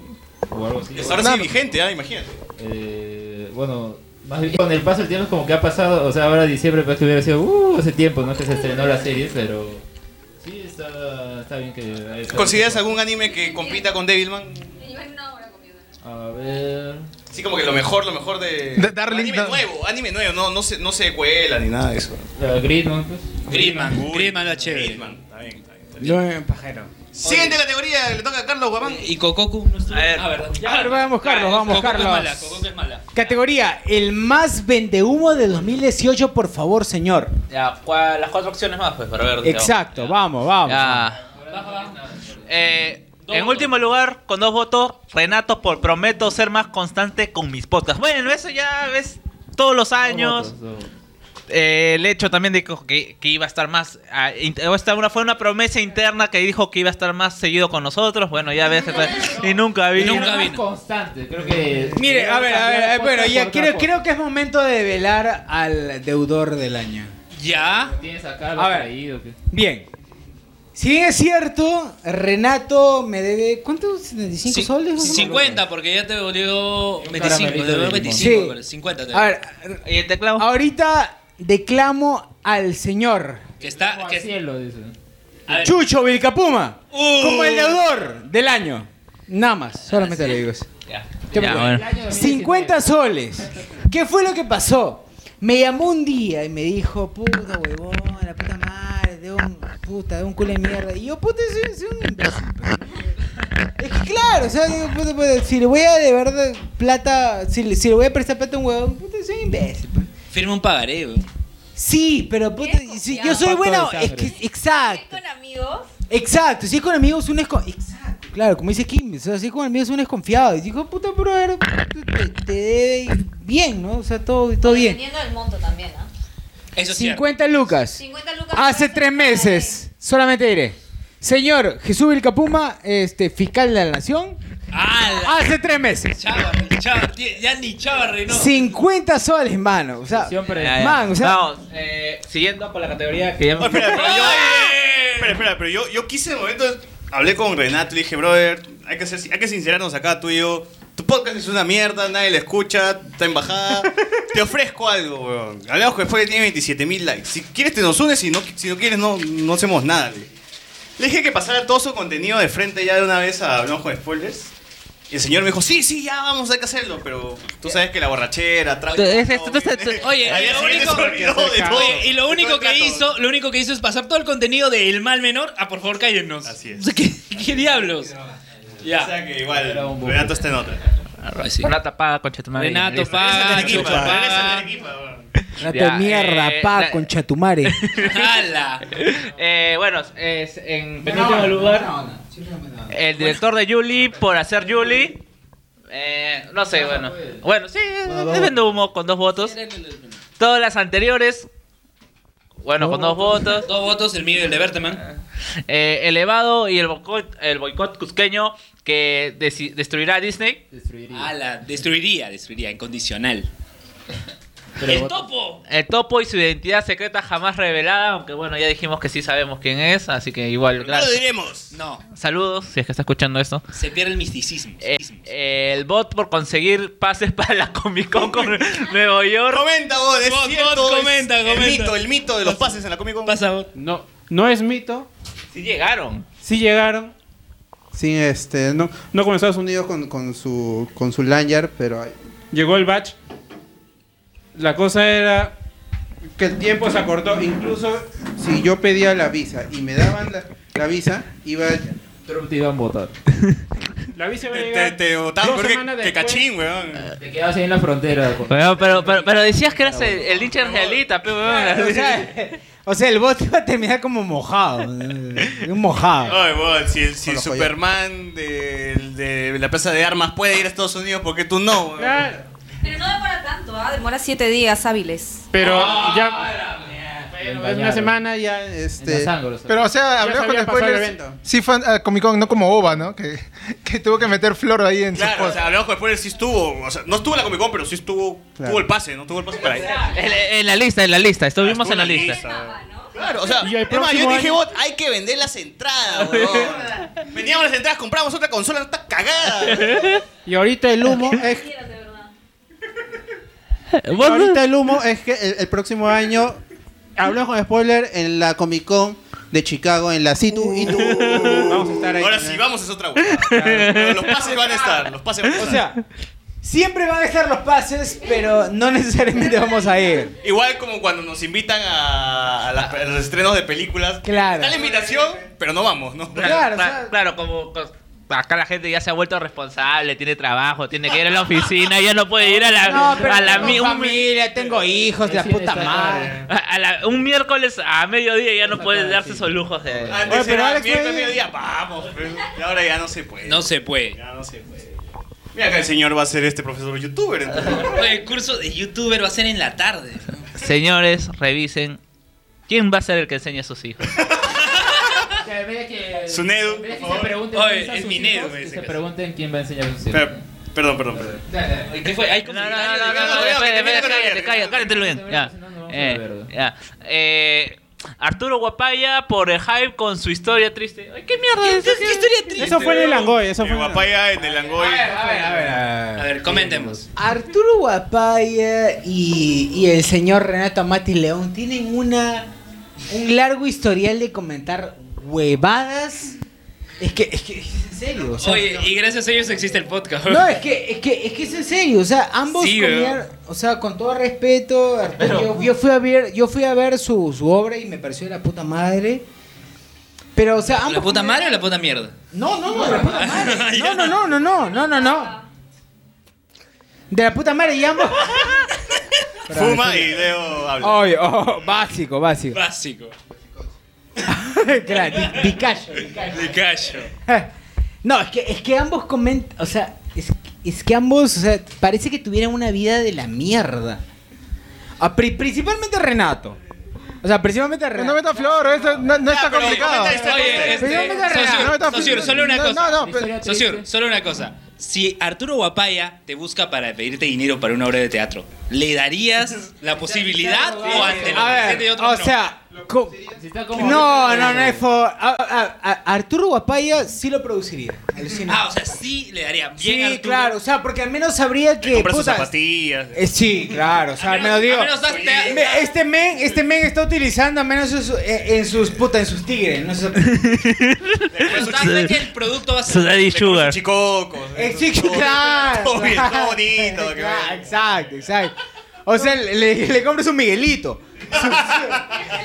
Speaker 7: o algo así.
Speaker 8: Y hasta ahora sí vigente, ah, imagínate.
Speaker 7: Eh, bueno, más bien con el paso del tiempo es como que ha pasado, o sea, ahora diciembre pues que hubiera sido, uh, hace tiempo, ¿no? Que se estrenó la serie, pero sí, está, está bien que... haya estado-
Speaker 8: ¿Consideras algún anime que compita con Devilman?
Speaker 7: A ver...
Speaker 8: Sí, como que lo mejor, lo mejor de...
Speaker 7: De
Speaker 8: Eh,
Speaker 6: Darling
Speaker 8: anime
Speaker 7: Dun-
Speaker 8: nuevo, anime nuevo, no, no, se, no se cuela ni nada de eso.
Speaker 7: La Gridman, pues.
Speaker 5: Griezmann, Griezmann lo chévere.
Speaker 2: Yo, eh, pajero.
Speaker 8: Siguiente categoría, le toca a Carlos Guamán.
Speaker 5: Y Cococu no estuvo. Ah, A ver,
Speaker 2: A ver, vamos, Carlos, vamos,
Speaker 5: Cococu
Speaker 2: Carlos.
Speaker 5: Es mala, Cococu es mala.
Speaker 2: Categoría, el más vendehumo del 2018, por favor, señor.
Speaker 13: Ya, cua- las cuatro opciones más, pues, para ver. digamos.
Speaker 2: Exacto, vamos, vamos.
Speaker 10: Ya. Eh, en último lugar, con dos votos, Renato por prometo ser más constante con mis podcasts. Bueno, eso ya ves todos los años. Eh, el hecho también de que, que iba a estar más. ah, in- o esta una, fue una promesa interna que dijo que iba a estar más seguido con nosotros. Bueno, ya ves. Y nunca vino.
Speaker 7: Era más constante, creo que.
Speaker 2: Mire, a ver, a ver, a ver, bueno, ya creo,
Speaker 7: que.
Speaker 2: creo que es momento de velar al deudor del año.
Speaker 5: Ya.
Speaker 7: Tienes acá
Speaker 2: A ver. Bien. Si bien es cierto, Renato me debe. ¿Cuánto? ¿75 soles?
Speaker 5: 50, porque ya te volvió 25. Te
Speaker 2: caramelito
Speaker 5: volvió
Speaker 2: de
Speaker 5: 25,
Speaker 2: limón.
Speaker 5: pero 50. Te
Speaker 2: A ver,
Speaker 10: ¿Y teclado?
Speaker 2: ahorita declamo al señor
Speaker 5: Que está. Que... A ver.
Speaker 2: Chucho Vilcapuma
Speaker 5: Uh.
Speaker 2: como el deudor del año. Nada más, solamente le digo eso. ¿Qué
Speaker 10: Ya,
Speaker 2: pasó?
Speaker 10: bueno.
Speaker 2: 50 soles. ¿Qué fue lo que pasó? Me llamó un día y me dijo, puta huevón, la puta madre, de un puta, de un culo de mierda. Y yo, puta, soy, soy un imbécil. Es que claro, o sea, pues, digo, puta, puta, si le voy a de verdad plata, si, le- si le voy a prestar plata a un huevón, puta, soy un imbécil. pues.
Speaker 5: Firma un pagaré, güey.
Speaker 2: Sí, pero puta, si yo soy
Speaker 5: Pacto
Speaker 2: bueno,
Speaker 5: de
Speaker 2: es
Speaker 5: sangre.
Speaker 2: que, exacto.
Speaker 4: ¿Con amigos?
Speaker 2: Exacto, si es con amigos uno es con... Exacto, claro, como dice Kim, o sea, si es con amigos uno es confiado. Y dijo, puta, pero a ver, te, te debe ir bien, ¿no? O sea, todo, todo bien.
Speaker 4: Dependiendo del monto también, ¿ah? ¿no?
Speaker 5: Eso
Speaker 2: 50 lucas.
Speaker 4: 50 lucas.
Speaker 2: Hace tres meses, solamente diré. Señor Jesús Vilcapuma, este, fiscal de la nación, hace tres meses.
Speaker 5: Chava, chava, tie- ya ni chava renó.
Speaker 2: 50 soles, mano. O sea,
Speaker 13: Ya, ya.
Speaker 2: man, o sea,
Speaker 13: Vamos, eh, siguiendo por la categoría que ya
Speaker 8: Oh, espera, pero yo, Eh, espera, espera, pero yo, yo quise de momento. Hablé con Renato y le dije, brother, hay que, ser, hay que sincerarnos acá tú y yo. Tu podcast es una mierda, nadie la escucha, está en bajada. te ofrezco algo, weón. Hablamos que después tiene 27 mil likes. Si quieres te Este, nos unes, si no, si no quieres no, no hacemos nada. Le le dije que pasara todo su contenido de frente ya de una vez a Hablamos con Spoilers. Y el señor me dijo, sí, sí, ya vamos, hay que hacerlo. Pero tú sabes que la borrachera, trago...
Speaker 5: Oye,
Speaker 8: Al
Speaker 5: y
Speaker 8: día
Speaker 5: lo
Speaker 8: siguiente se olvidó
Speaker 5: único,
Speaker 8: de todo.
Speaker 5: Oye, y
Speaker 8: De
Speaker 5: lo
Speaker 8: todo
Speaker 5: único
Speaker 8: el
Speaker 5: que
Speaker 8: plato.
Speaker 5: hizo, lo único que hizo es pasar todo el contenido de El Mal Menor a por favor cállenos. Así es. ¿Qué, qué diablos? Ya.
Speaker 8: O sea que igual, Renato está en otra.
Speaker 10: Renato paga, concha tu madre.
Speaker 5: Renato
Speaker 10: Listo.
Speaker 5: paga,
Speaker 10: Regrésate
Speaker 5: Chucho
Speaker 10: al equipo,
Speaker 5: paga.
Speaker 10: regrésate al
Speaker 8: equipo, weón.
Speaker 2: Rato
Speaker 10: Ya,
Speaker 2: de mierda,
Speaker 10: eh,
Speaker 2: pa,
Speaker 10: la-
Speaker 2: con chatumare.
Speaker 5: ¡Hala!
Speaker 10: Eh, bueno, es en penúltimo lugar, el director de Julie por hacer Julie. Eh, no sé, bueno. Bueno, sí, es vende humo con dos votos. Todas las anteriores, bueno, con dos votos.
Speaker 5: Dos votos, el mío y el de Berteman.
Speaker 10: Eh, elevado y el boicot, el boicot cusqueño que desi- destruirá a Disney.
Speaker 5: ¡Hala! Ah, Destruiría, destruiría, incondicional. ¡El topo!
Speaker 10: El topo y su identidad secreta jamás revelada, aunque bueno, ya dijimos que sí sabemos quién es, así que igual,
Speaker 5: No lo
Speaker 10: gracias.
Speaker 5: diremos. No,
Speaker 10: Saludos, si es que está escuchando esto.
Speaker 5: se pierde el misticismo.
Speaker 10: Eh, el bot por conseguir pases para la Comic Con con Nueva York.
Speaker 8: Comenta vos, es
Speaker 5: Vos,
Speaker 8: cierto,
Speaker 5: vos,
Speaker 8: es
Speaker 5: comenta,
Speaker 8: el
Speaker 5: comenta.
Speaker 8: mito, el mito de los pases en la Comic Con.
Speaker 5: Pasa vos.
Speaker 11: No, no es mito.
Speaker 10: Sí llegaron.
Speaker 11: Sí llegaron. Sí, este, no, no con Estados Unidos con, con su con su lanyard, pero ahí- llegó el batch. La cosa era que el tiempo se acortó. Incluso si yo pedía la visa y me daban la, la visa, iba
Speaker 7: Te iban a votar.
Speaker 11: la visa iba a
Speaker 8: Te,
Speaker 11: llegar.
Speaker 8: te votaban
Speaker 11: dos
Speaker 8: peor que,
Speaker 11: semanas
Speaker 8: que
Speaker 11: después.
Speaker 8: cachín, weón.
Speaker 7: Te quedabas ahí en la frontera. con-
Speaker 10: Pero, pero, pero, pero decías que eras el, el hincha israelita, pe, weón.
Speaker 2: O sea, o sea, el bot iba a terminar como mojado. eh, Un mojado.
Speaker 8: Ay, weón, si, el- si
Speaker 2: Con
Speaker 8: el
Speaker 2: los
Speaker 8: Superman de, de la plaza de armas puede ir a Estados Unidos, ¿por qué tú no, weón?
Speaker 4: Pero no demora tanto, ¿ah? Demora 7 días hábiles.
Speaker 11: Pero
Speaker 8: Ah.
Speaker 11: ya es una semana ya este
Speaker 6: Pero, o sea,
Speaker 11: ya
Speaker 6: hablamos
Speaker 11: se
Speaker 6: con
Speaker 11: había pasado el
Speaker 6: spoilers.
Speaker 11: evento.
Speaker 6: Sí, fan, a Comic Con, no como Oba, ¿no? Que, que tuvo que meter flor ahí en
Speaker 8: Claro,
Speaker 6: su
Speaker 8: o sea, hablamos con spoilers, sí estuvo. O sea, no estuvo en la Comic Con, pero sí estuvo.
Speaker 6: Claro.
Speaker 8: Tuvo el pase, no tuvo el pase para ahí.
Speaker 10: En, Eh, en la lista, en la lista, estuvimos en la lista.
Speaker 8: Claro, o sea,
Speaker 11: Y el
Speaker 8: es más, yo
Speaker 11: próximo
Speaker 8: dije,
Speaker 11: año-
Speaker 8: bot, hay que vender las entradas, weón. Veníamos las entradas, compramos otra consola, no está cagada. weón.
Speaker 11: Y ahorita el humo es
Speaker 10: ¿Vos?
Speaker 11: Ahorita el humo es que el, el próximo año, hablamos con spoiler, en la Comic Con de Chicago, en la Situ y tú. Vamos a estar ahí.
Speaker 8: Ahora sí, vamos, es otra weón. Los pases van a estar, los pases van a estar.
Speaker 11: O sea,
Speaker 2: Siempre van a estar los pases, pero no necesariamente vamos a ir.
Speaker 8: Igual como cuando nos invitan a, a las- a los estrenos de películas.
Speaker 2: Claro.
Speaker 8: Está la invitación, pero no vamos, ¿no?
Speaker 10: Claro, cla- claro, como co- acá la gente ya se ha vuelto responsable, tiene trabajo, tiene que ir a la oficina, ya no puede ir a la,
Speaker 2: No, pero
Speaker 10: a la
Speaker 2: tengo
Speaker 10: mi- un-
Speaker 2: familia, tengo hijos, la puta madre.
Speaker 10: a- a la- un miércoles a mediodía ya no puede darse esos lujos de.
Speaker 8: Antes pero era miércoles, mediodía, vamos. pues, Y ahora ya no se puede.
Speaker 5: No se puede.
Speaker 8: Ya no se puede. Mira que el señor va a ser este profesor youtuber. entonces.
Speaker 5: Oye, El curso de youtuber va a ser en la tarde.
Speaker 10: Señores, revisen. ¿Quién va a ser el que enseñe a sus hijos?
Speaker 8: Sunedu,
Speaker 7: en vez de
Speaker 8: por
Speaker 7: que se
Speaker 8: favor.
Speaker 7: pregunten
Speaker 8: Oye,
Speaker 7: quién son
Speaker 8: es
Speaker 7: sus
Speaker 8: mi Nedu,
Speaker 7: hijos,
Speaker 8: me
Speaker 7: que
Speaker 8: dice
Speaker 7: se
Speaker 8: que-
Speaker 7: pregunten quién va a enseñar a sus hijos.
Speaker 8: Pero- Perdón, perdón, perdón.
Speaker 5: ¿Qué fue? Hay comentarios de-
Speaker 10: no, no,
Speaker 5: Veo que
Speaker 10: espera,
Speaker 5: termina
Speaker 10: espera,
Speaker 5: con
Speaker 10: cállate,
Speaker 5: ayer.
Speaker 10: cállate, cállate, Luis. Ya. Eh, ya. Eh, Arturo Guapaya por el hype con su historia triste. Ay, qué mierda. ¿Qué, historia
Speaker 2: Este,
Speaker 10: triste?
Speaker 11: Eso fue en el Angoy, eso fue en el
Speaker 8: Guapaya en el Angoy.
Speaker 5: A ver, a ver,
Speaker 2: a
Speaker 5: ver, comentemos.
Speaker 2: Arturo Guapaya y, y el señor Renato Amati León tienen una un largo historial de comentar huevadas. Es que, es que es en serio. o sea,
Speaker 5: Oye, y gracias a ellos existe el podcast.
Speaker 2: no, es que, es que es que es en serio, o sea, ambos
Speaker 5: Sí,
Speaker 2: comían, o sea, con todo respeto, Arturo, yo, yo fui a ver, yo fui a ver su, su obra y me pareció de la puta madre. Pero o sea, ambos
Speaker 5: ¿La puta
Speaker 2: comían-
Speaker 5: madre o la puta mierda?
Speaker 2: No, no, no, de la puta madre. No, no, no, no, no, no, no, no. De la puta madre y ambos.
Speaker 8: Fuma y Leo habla.
Speaker 2: Oye, oh, básico, básico.
Speaker 5: Básico.
Speaker 2: claro, di- dicacho.
Speaker 5: Le callo.
Speaker 2: No, es que, es que ambos comentan, o sea, es, es que ambos, o sea, parece que tuvieran una vida de la mierda. Ah, pri- principalmente Renato. O sea, principalmente Renato.
Speaker 6: No meta flor, eso no, no está
Speaker 5: pero
Speaker 6: complicado.
Speaker 5: comenta esta Oye, cosa. este, Sosur, Sosur, solo una
Speaker 6: No,
Speaker 5: cosa.
Speaker 6: No, no, pero-
Speaker 5: Sosur, solo una cosa. Si Arturo Guapaya te busca para pedirte dinero para una obra de teatro, ¿le darías la posibilidad o ante la
Speaker 2: A
Speaker 5: presencia de
Speaker 2: ver,
Speaker 5: otros
Speaker 2: o
Speaker 5: no?
Speaker 2: sea, co- no, no, no es for- a- a- a- Arturo Guapaya sí lo produciría.
Speaker 5: Ah, o sea, sí le daría bien
Speaker 2: Sí,
Speaker 5: Arturo.
Speaker 2: claro, o sea, porque al menos sabría que.
Speaker 5: compras sus
Speaker 2: puta,
Speaker 8: zapatillas.
Speaker 2: eh, sí, claro, o sea, al menos digo.
Speaker 5: al menos das te-
Speaker 2: me- Este men, este men está utilizando al menos en, su- en- en sus puta, en sus tigres, no sé.
Speaker 5: Pero sabes que el producto va a
Speaker 10: Su
Speaker 5: ser
Speaker 10: daddy sugar.
Speaker 8: Chicoco.
Speaker 2: Eh, sí, claro.
Speaker 8: Todo bien, todo bonito,
Speaker 2: Claro,
Speaker 8: que bueno.
Speaker 2: exacto, exacto. O sea, le, le compro su Miguelito.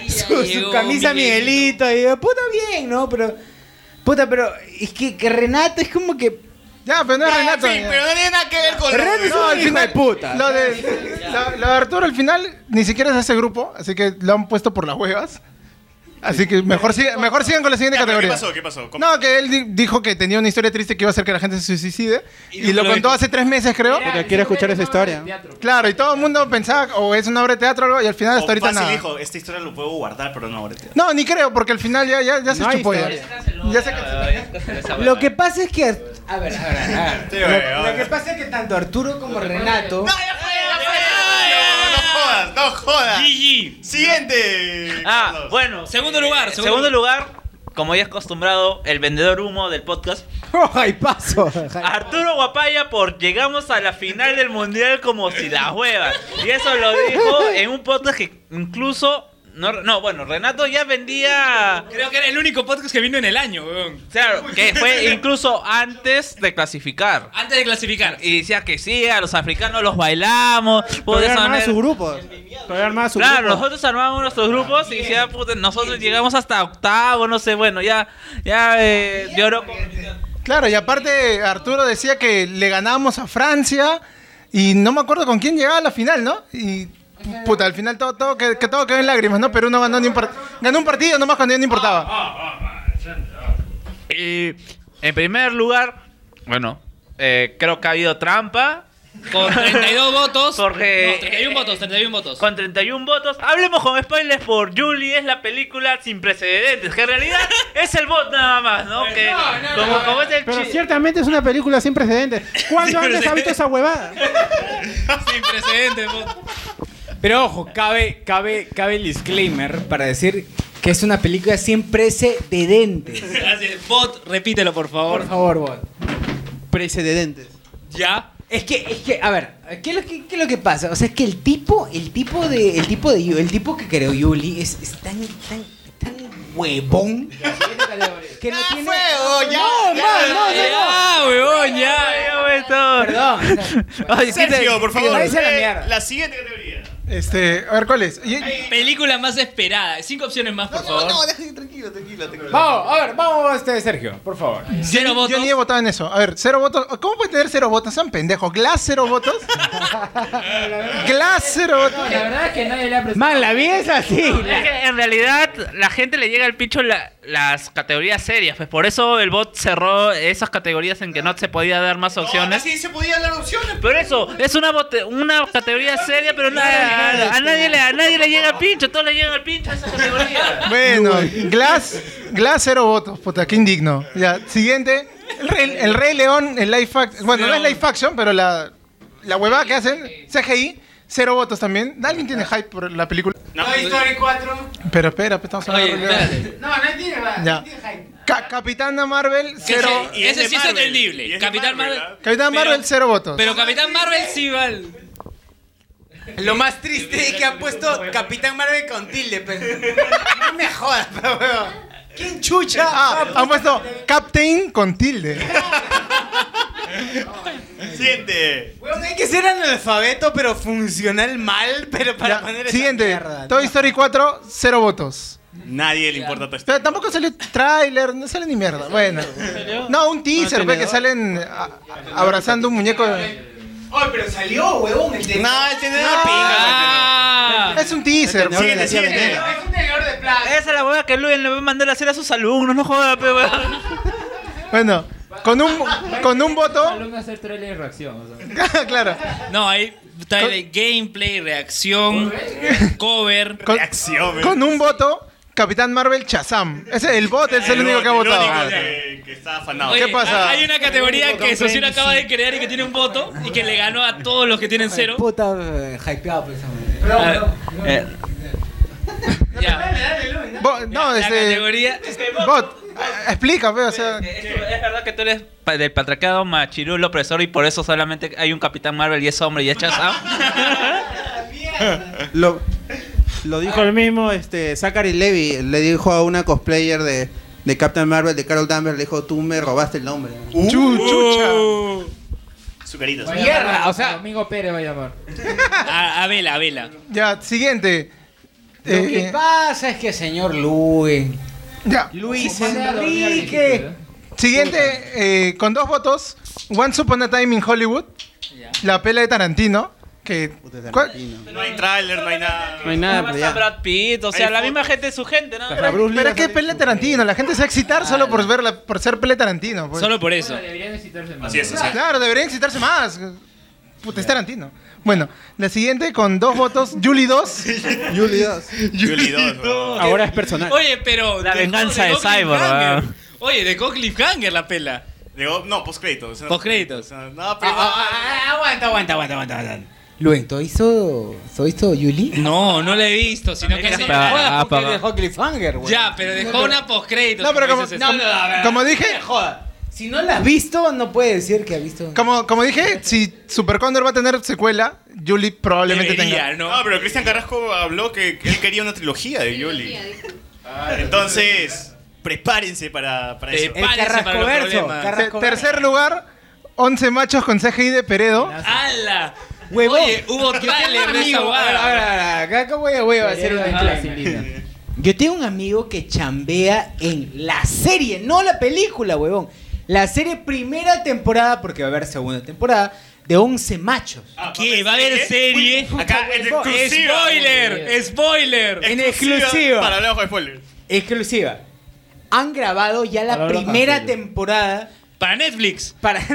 Speaker 2: Su, su
Speaker 5: Llegó
Speaker 2: camisa Miguelito. Y digo, puta bien, ¿no? Pero. Puta, pero es que, que Renato es como que.
Speaker 6: Ya, pero no es
Speaker 2: Ya,
Speaker 6: Renato.
Speaker 2: sí,
Speaker 6: ya.
Speaker 2: pero
Speaker 8: no tiene nada que ver con
Speaker 2: Renato es
Speaker 6: No,
Speaker 2: un
Speaker 6: al
Speaker 2: hijo
Speaker 6: final,
Speaker 2: de puta.
Speaker 6: Lo de, lo- lo de Arturo al final ni siquiera es ese grupo, así que lo han puesto por las huevas. Así que mejor, siga- mejor sigan con la siguiente
Speaker 8: Ya, pero ¿Qué
Speaker 6: categoría.
Speaker 8: pasó? ¿Qué pasó? ¿Cómo-
Speaker 6: No, que él di- dijo que tenía una historia triste que iba a hacer que la gente se suicide. Y, lo,
Speaker 11: lo
Speaker 6: contó
Speaker 11: dijo.
Speaker 6: hace tres meses, creo.
Speaker 11: Porque quiero escuchar esa historia.
Speaker 6: Claro, y todo el mundo pensaba, o es una obra de teatro o algo, y al final hasta
Speaker 8: O
Speaker 6: ahorita
Speaker 8: fácil
Speaker 6: nada.
Speaker 8: dijo, esta historia lo puedo guardar, pero no ahorita.
Speaker 6: No, ni creo, porque al final ya, ya, ya se
Speaker 8: No hay
Speaker 6: chupó ya.
Speaker 8: historia.
Speaker 6: Ya se canceló.
Speaker 2: Lo que pasa es que. A ver, a ver,
Speaker 8: Ah,
Speaker 2: a ver.
Speaker 6: Sí,
Speaker 2: Lo-
Speaker 6: güey, a
Speaker 2: lo,
Speaker 6: ver.
Speaker 2: que pasa es que tanto Arturo como Renato.
Speaker 8: No jodas, no jodas.
Speaker 5: GG.
Speaker 8: Siguiente.
Speaker 10: Ah, bueno.
Speaker 5: Segundo lugar.
Speaker 10: Segundo, lugar, como ya es acostumbrado, el vendedor humo del podcast.
Speaker 2: ¡Ay, paso!
Speaker 10: Arturo Guapaya por llegamos a la final del mundial como si la hueva. Y eso lo dijo en un podcast que incluso. No, no, bueno, Renato ya vendía.
Speaker 5: Creo que era el único podcast que vino en el año, weón.
Speaker 10: Claro, que fue incluso antes de clasificar.
Speaker 5: Antes de clasificar.
Speaker 10: Y decía que sí, a los africanos los bailamos.
Speaker 11: Todavía
Speaker 10: puedes
Speaker 11: armaba
Speaker 10: poner-
Speaker 11: sus grupos. Todavía armaba sus
Speaker 10: Claro,
Speaker 11: grupos.
Speaker 10: nosotros armábamos nuestros grupos y decía, puta, nosotros llegamos hasta octavo, no sé, bueno, ya, ya eh, lloró con-
Speaker 6: Claro, y aparte Arturo decía que le ganábamos a Francia y no me acuerdo con quién llegaba a la final, ¿no? Y puta, al final todo, todo, que, que todo quedó en lágrimas, ¿no? Perú no ganó ni un partido. Ganó un partido nomás cuando ya no importaba.
Speaker 10: Y en primer lugar, bueno, eh, creo que ha habido trampa.
Speaker 5: Con 32 votos.
Speaker 10: Porque-
Speaker 5: No, 31 votos, 31 votos.
Speaker 10: eh, Con 31 votos. Hablemos con spoilers por Julie. Es la película sin precedentes. Que en realidad es el bot nada más, ¿no?
Speaker 5: Eh,
Speaker 10: Que como, como es el
Speaker 11: Pero
Speaker 10: chi-
Speaker 11: ciertamente es una película sin precedentes. ¿Cuándo antes ha visto esa huevada?
Speaker 5: Sin precedentes, votos.
Speaker 2: Pero ojo, cabe, cabe, cabe el disclaimer para decir que es una película sin precedentes.
Speaker 5: Así es, Bot, repítelo, por favor.
Speaker 2: Por favor, bot.
Speaker 11: Precedentes.
Speaker 5: Ya.
Speaker 2: Es que, es que, a ver, ¿qué es lo que, qué es lo que pasa? O sea, es que el tipo, el tipo de, el tipo de, el tipo que creó Yuli es, es tan, tan, tan huevón que no tiene. Eh,
Speaker 8: huevo, ya,
Speaker 2: no,
Speaker 8: ya,
Speaker 2: man, no, no, no.
Speaker 5: Ya, weón, ya.
Speaker 10: actor.
Speaker 2: Perdón.
Speaker 10: Ay,
Speaker 5: Sergio, por favor.
Speaker 2: Eh,
Speaker 14: La siguiente categoría.
Speaker 6: Este, a ver, ¿cuál es? Y-
Speaker 5: Película más esperada. Cinco opciones más, por favor.
Speaker 14: No, déjate tranquilo, tranquilo, tranquilo.
Speaker 2: Vamos, a ver, vamos este Sergio, por favor.
Speaker 5: Cero
Speaker 6: yo,
Speaker 5: votos.
Speaker 6: Yo ni he votado en eso. A ver, cero votos. ¿Cómo puede tener cero votos? Sean pendejos. ¿Glass cero votos? ¿Glass cero votos?
Speaker 11: la verdad es que nadie le ha prestado.
Speaker 2: Man, la vida es así.
Speaker 10: Es que en realidad la gente le llega al picho la- las categorías serias, pues por eso el bot cerró esas categorías en que no se podía dar más opciones.
Speaker 14: Así se podía dar opciones.
Speaker 10: Pero eso, es una bote- una categoría seria, pero na- a, a nadie le, a nadie le llega al pincho, todos le llegan al pincho a esa categoría.
Speaker 6: Bueno, Glass, Glass cero votos. Puta, qué indigno. Ya, siguiente. El Rey, el Rey León, el live action. Bueno, no es live action, pero la, la huevada que hacen, CGI, cero votos también. ¿Alguien tiene hype por la película?
Speaker 11: Toy Story 4.
Speaker 6: Pero espera, pues, estamos hablando de Rey León.
Speaker 11: No, no tiene nada.
Speaker 6: Ya. Ca- Capitana Marvel, cero.
Speaker 5: Ese, ese sí es entendible. Capitán Marvel.
Speaker 6: Capitán
Speaker 5: pero-
Speaker 6: Marvel, cero votos.
Speaker 5: Pero Capitán Marvel sí val.
Speaker 15: Lo más triste es que han puesto Capitán Marvel con tilde, pero... No me jodas, pero weón. ¿Quién chucha?
Speaker 6: Ah, han puesto Captain con tilde.
Speaker 15: Siguiente. Weón, hay que ser analfabeto, pero funcional mal, pero para
Speaker 6: Ya,
Speaker 15: poner esa
Speaker 6: Siguiente,
Speaker 15: mierda.
Speaker 6: Toy Story 4, cero votos.
Speaker 15: Nadie le importa Toy
Speaker 6: Pero tampoco sale tráiler, no sale ni mierda. Bueno, no, un teaser, ve que salen a- a- abrazando un muñeco. de-
Speaker 15: Ay, pero salió, huevón, el tenedor. este No, el tenedor este
Speaker 2: Ah.
Speaker 6: Es un teaser.
Speaker 15: Siguiente,
Speaker 6: bueno.
Speaker 15: siguiente.
Speaker 11: Es un tenedor de plata.
Speaker 10: Esa es la hueá que Luis le va a mandar a hacer a sus alumnos, no jodas, pe huevón.
Speaker 6: Bueno, con un, con un voto.
Speaker 7: Alumno hacer trailer de reacción. o sea.
Speaker 6: Ah, claro.
Speaker 5: No, ahí trae gameplay, reacción, cover.
Speaker 6: Con,
Speaker 5: Reacción.
Speaker 15: eh.
Speaker 6: con un voto, Capitán Marvel Chazam. Ese, el bot es el, único que ha votado.
Speaker 15: que, que está afanado.
Speaker 5: Oye,
Speaker 6: ¿Qué pasa?
Speaker 5: ha- Hay una categoría que
Speaker 6: Con
Speaker 5: Socino
Speaker 6: Benji.
Speaker 5: acaba de crear y que tiene un voto y que le ganó a todos los que tienen cero.
Speaker 2: Puta, eh, hypeado, pues.
Speaker 5: A ver, eh,
Speaker 6: Bo- no, este.
Speaker 10: categoría-
Speaker 6: Bot, ah, explica, ve, o sea.
Speaker 10: Es verdad que tú eres pa- del patriarcado machirulo opresor y por eso solamente hay un Capitán Marvel y es hombre y es Shazam.
Speaker 11: Lo, lo dijo el mismo este, Zachary Levy, le dijo a una cosplayer de, de Captain Marvel, de Carol Danvers, le dijo, tú me robaste el nombre.
Speaker 6: Chu-
Speaker 15: Su carita.
Speaker 11: Vaya Mierda,
Speaker 5: o sea-
Speaker 7: Domingo Pérez va a llamar.
Speaker 5: a, a vela, a vela.
Speaker 6: Ya, siguiente.
Speaker 2: Lo que
Speaker 6: Eh,
Speaker 2: pasa es que señor Luis.
Speaker 6: Ya.
Speaker 2: Luis Enrique.
Speaker 6: Siguiente, eh, con dos votos, Once Upon a Time in Hollywood, la pela de Tarantino, que... ¿cuál?
Speaker 15: No hay tráiler, no hay nada.
Speaker 11: No hay nada, pero
Speaker 10: Está
Speaker 11: ya.
Speaker 10: Brad Pitt, o sea, la misma gente es su gente, ¿no?
Speaker 6: Pero es que pela de Tarantino, la gente se va a excitar solo por, verla, por ser pela de Tarantino. pues.
Speaker 5: Solo por eso.
Speaker 15: Así es, así es.
Speaker 6: Claro, deberían excitarse más. Puta, es Tarantino. Bueno, la siguiente con dos votos, Julie 2.
Speaker 11: Julie 2.
Speaker 15: Julie 2. weón.
Speaker 11: Ahora es personal.
Speaker 5: Oye, pero.
Speaker 10: La
Speaker 5: dejó-
Speaker 10: venganza de
Speaker 5: dejó
Speaker 10: Cyborg,
Speaker 5: cliffhanger.
Speaker 10: ¿verdad?
Speaker 5: Oye, de Cliffhanger la pela.
Speaker 15: Digo, no, postcréditos.
Speaker 5: Postcréditos.
Speaker 15: No, pero.
Speaker 2: Aguanta, aguanta, aguanta, aguanta. aguanta. Luis, ¿tú hizo, ¿tú hizo Yuli?
Speaker 5: No, no la he visto, sino que se-
Speaker 10: Apa-
Speaker 2: Ah,
Speaker 10: apa-
Speaker 2: porque dejó cliffhanger, güey.
Speaker 5: Ya, pero dejó una postcrédito.
Speaker 6: No, pero como,
Speaker 2: No, no, no, a ver,
Speaker 6: como dije...
Speaker 2: Joda. Si no la has visto, no puede decir que ha visto.
Speaker 6: Como, como dije, si Super Condor va a tener secuela, Julie probablemente tenga.
Speaker 5: Debería,
Speaker 15: No,
Speaker 5: ¿no?
Speaker 15: pero Cristian Carrasco habló que él quería una trilogía de Yoli. Entonces, prepárense para, para eso.
Speaker 5: Prepárense para los
Speaker 2: Carrascoverso,
Speaker 5: problemas.
Speaker 2: Carrasco-
Speaker 6: Te- tercer lugar, 11 machos con CGI de Peredo.
Speaker 2: Ah,
Speaker 5: ¡Hala!
Speaker 2: Huevón.
Speaker 5: Oye, hubo tráiler de esa
Speaker 2: amigo, a ver, a ver,
Speaker 5: guada.
Speaker 2: a ver, acá voy a, voy a hacer una
Speaker 7: Plastilina.
Speaker 2: Yo tengo un amigo que chambea en la serie, no la película, huevón. La serie primera temporada, porque va a haber segunda temporada, de 11 machos.
Speaker 5: ¿Qué? ¿Va a haber serie?
Speaker 15: Acá en
Speaker 2: Huevón.
Speaker 15: exclusiva.
Speaker 5: ¡Spoiler! ¡Spoiler!
Speaker 2: En exclusiva.
Speaker 15: Para hablar de spoilers.
Speaker 2: Exclusiva. Han grabado ya la
Speaker 7: Para hablar
Speaker 2: primera
Speaker 7: contigo.
Speaker 2: temporada
Speaker 5: Para Netflix.
Speaker 2: para...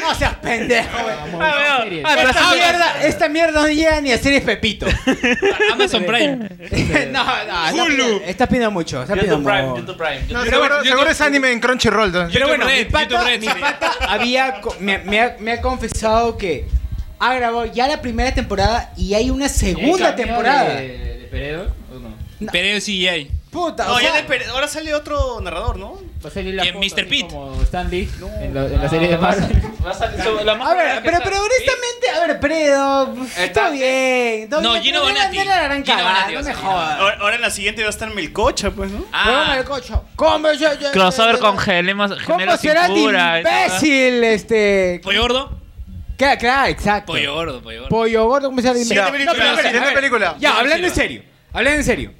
Speaker 2: no seas pendejo,
Speaker 7: Vamos,
Speaker 2: huevón.
Speaker 7: vamos,
Speaker 10: veo.
Speaker 7: series.
Speaker 10: Ah,
Speaker 2: Esta
Speaker 10: Amazon-
Speaker 2: mierda, esta mierda no llega ni a series Pepito. Eh,
Speaker 5: Amazon Prime.
Speaker 2: no, no,
Speaker 5: Hulu.
Speaker 2: Está pidiendo mucho, está pidiendo
Speaker 10: YouTube Prime,
Speaker 2: mucho.
Speaker 10: YouTube Prime.
Speaker 6: No, seguro,
Speaker 5: yo-
Speaker 6: seguro
Speaker 5: yo-
Speaker 6: es anime en Crunchyroll. ¿no?
Speaker 5: Yo-
Speaker 2: Pero
Speaker 5: YouTube
Speaker 2: bueno, mi
Speaker 5: Red,
Speaker 2: pata,
Speaker 5: YouTube Red,
Speaker 2: mi
Speaker 5: sí.
Speaker 2: pata había, co- me, me ha, me ha confesado que ha grabado ya la primera temporada y hay una segunda
Speaker 7: ¿El cameo
Speaker 2: temporada.
Speaker 7: ¿De, de Peredo o no?
Speaker 5: Pero es CGI.
Speaker 2: Puta, o
Speaker 15: No, ya
Speaker 2: sea,
Speaker 15: de Pere- ahora sale otro narrador, ¿no?
Speaker 7: Va a salir la
Speaker 5: ¿Quién,
Speaker 7: foto
Speaker 5: Mr.
Speaker 7: así
Speaker 5: Pitt?
Speaker 7: Como Stan Lee en, la- en la serie de Marvel.
Speaker 10: Va a salir su- la más
Speaker 2: A
Speaker 10: probable
Speaker 2: ver,
Speaker 10: es que
Speaker 2: pero,
Speaker 10: sea-
Speaker 2: pero honestamente, a ver, Predo, todo bien. todo
Speaker 10: No,
Speaker 2: bien,
Speaker 10: Gino
Speaker 2: pero no la-
Speaker 10: Bonatti.
Speaker 2: no la harán
Speaker 10: Gino
Speaker 2: cagar,
Speaker 10: Bonatti va
Speaker 2: no
Speaker 10: a
Speaker 2: me
Speaker 10: ser.
Speaker 2: jodas. Ah.
Speaker 8: Ahora, ahora en la siguiente va a estar Melcocha, pues, ¿no?
Speaker 2: Huevón el cocho. ¿Cómo, se-
Speaker 13: Crossover con gemelos,
Speaker 2: ¿Cómo
Speaker 13: gemelos sin
Speaker 2: será de
Speaker 13: cura.
Speaker 2: imbécil este?
Speaker 5: ¿Pollo gordo?
Speaker 2: Claro, claro, exacto.
Speaker 5: Pollo gordo, pollo gordo.
Speaker 2: Pollo gordo, ¿cómo se llama?
Speaker 5: Siguiente
Speaker 2: No,
Speaker 5: película,
Speaker 2: pero,
Speaker 5: siguiente
Speaker 2: espera, a ver,
Speaker 5: película.
Speaker 2: Ya, hablando en serio. Hablando en serio.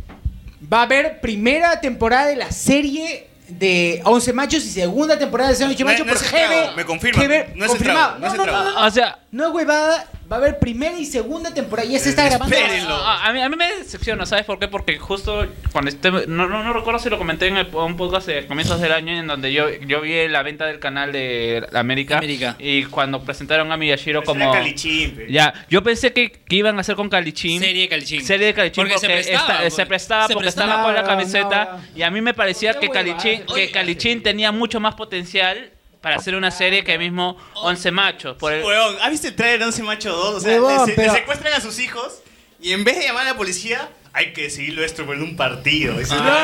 Speaker 2: Va a haber primera temporada de la serie de 11 machos y segunda temporada de 11
Speaker 8: No,
Speaker 2: machos
Speaker 8: no
Speaker 2: por
Speaker 8: es entrado,
Speaker 2: GB.
Speaker 8: me confirman,
Speaker 2: GB,
Speaker 8: no es
Speaker 2: confirmado.
Speaker 8: entrado, no es
Speaker 2: no, no,
Speaker 8: entrado.
Speaker 2: no.
Speaker 13: O sea-
Speaker 2: no es huevada. Va a haber primera y segunda temporada. Ya se está grabando.
Speaker 10: A, a mí, a mí me decepciona, ¿sabes por qué? Porque justo cuando este- no, no, no recuerdo si lo comenté en el- un podcast de comienzos del año en donde yo, yo vi la venta del canal de América, y cuando presentaron a Miyashiro como...
Speaker 8: Calichín, pe.
Speaker 10: Ya, yo pensé que, que iban a hacer con Calichín. Serie
Speaker 5: de Calichín.
Speaker 10: Serie de Calichín
Speaker 5: Porque
Speaker 10: porque,
Speaker 5: se prestaba,
Speaker 10: esta-
Speaker 5: pues.
Speaker 10: se prestaba,
Speaker 5: Se
Speaker 10: porque
Speaker 5: prestaba.
Speaker 10: estaba con la
Speaker 5: No,
Speaker 10: camiseta. Y a mí me parecía que
Speaker 5: eh.
Speaker 10: Calichín, que Calichín tenía mucho más potencial para hacer una serie que mismo 11 machos. Por el-
Speaker 8: Weón, ¿has visto el trailer de 11 Macho 2? O sea,
Speaker 10: Huevón,
Speaker 8: le, se- le
Speaker 10: pero-
Speaker 8: secuestran a sus hijos y en vez de llamar a la policía, hay que seguirlo esto por un partido. Dice,
Speaker 2: Claro,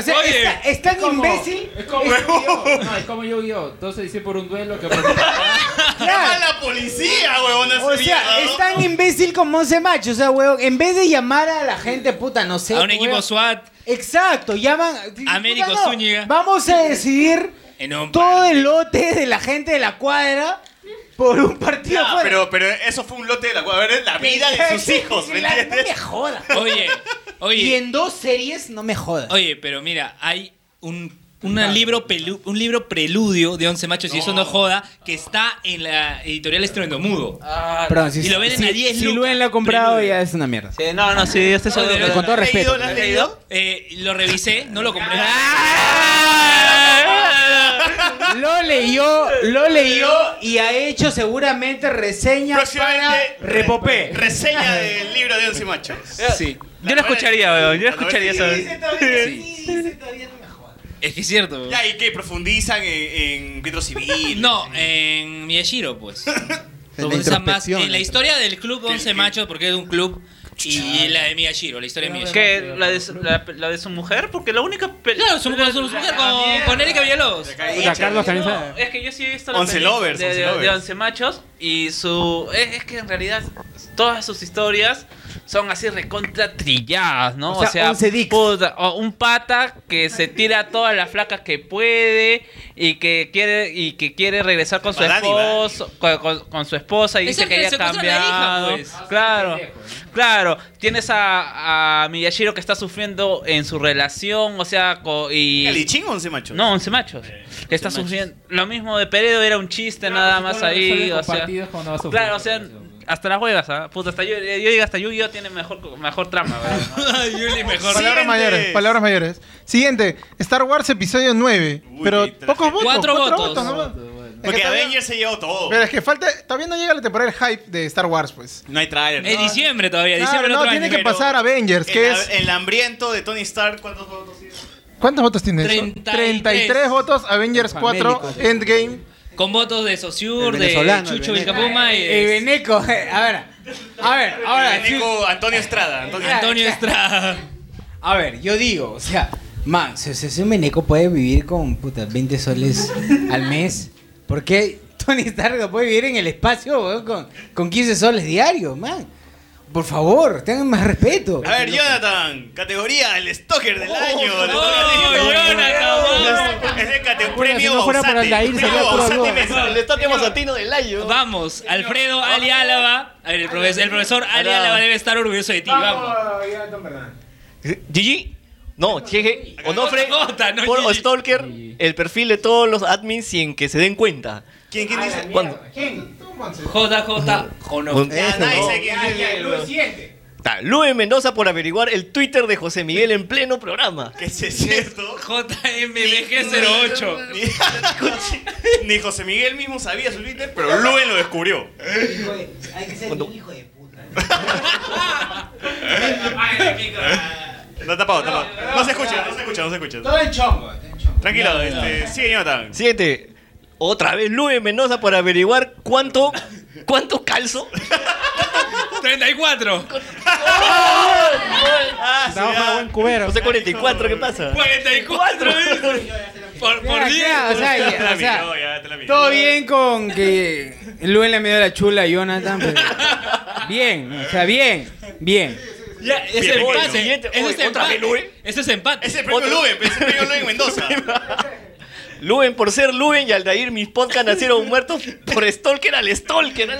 Speaker 2: o sea,
Speaker 7: Oye,
Speaker 2: está- es tan imbécil.
Speaker 7: Es como Yu-Gi-Oh! No, es como Yu-Gi-Oh! Entonces dice por un duelo que
Speaker 8: Llama a la policía, huevón. ese
Speaker 2: O sea,
Speaker 8: mierda, ¿no?
Speaker 2: es tan imbécil como 11 machos. O sea, huevón, en vez de llamar a la gente, puta, no sé.
Speaker 5: A un
Speaker 2: huevón.
Speaker 5: equipo SWAT.
Speaker 2: Exacto, llaman.
Speaker 5: Américo
Speaker 2: Puta, no.
Speaker 5: Zúñiga. Eh,
Speaker 2: Vamos a decidir
Speaker 5: En un
Speaker 2: todo el lote de la gente de la cuadra por un partido.
Speaker 8: Ya,
Speaker 2: fuera.
Speaker 8: pero, pero eso fue un lote de la cuadra. A ver, la vida de sus hijos, ¿me
Speaker 2: La- no
Speaker 8: entiendes?
Speaker 2: me jodas.
Speaker 5: Oye, oye.
Speaker 2: Y en dos series, no me jodas.
Speaker 5: Oye, pero mira, hay un, una libro pelu- un libro preludio de 11 machos, y eso no joda, que está en la editorial Estruendo Mudo.
Speaker 2: Perdón, si,
Speaker 5: Ah, y lo venden
Speaker 2: si-
Speaker 5: a 10
Speaker 2: si
Speaker 5: lucas.
Speaker 2: Luen lo ha comprado, ya es una mierda.
Speaker 10: no, no, Ah, sí, este es
Speaker 2: Con todo respeto.
Speaker 5: ¿Lo has
Speaker 2: leído?
Speaker 5: Eh, lo revisé, no lo compré.
Speaker 10: Ah,
Speaker 2: Lo leyó, lo leyó y ha hecho seguramente reseñas para Repopé.
Speaker 8: Reseña del libro de 11 Machos.
Speaker 5: Ah,
Speaker 10: Sí. Yo lo escucharía, weón. Yo escucharía eso.
Speaker 5: Es que es cierto. weón.
Speaker 8: Ya, ¿y qué? ¿Profundizan en, en Petro Civil?
Speaker 5: No, en Miyashiro, pues. Profundiza más
Speaker 8: introspección.
Speaker 5: en la historia del club 11 machos, porque es un club, y la de Miyashiro, la historia de Miyashiro.
Speaker 10: Que la de, su- la, la de su mujer, porque la única película.
Speaker 5: Claro, su mujer, su mujer con, con Erika Villalobos.
Speaker 10: La Carlos también sabe. Es que yo sí he visto la
Speaker 5: Once
Speaker 10: peli
Speaker 5: lovers,
Speaker 10: de,
Speaker 5: once
Speaker 10: de- de
Speaker 5: lovers.
Speaker 10: once machos y su es, es que en realidad todas sus historias son así recontra trilladas, ¿no?
Speaker 2: O sea, once
Speaker 10: puta, o un pata que se tira a todas las flacas que puede y que quiere y que quiere regresar con su
Speaker 5: Barani, Barani.
Speaker 10: esposo, con, con- con su esposa y
Speaker 5: Es
Speaker 10: dice
Speaker 5: el
Speaker 10: que
Speaker 5: que
Speaker 10: ella ha
Speaker 5: secuestra a la hija,
Speaker 10: cambiado.
Speaker 5: pues.
Speaker 10: Claro. Claro, tienes a, a Miyashiro que está sufriendo en su relación, o sea, co- y...
Speaker 8: ¿Calichín o once machos?
Speaker 10: No, once machos. Que está
Speaker 8: machos.
Speaker 10: sufriendo... Lo mismo de Peredo era un chiste nada más
Speaker 7: solo
Speaker 10: ahí,
Speaker 7: resuelve
Speaker 10: o
Speaker 7: con
Speaker 10: sea...
Speaker 7: partidos cuando va a sufrir.
Speaker 10: Claro, o sea, hasta las huevas, ¿ah? Puta, hasta yo, yo digo, hasta Yu-Gi-Oh tiene mejor, mejor trama, ¿verdad?
Speaker 5: Yuli mejor.
Speaker 6: Palabras mayores, palabras mayores. Siguiente, Star Wars episodio 9. pero pocos votos.
Speaker 8: Cuatro votos.
Speaker 6: nomás.
Speaker 8: Porque
Speaker 6: Es que
Speaker 8: Avengers se llevó todo.
Speaker 6: Pero es que falta, todavía no llega la temporada del hype de Star Wars, pues.
Speaker 8: No hay trailer.
Speaker 5: Es diciembre todavía,
Speaker 6: Claro,
Speaker 5: diciembre del
Speaker 6: no,
Speaker 5: otro
Speaker 6: tiene
Speaker 5: año.
Speaker 6: que pasar Avengers, que
Speaker 8: el,
Speaker 6: es...
Speaker 8: el hambriento de Tony Stark, ¿cuántos votos tiene?
Speaker 6: ¿Cuántos votos tiene eso?
Speaker 5: 33.
Speaker 6: 33 votos, Avengers 4,
Speaker 5: Famélico.
Speaker 6: Endgame.
Speaker 5: Con votos de Sociur,
Speaker 6: El
Speaker 5: de
Speaker 6: venezolano, el
Speaker 5: Chucho
Speaker 6: veneco.
Speaker 5: Vilcapuma y
Speaker 2: Eh,
Speaker 5: de
Speaker 2: Beneco, eh, a ver, a ver, ahora. sí-
Speaker 8: Antonio Estrada. Antonio,
Speaker 5: Antonio Estrada.
Speaker 2: A ver, yo digo, o sea, man, si, si- si un Beneco puede vivir con puta, 20 soles al mes, ¿por qué Tony Stark no puede vivir en el espacio weón, con, con 15 soles diarios, man? Por favor, tengan más respeto.
Speaker 8: A ver, Jonathan, categoría el Stalker
Speaker 6: Oh,
Speaker 8: del año. La
Speaker 5: categoría
Speaker 8: del año.
Speaker 5: oh, Jonathan,
Speaker 8: Es el cate-
Speaker 5: si
Speaker 8: premio
Speaker 5: no fuera por
Speaker 8: Bausati.
Speaker 5: Aldair,
Speaker 8: Premio
Speaker 5: sería puro
Speaker 8: Bausati
Speaker 5: gol.
Speaker 8: Mesa. El Stalker Bausatino del año.
Speaker 5: Vamos, Alfredo Ali Álava. A ver, el profesor, el profesor Ali Álava debe estar orgulloso de ti. Vamos.
Speaker 16: Gigi, no, Gigi, Onofre,
Speaker 5: Jota, no
Speaker 16: por
Speaker 5: Gigi.
Speaker 16: Stalker, el perfil de todos los admins sin que se den cuenta. Ah,
Speaker 8: ¿Quién, quién dice?
Speaker 16: ¿Cuándo?
Speaker 6: ¿Quién?
Speaker 5: JJ Onofre.
Speaker 16: Ese no. Ta, Lue Mendoza por averiguar el Twitter de José Miguel en pleno programa.
Speaker 8: ¿Qué es cierto?
Speaker 5: JMBG08.
Speaker 8: Ni, ni José Miguel mismo sabía su Twitter, pero Luen lo descubrió.
Speaker 2: Hay que ser hijo de
Speaker 8: No, tapado, tapado. No se escucha, no se escucha, no se escucha.
Speaker 2: Todo el chongo.
Speaker 8: Tranquilo,
Speaker 16: Ya, ya.
Speaker 8: este, sigue Jonathan.
Speaker 16: Siguiente. Otra vez Lue Mendoza por averiguar cuánto, cuánto calzo.
Speaker 5: 34.
Speaker 16: ¡Ah!
Speaker 8: Ah, sí, ya.
Speaker 11: Cubero.
Speaker 16: 44, ¿qué pasa?
Speaker 5: 44 Por, por
Speaker 2: Ya,
Speaker 5: 10.
Speaker 2: ya, o sea, ya, o sea, Todo bien con que Luen le medio la chula a Jonathan. pero- Bien, o sea, bien, bien.
Speaker 5: Ya, es
Speaker 2: Bien,
Speaker 5: empate.
Speaker 2: bueno. Siguiente,
Speaker 5: Ese
Speaker 2: oye,
Speaker 5: es
Speaker 2: ¿otra
Speaker 5: empate.
Speaker 2: vez Luen?
Speaker 5: Ese es empate.
Speaker 16: Ese es el premio Luen, ese es el premio Luen Mendoza. Luben por ser Luben y Aldair, mis podcasts nacieron muertos por Stalker al Stalker.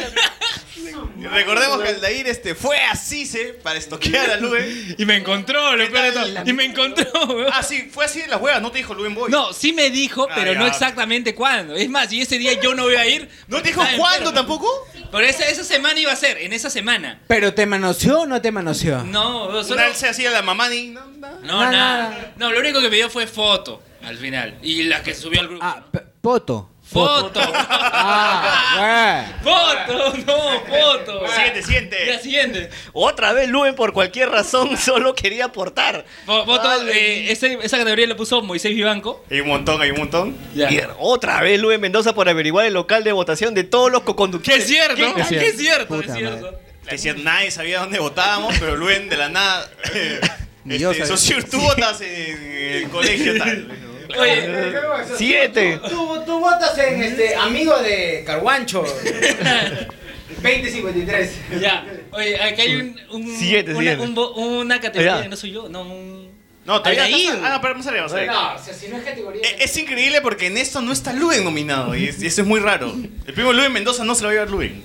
Speaker 8: Recordemos que Aldair este, fue a Cise para estoquear a Luen.
Speaker 5: Y me encontró, lo peor de todo. Y me encontró, weón.
Speaker 8: Ah, sí, fue así en las huevas, no te dijo Luen Boy.
Speaker 5: No, sí me dijo,
Speaker 8: Ah,
Speaker 5: pero no
Speaker 8: ya.
Speaker 5: exactamente cuándo. Es más, y ese día yo no voy a ir.
Speaker 8: ¿No te dijo cuándo tampoco?
Speaker 5: Por esa, esa semana iba a ser, en esa semana.
Speaker 2: ¿Pero te manoseó o no te manoseó?
Speaker 5: No, solo.
Speaker 8: Él se hacía la mamá ni. No,
Speaker 5: No,
Speaker 2: Nada,
Speaker 5: nada. No, lo único que pidió fue foto al final. Y la que subió al grupo.
Speaker 16: Ah.
Speaker 2: Poto.
Speaker 5: foto.
Speaker 2: Ah,
Speaker 5: Foto, no, foto.
Speaker 16: Siguiente,
Speaker 5: siguiente. La siguiente.
Speaker 16: Otra vez Luben por cualquier razón solo quería aportar.
Speaker 5: Fo- Foto, eh, ese- esa categoría la puso Moisés Vivanco.
Speaker 8: Hay un montón, hay un montón.
Speaker 16: Y otra vez Luben Mendoza por averiguar el local de votación de todos los coconductores.
Speaker 5: Es cierto, es cierto, es cierto.
Speaker 8: Que si nadie sabía dónde votábamos, pero Luen de la nada.
Speaker 2: Ni yo
Speaker 8: este,
Speaker 2: sabía.
Speaker 8: socio, tú votas
Speaker 12: Eh, este
Speaker 8: en el eh, colegio tal.
Speaker 5: Oye,
Speaker 16: Siete.
Speaker 2: Tú, tú votas en este amigo de Carguancho. 2053.
Speaker 5: Ya. Oye, aquí hay un, un-
Speaker 16: Siguiente,
Speaker 5: una,
Speaker 16: siguiente.
Speaker 5: un bo- una categoría
Speaker 16: Ya.
Speaker 5: que no soy yo, no un...
Speaker 8: No, todavía
Speaker 5: Ahí,
Speaker 8: estás-
Speaker 5: ahí.
Speaker 8: Ah, no, pero vamos a ver, vamos a ver.
Speaker 2: No, o sea, si no es categoría.
Speaker 8: E- Es increíble porque en esto no está Luen nominado y, es- y eso es muy raro. El primo Luen Mendoza no se lo va a llevar Luen.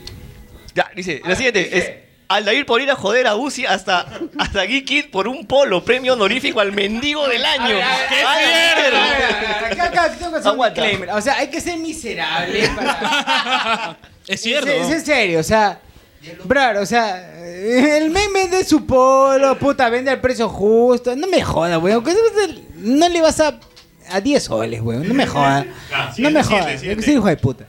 Speaker 16: Ya, dice,
Speaker 8: Ah,
Speaker 16: la siguiente es Aldair por ir a joder a Uzi hasta, hasta Geek Kid por un polo, premio honorífico al mendigo del año.
Speaker 2: ¡Qué
Speaker 16: ¡A la mierda!
Speaker 2: Acá, acá tengo que hacer un
Speaker 16: Aguanta.
Speaker 2: disclaimer. O sea, hay que ser miserable para-
Speaker 5: Es
Speaker 2: Es, es en serio, o sea. Bro, o sea, el men vende su polo, puta, vende al precio justo. No me jodas, weón. aunque sea- No le vas a. A 10 soles, weón. No me jodas. No me jodas. Yo que soy hijo de puta.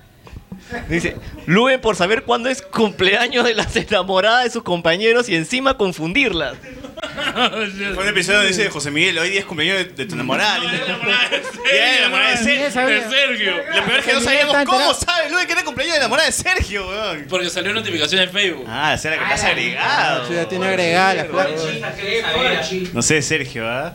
Speaker 16: Dice, Luben por saber cuándo es cumpleaños de las enamoradas de sus compañeros y encima confundirlas.
Speaker 8: Fue un episodio donde dice José Miguel, hoy día es cumpleaños de, de tu enamorada. Día de enamorada de
Speaker 5: Sí, sabía.
Speaker 8: Sergio. Lo peor es que no
Speaker 5: José Miguel
Speaker 8: sabíamos
Speaker 5: está
Speaker 8: cómo
Speaker 5: enterado.
Speaker 8: sabe Luen que era cumpleaños de enamorada de Sergio, weón.
Speaker 5: Porque salió notificación en Facebook.
Speaker 8: Ah, será que estás agregado.
Speaker 11: Ya tiene agregada la flaca.
Speaker 8: No sé, Sergio, ¿ah?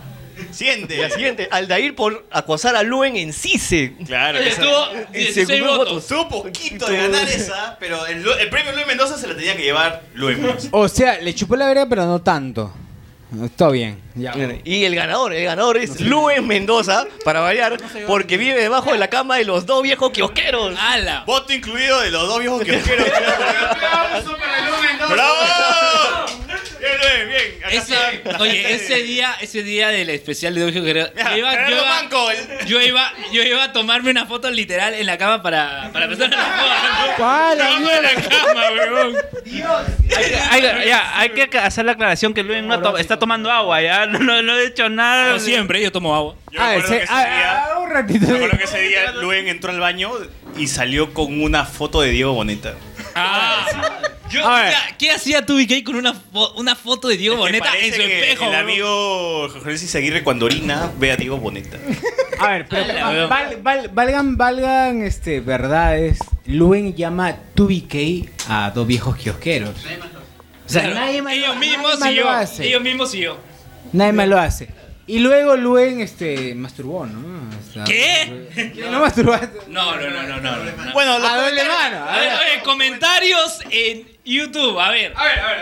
Speaker 8: Siguiente.
Speaker 16: La siguiente, Aldair por acosar a Luen en Cise.
Speaker 8: Claro.
Speaker 16: que
Speaker 8: Estuvo
Speaker 16: esa-
Speaker 8: 16
Speaker 16: según
Speaker 8: votos.
Speaker 16: votos.
Speaker 8: Estuvo poquito de ganar esa, pero el, Lu- el premio Luis Mendoza se la tenía que llevar Luis Mendoza.
Speaker 2: O sea, le chupó la verga, pero no tanto. Está bien. Ya.
Speaker 16: Y el ganador, el ganador es Luis Mendoza, para variar, porque vive debajo de la cama de los dos viejos kiosqueros.
Speaker 5: ¡Hala!
Speaker 8: Voto incluido de los dos viejos kiosqueros. ¡Bravo! Bien, Luis, bien. Acá
Speaker 5: Ese-
Speaker 8: está la
Speaker 5: oye,
Speaker 8: gente
Speaker 5: ese día, ese día del especial de Dojo Guerrero,
Speaker 8: Mira,
Speaker 5: yo iba, yo,
Speaker 8: Gerardo
Speaker 5: iba,
Speaker 8: Manco,
Speaker 5: yo, iba, yo iba a tomarme una foto literal en la cama para, para empezar la foto.
Speaker 2: ¡Cuál,
Speaker 5: Yo iba en la cama, weón.
Speaker 10: Hay, que- ya, hay que hacer la aclaración que Luis no to- está tomando agua, ya. No, no, no he hecho nada.
Speaker 5: Como siempre, yo tomo agua.
Speaker 8: Yo me acuerdo que ese día,
Speaker 2: un ratito.
Speaker 8: me acuerdo que ese día Luen entró al baño y salió con una foto de Diego Boneta.
Speaker 2: Ah.
Speaker 5: Yo, o sea, ¿Qué hacía tu BK con una, fo- una foto de Diego Boneta
Speaker 8: Parece
Speaker 5: en su
Speaker 8: que
Speaker 5: espejo?
Speaker 8: El
Speaker 5: weón?
Speaker 8: amigo Jorge Luis Aguirre cuando orina ve a Diego Boneta.
Speaker 2: A ver, pero
Speaker 5: Ala, weón.
Speaker 2: val- val- valgan, valgan este, verdades. Luen llama a 2BK a dos viejos kiosqueros. O sea,
Speaker 5: Claro,
Speaker 2: nadie más,
Speaker 5: ellos
Speaker 2: nadie
Speaker 5: mismos
Speaker 2: más
Speaker 5: y
Speaker 2: lo
Speaker 5: yo.
Speaker 2: hace.
Speaker 5: Ellos mismos y yo.
Speaker 2: Nadie más lo hace. Y luego Luen este, masturbó, ¿no? O sea,
Speaker 5: ¿Qué?
Speaker 2: No masturbaste.
Speaker 5: No, no, no, no, no. no.
Speaker 8: Bueno,
Speaker 2: A doble mano.
Speaker 5: A ver, oye, comentarios en YouTube. A ver. A ver, a ver,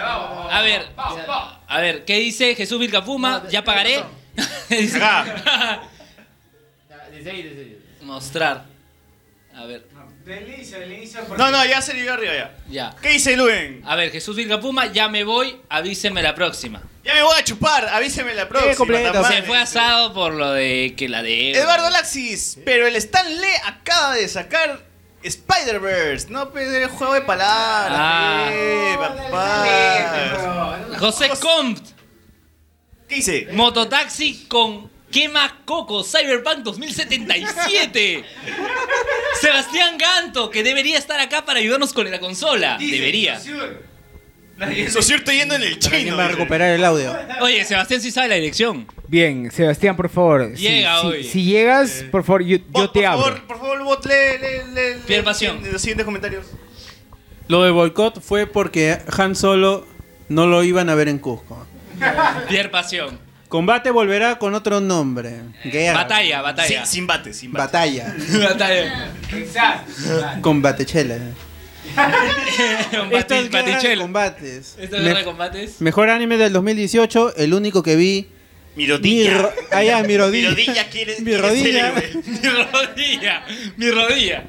Speaker 5: A ver, a ver, ¿qué dice Jesús Vilcafuma? ya pagaré. Dice- Mostrar. A ver,
Speaker 15: Del inicio, del inicio.
Speaker 8: No, no, ya se le dio arriba ya.
Speaker 5: ya.
Speaker 8: ¿Qué dice Luen?
Speaker 5: A ver, Jesús Vilcafuma, ya me voy, avíseme la próxima.
Speaker 8: Ya me voy a chupar, avíseme la próxima.
Speaker 2: completo.
Speaker 8: tan
Speaker 5: Se
Speaker 8: mal.
Speaker 5: fue asado por lo de que la de...
Speaker 8: Eduardo Laxis, pero el Stan Lee acaba de sacar Spider-Verse. No, pues el juego de palabras.
Speaker 5: Ah.
Speaker 8: eh, papá.
Speaker 5: José Compt.
Speaker 8: ¿Qué hice?
Speaker 5: Mototaxi con quema coco Cyberpunk 2077. Sebastián Ganto, que debería estar acá para ayudarnos con la consola. Debería.
Speaker 8: Eso sí, estoy yendo en el chino.
Speaker 11: Va a recuperar el audio.
Speaker 5: Oye, Sebastián sí sabe la dirección.
Speaker 2: Bien, Sebastián, por favor. si-
Speaker 5: Llega
Speaker 2: si,
Speaker 5: hoy.
Speaker 2: si llegas, por favor, yo, yo te
Speaker 8: Por
Speaker 2: abro.
Speaker 8: favor, por favor, bot, lee, lee, lee, lee
Speaker 5: Pierre Pasión.
Speaker 8: los siguientes comentarios.
Speaker 11: Lo de boicot fue porque Han Solo no lo iban a ver en Cusco.
Speaker 5: Pierre Pasión.
Speaker 11: Combate volverá con otro nombre. Guerra.
Speaker 5: Batalla, batalla.
Speaker 11: Sin-
Speaker 5: bate, sin
Speaker 11: Batalla.
Speaker 5: batalla.
Speaker 11: Combate chela.
Speaker 5: Esto es
Speaker 11: guerra de combates.
Speaker 5: Esto es guerra
Speaker 11: Me-
Speaker 5: de combates.
Speaker 11: Mejor anime del 2018, el único que vi.
Speaker 8: Mi
Speaker 11: rodilla. ah, ya, mi rodilla.
Speaker 8: Mi rodilla quiere-
Speaker 11: Mi rodilla.
Speaker 5: Mi rodilla. Mi rodilla.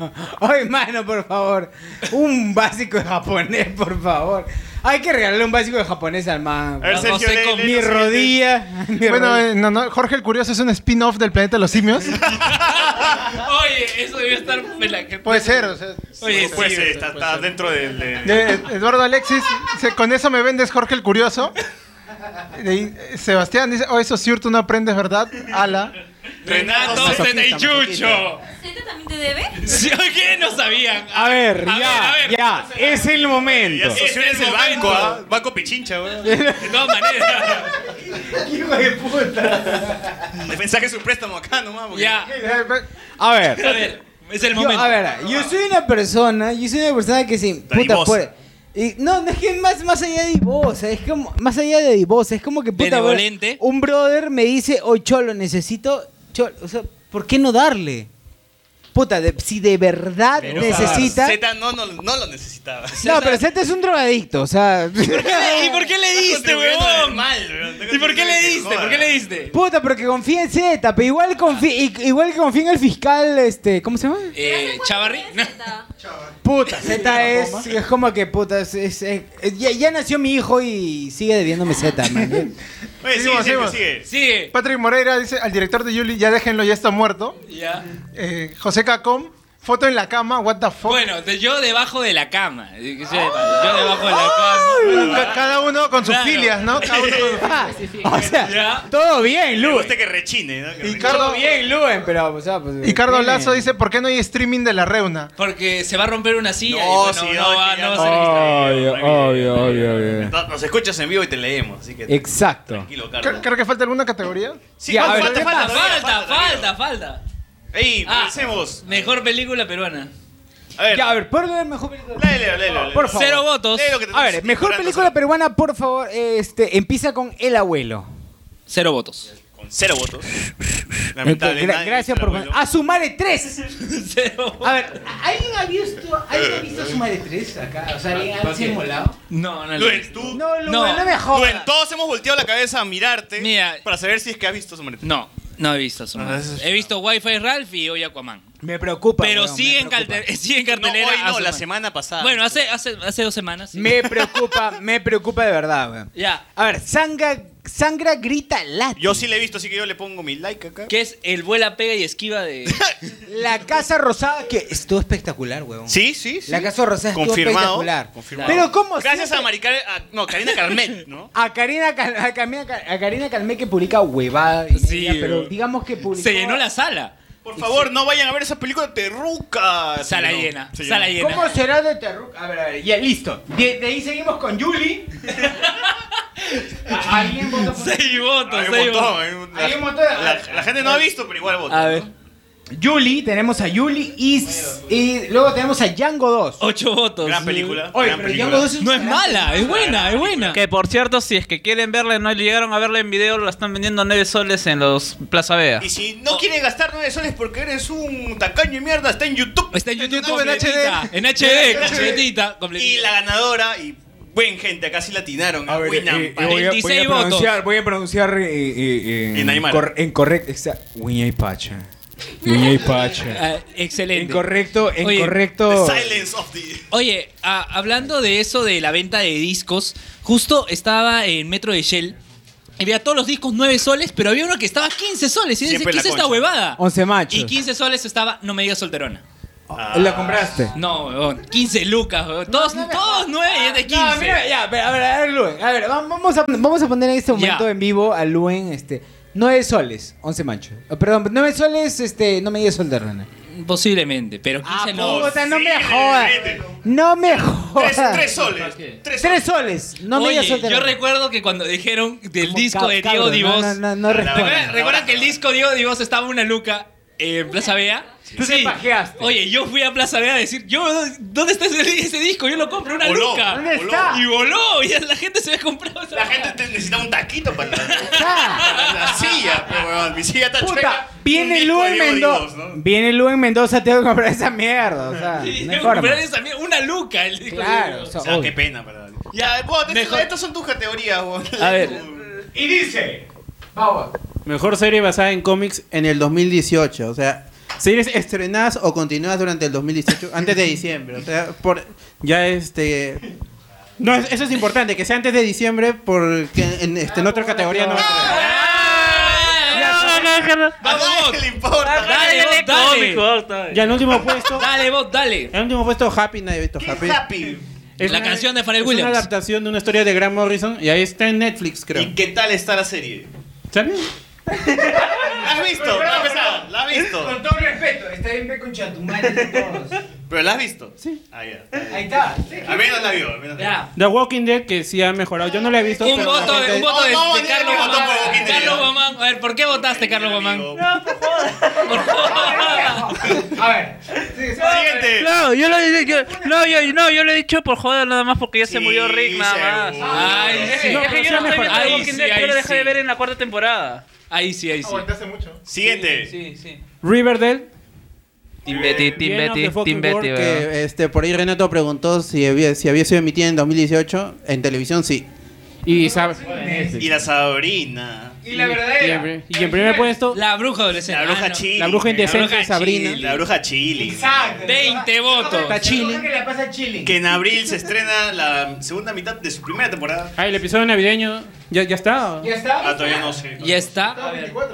Speaker 2: Ay, mano, por favor. Un básico de japonés, por favor. Hay que regalarle un básico de japonés al man.
Speaker 6: ver, Sergio, lee- lee
Speaker 2: mi
Speaker 6: lo siguiente.
Speaker 2: rodilla. mi
Speaker 6: Bueno,
Speaker 2: rodilla.
Speaker 6: eh, no, no, Jorge el Curioso es un spin-off del planeta de los simios.
Speaker 5: Oye, eso debió estar. en la que-
Speaker 6: Puede ser, o sea,
Speaker 5: Oye,
Speaker 8: Pues
Speaker 5: sí,
Speaker 8: eh, está, está dentro
Speaker 2: pues,
Speaker 8: del. de-
Speaker 6: De Eduardo Alexis, se- con eso me vendes Jorge el Curioso. De ahí, eh, Sebastián dice, oh, eso es cierto, no aprendes, ¿verdad? Ala.
Speaker 5: Renato
Speaker 8: este
Speaker 5: Zetaichucho.
Speaker 4: ¿Z también te debe?
Speaker 5: ¿Sí, ¿Qué no sabían?
Speaker 2: A ver, ya, ya, es el
Speaker 8: Ya
Speaker 2: momento.
Speaker 5: Este
Speaker 8: asociación es el banco, ¿ah? Banco Pichincha, weón.
Speaker 2: pues,
Speaker 5: De todas maneras.
Speaker 8: Hijo de puta. Pensá que es un préstamo acá nomás. porque-
Speaker 5: Ya.
Speaker 2: A ver.
Speaker 5: A ver, es el
Speaker 2: Yo-
Speaker 5: momento.
Speaker 2: a ver, yo soy una persona, yo soy una persona que se puta
Speaker 5: Dadivosa.
Speaker 2: puede- y- no, no es que más, más allá de divosa, es como más allá de divosa, es como que puta bro-
Speaker 5: Benevolente.
Speaker 2: un brother me dice, "Oh, cholo, necesito, cholo", o sea, ¿por qué no darle? Puta, de- si de verdad
Speaker 8: Pero ah,
Speaker 2: necesita.
Speaker 8: Z no, no, no lo necesitaba.
Speaker 2: No, pero Z es un drogadicto, o sea,
Speaker 8: ¿ah?
Speaker 5: ¿Y por qué le diste, weón? ¿Y por qué le diste? ¿Por qué le diste?
Speaker 2: puta, porque confía en Z, pero igual confía igual que confía en el fiscal este, ¿cómo se llama?
Speaker 5: Eh, Chavarri.
Speaker 2: Puta, Z es, es como que puta, es, es- es- es- ya, ya nació mi hijo y sigue debiéndome Z, man. ¿eh?
Speaker 8: Oye,
Speaker 6: Seguimos,
Speaker 8: sigue,
Speaker 6: seguimos.
Speaker 8: sigue,
Speaker 6: Patrick Moreira dice al director de Yuli, ya déjenlo, ya está muerto.
Speaker 5: Ya.
Speaker 6: Eh, José Cacom, foto en la cama, what the fuck.
Speaker 5: Bueno, de- yo debajo de la cama. Que sepa, Yo debajo de la cama.
Speaker 6: Ca- Cada uno con sus
Speaker 5: Claro.
Speaker 6: filias, ¿no? Cada uno con-
Speaker 2: Ah, O sea, todo bien, Lu.
Speaker 8: Usted que rechine, ¿no? Que
Speaker 2: Todo bien, Luen, pero, o sea, pues,
Speaker 6: Ricardo
Speaker 2: bien.
Speaker 6: Lazo dice, ¿por qué no hay streaming de la reuna?
Speaker 5: Porque se va a romper una
Speaker 8: No,
Speaker 5: silla. y, bueno,
Speaker 8: sí,
Speaker 5: no, ah,
Speaker 8: no,
Speaker 5: va,
Speaker 8: que ya
Speaker 5: no va a
Speaker 8: no.
Speaker 5: ser
Speaker 11: Obvio,
Speaker 5: extraño.
Speaker 11: obvio, obvio, obvio.
Speaker 8: No- Nos escuchas en vivo y te leemos, así que.
Speaker 2: Exacto.
Speaker 8: Tranquilo,
Speaker 6: Creo,
Speaker 8: Carlos.
Speaker 6: creo que falta alguna categoría.
Speaker 8: Sí,
Speaker 2: Ya,
Speaker 8: falta,
Speaker 2: a ver,
Speaker 8: falta,
Speaker 2: ¿qué
Speaker 8: falta,
Speaker 2: pasa?
Speaker 8: todavía,
Speaker 5: Falta, falta, falta.
Speaker 8: Ey,
Speaker 5: Ah,
Speaker 8: pensemos.
Speaker 5: Mejor película peruana.
Speaker 8: A ver.
Speaker 2: Ya, a ver, ponle mejor película.
Speaker 8: Léelo, léelo, léelo.
Speaker 2: Por favor.
Speaker 5: Cero votos.
Speaker 2: A ver, mejor película peruana, por favor, este, empieza con El Abuelo.
Speaker 5: Cero votos.
Speaker 8: Con cero votos.
Speaker 2: Este, Gra-
Speaker 8: Lamentable.
Speaker 2: gracias por... A su madre 3. A ver, ¿alguien ha visto, ¿alguien ha visto a su madre 3 acá? O sea, ¿alguien ha simulado?
Speaker 5: No, no.
Speaker 8: Luen, tú.
Speaker 2: No, Lu, no, me jodas.
Speaker 8: Luen, todos hemos volteado la cabeza a mirarte para saber si es que has visto su manera.
Speaker 5: No, no he visto eso. He visto Wi-Fi Ralph y hoy Aquaman.
Speaker 2: Me preocupa.
Speaker 5: Pero
Speaker 2: weón, me
Speaker 5: sigue, en
Speaker 2: preocupa.
Speaker 5: calte- sigue en cartelera.
Speaker 8: hoy no,
Speaker 5: a su
Speaker 8: la
Speaker 5: madre.
Speaker 8: semana pasada.
Speaker 5: Bueno, hace, hace, hace dos semanas. sí.
Speaker 2: Me preocupa, me preocupa de verdad, weón.
Speaker 5: Ya.
Speaker 2: A ver, Sangra, Sangra grita late.
Speaker 8: Yo sí le he visto, así que yo le pongo mi like acá.
Speaker 5: Que es el vuela, pega y esquiva de.
Speaker 2: La Casa Rosada que estuvo espectacular, weón.
Speaker 8: Sí, sí, sí.
Speaker 2: La Casa Rosada estuvo
Speaker 8: Confirmado.
Speaker 2: espectacular.
Speaker 8: Confirmado.
Speaker 2: Pero cómo
Speaker 8: Gracias
Speaker 2: siempre-
Speaker 8: a Maricar... a- no, Karina Carmet, ¿no?
Speaker 2: a Karina, Cal- a, Karina, Cal- a Karina Calmé que publica huevada. y
Speaker 5: Sí,
Speaker 2: media, pero
Speaker 5: weón.
Speaker 2: digamos que publicó.
Speaker 5: Se llenó la sala.
Speaker 8: Por favor, no vayan a ver esa película terruca.
Speaker 5: Sala llena, sala llena.
Speaker 2: ¿Cómo será de Terruc? A ver, a ver, ya listo. De, de ahí seguimos con Yuli. A- ¿Alguien votó por-
Speaker 5: Seis votos,
Speaker 8: Hay un
Speaker 5: seis
Speaker 8: montón,
Speaker 5: votos.
Speaker 8: hay un-
Speaker 2: Hay un
Speaker 8: la,
Speaker 2: montón de-
Speaker 8: la- la gente no ha visto, pero igual vota.
Speaker 5: A ver.
Speaker 2: Yuli, tenemos a Yuli y, y luego tenemos a Django 2.
Speaker 5: Ocho votos.
Speaker 8: Gran película.
Speaker 2: Oye,
Speaker 8: gran
Speaker 2: pero
Speaker 8: película.
Speaker 2: Django 2 es
Speaker 5: No es mala, es buena, es buena.
Speaker 10: Que por cierto, si es que quieren verla y no llegaron a verla en video, la están vendiendo a 9 soles en los Plaza Vea.
Speaker 8: Y si no quieren gastar 9 soles porque eres un tacaño y mierda, está en YouTube.
Speaker 5: Está en YouTube,
Speaker 8: en
Speaker 5: completita.
Speaker 8: HD.
Speaker 5: En HD, completita.
Speaker 8: Y
Speaker 5: completita.
Speaker 8: la ganadora, y buen gente, acá sí latinaron. A
Speaker 15: A ver, eh, eh, voy, a, voy a
Speaker 5: 46
Speaker 15: pronunciar, voy a pronunciar eh, eh, eh,
Speaker 8: En Aymara.
Speaker 15: cor- en correcto. exa- Uña y pacha. Uña y pacha.
Speaker 5: Ah, excelente.
Speaker 15: Incorrecto,
Speaker 5: Oye,
Speaker 15: incorrecto.
Speaker 8: Silence of the.
Speaker 5: Oye, ah, hablando de eso de la venta de discos, justo estaba en Metro de Shell y veía todos los discos 9 soles, pero había uno que estaba 15 soles. Y yo decía,
Speaker 8: Siempre
Speaker 5: ¿qué
Speaker 8: la
Speaker 5: es esta
Speaker 8: concha.
Speaker 5: huevada?
Speaker 2: 11 machos. Ah.
Speaker 5: Y 15 soles estaba No Me Digas Solterona.
Speaker 15: ¿La compraste?
Speaker 5: No, weón. 15 lucas, weón.
Speaker 8: Ah.
Speaker 5: Todos, todos 9 y es de 15.
Speaker 2: No, mira, ya, pero, a ver, a ver, Luen. A ver, va- vamos a, vamos a poner en este momento
Speaker 5: Ya.
Speaker 2: en vivo a Luen, este. 9 soles, 11 manchos. Oh, perdón, 9 soles, este, no me digas sol de rana.
Speaker 5: Posiblemente, pero 15
Speaker 8: Ah,
Speaker 5: no.
Speaker 2: Puta, no me jodas. No me jodas.
Speaker 8: 3 soles. 3
Speaker 2: Tres soles, no me
Speaker 5: Oye,
Speaker 2: digas sol de
Speaker 5: yo
Speaker 2: rana.
Speaker 5: recuerdo que cuando dijeron del
Speaker 2: Como
Speaker 5: disco
Speaker 2: ca-
Speaker 5: de Diego
Speaker 2: cabro,
Speaker 5: Divos.
Speaker 2: No, no, no, no respondas.
Speaker 5: ¿Recuerdan que el disco Diego Divos estaba una luca en Plaza Vea?
Speaker 2: Tú te pajeaste.
Speaker 5: Oye, yo fui a Plaza Vea a decir, yo, ¿dónde está ese, ese disco? Yo lo compré una
Speaker 2: Voló,
Speaker 5: luca.
Speaker 2: ¿dónde está?
Speaker 5: Y voló, y la gente se había comprado esa La gente necesita un taquito para
Speaker 8: La silla, pero weón, mi silla está chueca.
Speaker 2: Viene Luen Mendoza. Viene Luen Mendoza, tengo que comprar esa mierda. O sea, no hay
Speaker 5: Tengo que
Speaker 2: forma.
Speaker 5: comprar esa mierda, una luca. El disco.
Speaker 2: Claro, o sea,
Speaker 8: O sea,
Speaker 2: obvio.
Speaker 8: qué pena, ¿verdad? Ya, weón,
Speaker 5: Mejor-
Speaker 8: estas son tus categorías, weón.
Speaker 11: A ver.
Speaker 8: Y dice. Vamos.
Speaker 11: Mejor serie basada en cómics en el 2018. O sea, series estrenadas o continuadas durante el 2018, antes de diciembre. O sea, por, ya este. No, es- eso es importante, que sea antes de diciembre, porque en, este, en otra categoría no.
Speaker 5: Vamos,
Speaker 8: ¿qué le importa?
Speaker 5: Dale, vos, dale.
Speaker 11: Ya en último puesto.
Speaker 5: Dale, vos, dale. En
Speaker 11: último puesto, Happy, nadie ha visto Happy.
Speaker 5: La canción de Pharrell
Speaker 11: es
Speaker 5: Williams.
Speaker 11: una adaptación de una historia de Grant Morrison y ahí está en Netflix, creo.
Speaker 8: ¿Y qué tal está la serie?
Speaker 11: ¿Está bien?
Speaker 8: ¿La has visto?
Speaker 15: Pero, pero,
Speaker 8: Para empezar,
Speaker 15: pero,
Speaker 8: ¿La has
Speaker 15: Con
Speaker 8: visto?
Speaker 15: todo respeto, está bien pe con chatumales y todos.
Speaker 8: ¿Pero la has visto? Sí. Ah, ya.
Speaker 15: Ahí está.
Speaker 8: Al menos la vio, al menos la
Speaker 11: The Walking Dead, que sí ha mejorado. Yo no la he visto.
Speaker 5: Un
Speaker 11: pero la
Speaker 5: voto, de-
Speaker 11: gente-
Speaker 5: un voto de,
Speaker 8: No, no,
Speaker 5: de
Speaker 8: ni
Speaker 5: Carlos
Speaker 8: que votó
Speaker 5: Guamán.
Speaker 8: por Boquín,
Speaker 5: Carlos
Speaker 8: ya.
Speaker 5: Guamán. A ver, ¿por qué votaste, Carlos Guamán?
Speaker 15: A ver.
Speaker 8: Siguiente.
Speaker 10: No, yo lo, he- yo- no, yo, no, yo lo he dicho por joder nada más porque ya se murió Rick nada más.
Speaker 5: Ay,
Speaker 10: Es
Speaker 5: sí.
Speaker 10: que- es que yo no estoy viendo
Speaker 5: Ahí
Speaker 10: The Walking
Speaker 5: sí,
Speaker 10: Dead, yo
Speaker 5: ahí
Speaker 10: lo dejé
Speaker 5: sí.
Speaker 10: de ver en la cuarta temporada.
Speaker 5: Ahí sí, ahí sí.
Speaker 10: Aguantaste mucho.
Speaker 8: Siguiente.
Speaker 10: Sí, sí.
Speaker 11: Riverdale.
Speaker 10: Team Betty, Team
Speaker 11: Bien,
Speaker 10: Betty,
Speaker 11: of the
Speaker 10: Team
Speaker 11: fucking
Speaker 10: Betty,
Speaker 11: world,
Speaker 10: weón.
Speaker 11: que, este, Por ahí Renato preguntó si había, si había sido emitida en 2018. En televisión, sí. Ah, Y sabes.
Speaker 8: Y la Sabrina.
Speaker 15: Y la verdadera.
Speaker 11: Y en primer puesto.
Speaker 5: La bruja adolescente.
Speaker 8: La bruja
Speaker 5: Ah, no.
Speaker 8: chili.
Speaker 11: La bruja indecente,
Speaker 8: La bruja
Speaker 11: Sabrina.
Speaker 8: chili, La bruja chili.
Speaker 15: Exacto.
Speaker 5: 20 votos.
Speaker 15: Está chilling. que la pasa chilling.
Speaker 8: Que en abril se estrena la segunda mitad de su primera temporada.
Speaker 11: Ah, el episodio navideño. ¿Ya, ya está?
Speaker 15: Ya está.
Speaker 8: Ah, todavía no sé.
Speaker 5: ¿Ya está?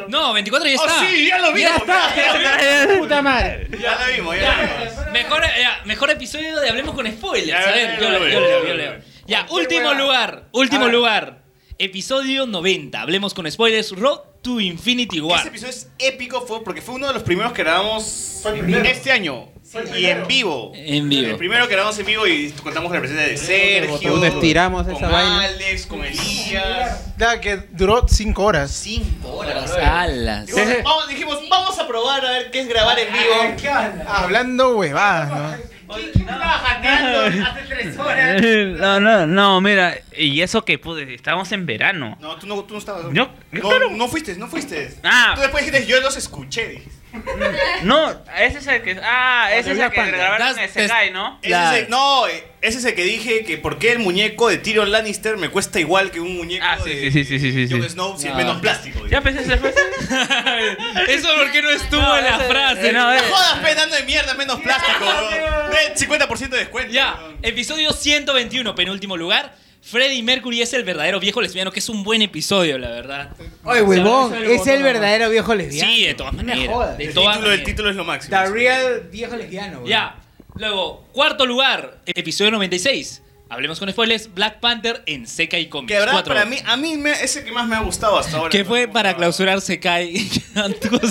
Speaker 5: No, 24 ya
Speaker 8: Oh,
Speaker 5: está.
Speaker 8: sí, ya lo vimos.
Speaker 5: Ya está.
Speaker 11: Puta madre.
Speaker 8: Ya la vimos, ya la vimos.
Speaker 5: Mejor, eh, ya, mejor episodio de Hablemos con Spoilers.
Speaker 8: Ya,
Speaker 5: A ver,
Speaker 8: ya
Speaker 5: yo
Speaker 8: lo
Speaker 5: leo,
Speaker 8: veo,
Speaker 5: yo
Speaker 8: ya
Speaker 5: leo,
Speaker 8: lo
Speaker 5: yo
Speaker 8: veo.
Speaker 5: leo. Ya, último lugar. Último lugar. Episodio 90. Hablemos con Spoilers. Road to Infinity
Speaker 8: Ese
Speaker 5: War.
Speaker 8: episodio es épico fue porque fue uno de los primeros que grabamos este año. Y en vivo.
Speaker 5: En vivo.
Speaker 8: El primero que grabamos en vivo y contamos con la presencia de Sergio.
Speaker 11: Nos estiramos esa
Speaker 8: con
Speaker 11: vaina.
Speaker 8: Alex, con Elías.
Speaker 6: Ya, que duró 5 horas.
Speaker 8: 5 horas.
Speaker 5: Alas.
Speaker 8: Dijimos, vamos, dijimos, vamos a probar a ver qué es grabar en vivo. Ah.
Speaker 15: ¿Qué onda?
Speaker 6: Hablando huevadas, ¿no?
Speaker 15: ¿Quién estaba hackeando hace tres horas?
Speaker 10: No, no, no, mira, y eso que pude, estábamos en verano.
Speaker 8: No, tú no, tú no estabas.
Speaker 10: Yo- yo
Speaker 8: no,
Speaker 10: claro.
Speaker 8: no fuiste, no fuiste.
Speaker 10: Ah.
Speaker 8: Tú después dijiste, yo los escuché. dijiste.
Speaker 10: No, ese es el que. Ah, ese es el que grabaron en Sekai, ¿no?
Speaker 8: Ese es el- no, eh, ese es el que dije que por qué el muñeco de Tyrion Lannister me cuesta igual que un muñeco de
Speaker 10: Ah, Sí, sí, sí, sí.
Speaker 8: Jon Snow si es
Speaker 10: No.
Speaker 8: menos plástico.
Speaker 10: Ya pensé ese fue.
Speaker 5: Eso porque no estuvo en la frase.
Speaker 8: No,
Speaker 10: eh.
Speaker 8: jodas, pedando de mierda, es menos plástico. bro. Ve, 50% de descuento.
Speaker 5: Ya, episodio 121, penúltimo lugar. Freddy Mercury es el verdadero viejo lesbiano, que es un buen episodio, la verdad.
Speaker 2: Oye, huevón, es el verdadero viejo lesbiano.
Speaker 5: Sí, de todas
Speaker 2: me
Speaker 5: maneras.
Speaker 2: jodas.
Speaker 5: De
Speaker 2: El
Speaker 8: título-
Speaker 5: todas
Speaker 8: el
Speaker 5: maneras.
Speaker 8: título es lo máximo.
Speaker 2: The real viejo lesbiano, güey.
Speaker 5: Ya. Luego, cuarto lugar, episodio 96. Hablemos con spoilers, Black Panther en Seca y Comics.
Speaker 8: Que verdad,
Speaker 5: Cuatro.
Speaker 8: para mí, a mí me, es el que más me ha gustado hasta ahora.
Speaker 5: Que fue para clausurar Sekai.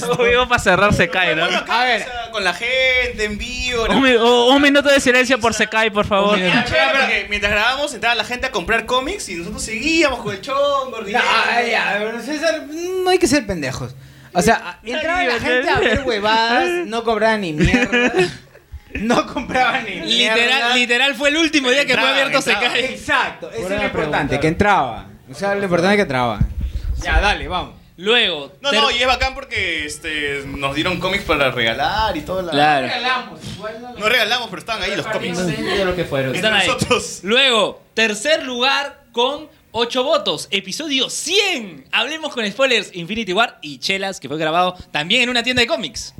Speaker 10: Obvio para cerrar Sekai, ¿no?
Speaker 8: A ver. Con la gente, en vivo.
Speaker 10: Un, mi- o- un minuto de silencio por Sekai, por favor.
Speaker 8: Ah, chévere, porque mientras grabábamos entraba la gente a comprar cómics y nosotros seguíamos con el chongo,
Speaker 2: No, ay, ya, pero César, no hay que ser pendejos. O sea, entraba la gente a ver huevadas, no cobraba ni mierda. No compraba ni mierda.
Speaker 5: literal, literal fue el último día que fue
Speaker 2: Entraba,
Speaker 5: abierto
Speaker 2: entraba.
Speaker 5: Sekai.
Speaker 2: Exacto, eso es lo importante, que entraba. O sea, lo importante es que entraba. Ya, dale, vamos.
Speaker 5: Luego.
Speaker 8: No, no, y es bacán porque este, nos dieron cómics para regalar y todo. La...
Speaker 5: Claro.
Speaker 8: No regalamos, pero estaban ahí los cómics.
Speaker 5: Están ahí.
Speaker 8: Nosotros.
Speaker 5: Luego, tercer lugar con 8 votos, episodio 100. Hablemos con spoilers, Infinity War y Chelas, que fue grabado también en una tienda de cómics.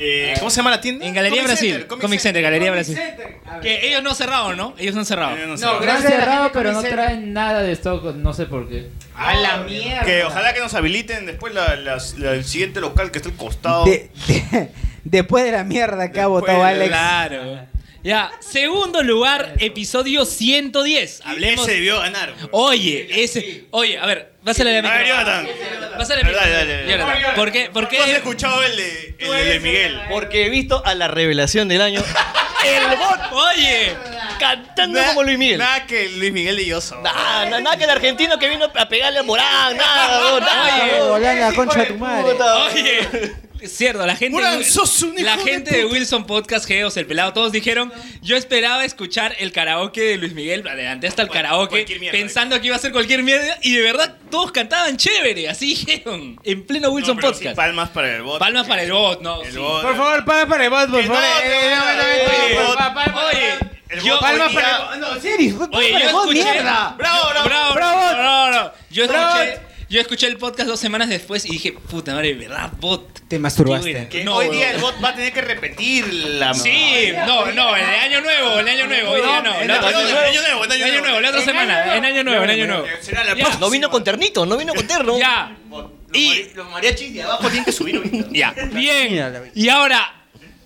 Speaker 8: Eh, ¿Cómo se llama la tienda?
Speaker 5: En Galería
Speaker 8: Comic
Speaker 5: Brasil.
Speaker 8: Center, Comic
Speaker 5: Comic Center, Galería
Speaker 8: Comic
Speaker 5: Brasil. Que ellos no cerraron, ¿no? Ellos no han cerrado.
Speaker 8: cerraron.
Speaker 7: Han
Speaker 8: gracias a la
Speaker 7: cerrado,
Speaker 8: gente
Speaker 7: pero
Speaker 8: que
Speaker 7: no
Speaker 8: dice-
Speaker 7: traen nada de stock, no sé por qué.
Speaker 8: A la mierda. Que ojalá que nos habiliten después la, la- la- el siguiente local que está al costado.
Speaker 2: De- de- después de la mierda que ha votado
Speaker 5: Pues,
Speaker 2: Alex.
Speaker 5: Claro. Ya, segundo lugar, episodio 110. Hablemos.
Speaker 8: Ese debió ganar. güey.
Speaker 5: Oye, ese. Oye, a ver, pásale la
Speaker 8: A ver,
Speaker 5: micro-
Speaker 8: Jonathan.
Speaker 5: Pásale la
Speaker 8: Dale,
Speaker 5: micro-
Speaker 8: dale, dale.
Speaker 5: Jonathan, ¿Por qué? ¿Por qué?
Speaker 8: ¿Tú has escuchado el de, el de Miguel?
Speaker 16: Porque he visto a la revelación del año.
Speaker 5: El bot. Oye,
Speaker 16: cantando como Luis Miguel.
Speaker 8: Nada que Luis Miguel y yo somos.
Speaker 16: Nada, nada, que el argentino
Speaker 5: Ah, eh.
Speaker 16: que vino a pegarle a Morán. Ah, Nada, bro, nada,
Speaker 2: Volando la concha de tu madre.
Speaker 16: bro.
Speaker 5: Oye, Es Cierto, la gente,
Speaker 15: Mulan, sos un hijo
Speaker 5: la
Speaker 15: de
Speaker 5: gente de
Speaker 15: puta.
Speaker 5: Wilson Podcast, Geos, el pelado, todos dijeron, yo esperaba escuchar el karaoke de Luis Miguel, adelante hasta el karaoke, pensando que iba a ser cualquier mierda, y de verdad todos cantaban chévere, así dijeron, en pleno Wilson Podcast. palmas para el bot. Palmas para el bot, no. sí.
Speaker 2: Por favor, palmas para el bot, por favor. Eh, no, no,
Speaker 5: Oye,
Speaker 2: no, no,
Speaker 5: Oye, yo-
Speaker 2: Palmas
Speaker 5: hoy
Speaker 2: para
Speaker 5: día-
Speaker 2: el bot. No, en serio, palmas
Speaker 5: Oye,
Speaker 2: para el
Speaker 5: yo
Speaker 2: bot,
Speaker 5: escuché.
Speaker 2: mierda.
Speaker 5: Bravo, bravo, bravo,
Speaker 2: bravo.
Speaker 5: bravo, bravo. Yo
Speaker 2: Bravo.
Speaker 5: escuché, yo escuché el podcast dos semanas después y dije, puta madre, ¿verdad, bot?
Speaker 2: Te masturbaste.
Speaker 5: Que
Speaker 8: hoy día el bot va a tener que repetir la.
Speaker 5: Sí, no, no, el de año nuevo, el de año nuevo, hoy día no.
Speaker 8: el
Speaker 5: la
Speaker 8: de
Speaker 5: otra
Speaker 8: año
Speaker 5: semana.
Speaker 8: nuevo, el de año
Speaker 5: El año
Speaker 8: nuevo.
Speaker 5: nuevo, la otra
Speaker 8: El año
Speaker 5: semana,
Speaker 8: nuevo.
Speaker 5: el año nuevo, el año nuevo.
Speaker 8: Será la
Speaker 5: Ya.
Speaker 8: próxima.
Speaker 5: No vino
Speaker 16: con ternito, no vino con terno.
Speaker 5: Ya. Y
Speaker 8: Los mariachis de abajo tienen que subir ahorita.
Speaker 5: ya, bien. Y ahora,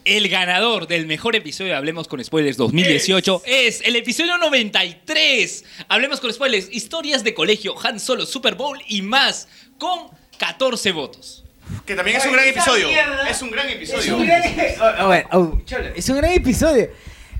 Speaker 5: el ganador del mejor episodio de Hablemos con Spoilers 2018 es, el episodio 93. Hablemos con Spoilers, historias de colegio, Han Solo, Super Bowl y más, con 14 votos.
Speaker 8: Que también es un gran episodio. Es un gran episodio.
Speaker 2: A ver, au, cholo, es un gran episodio.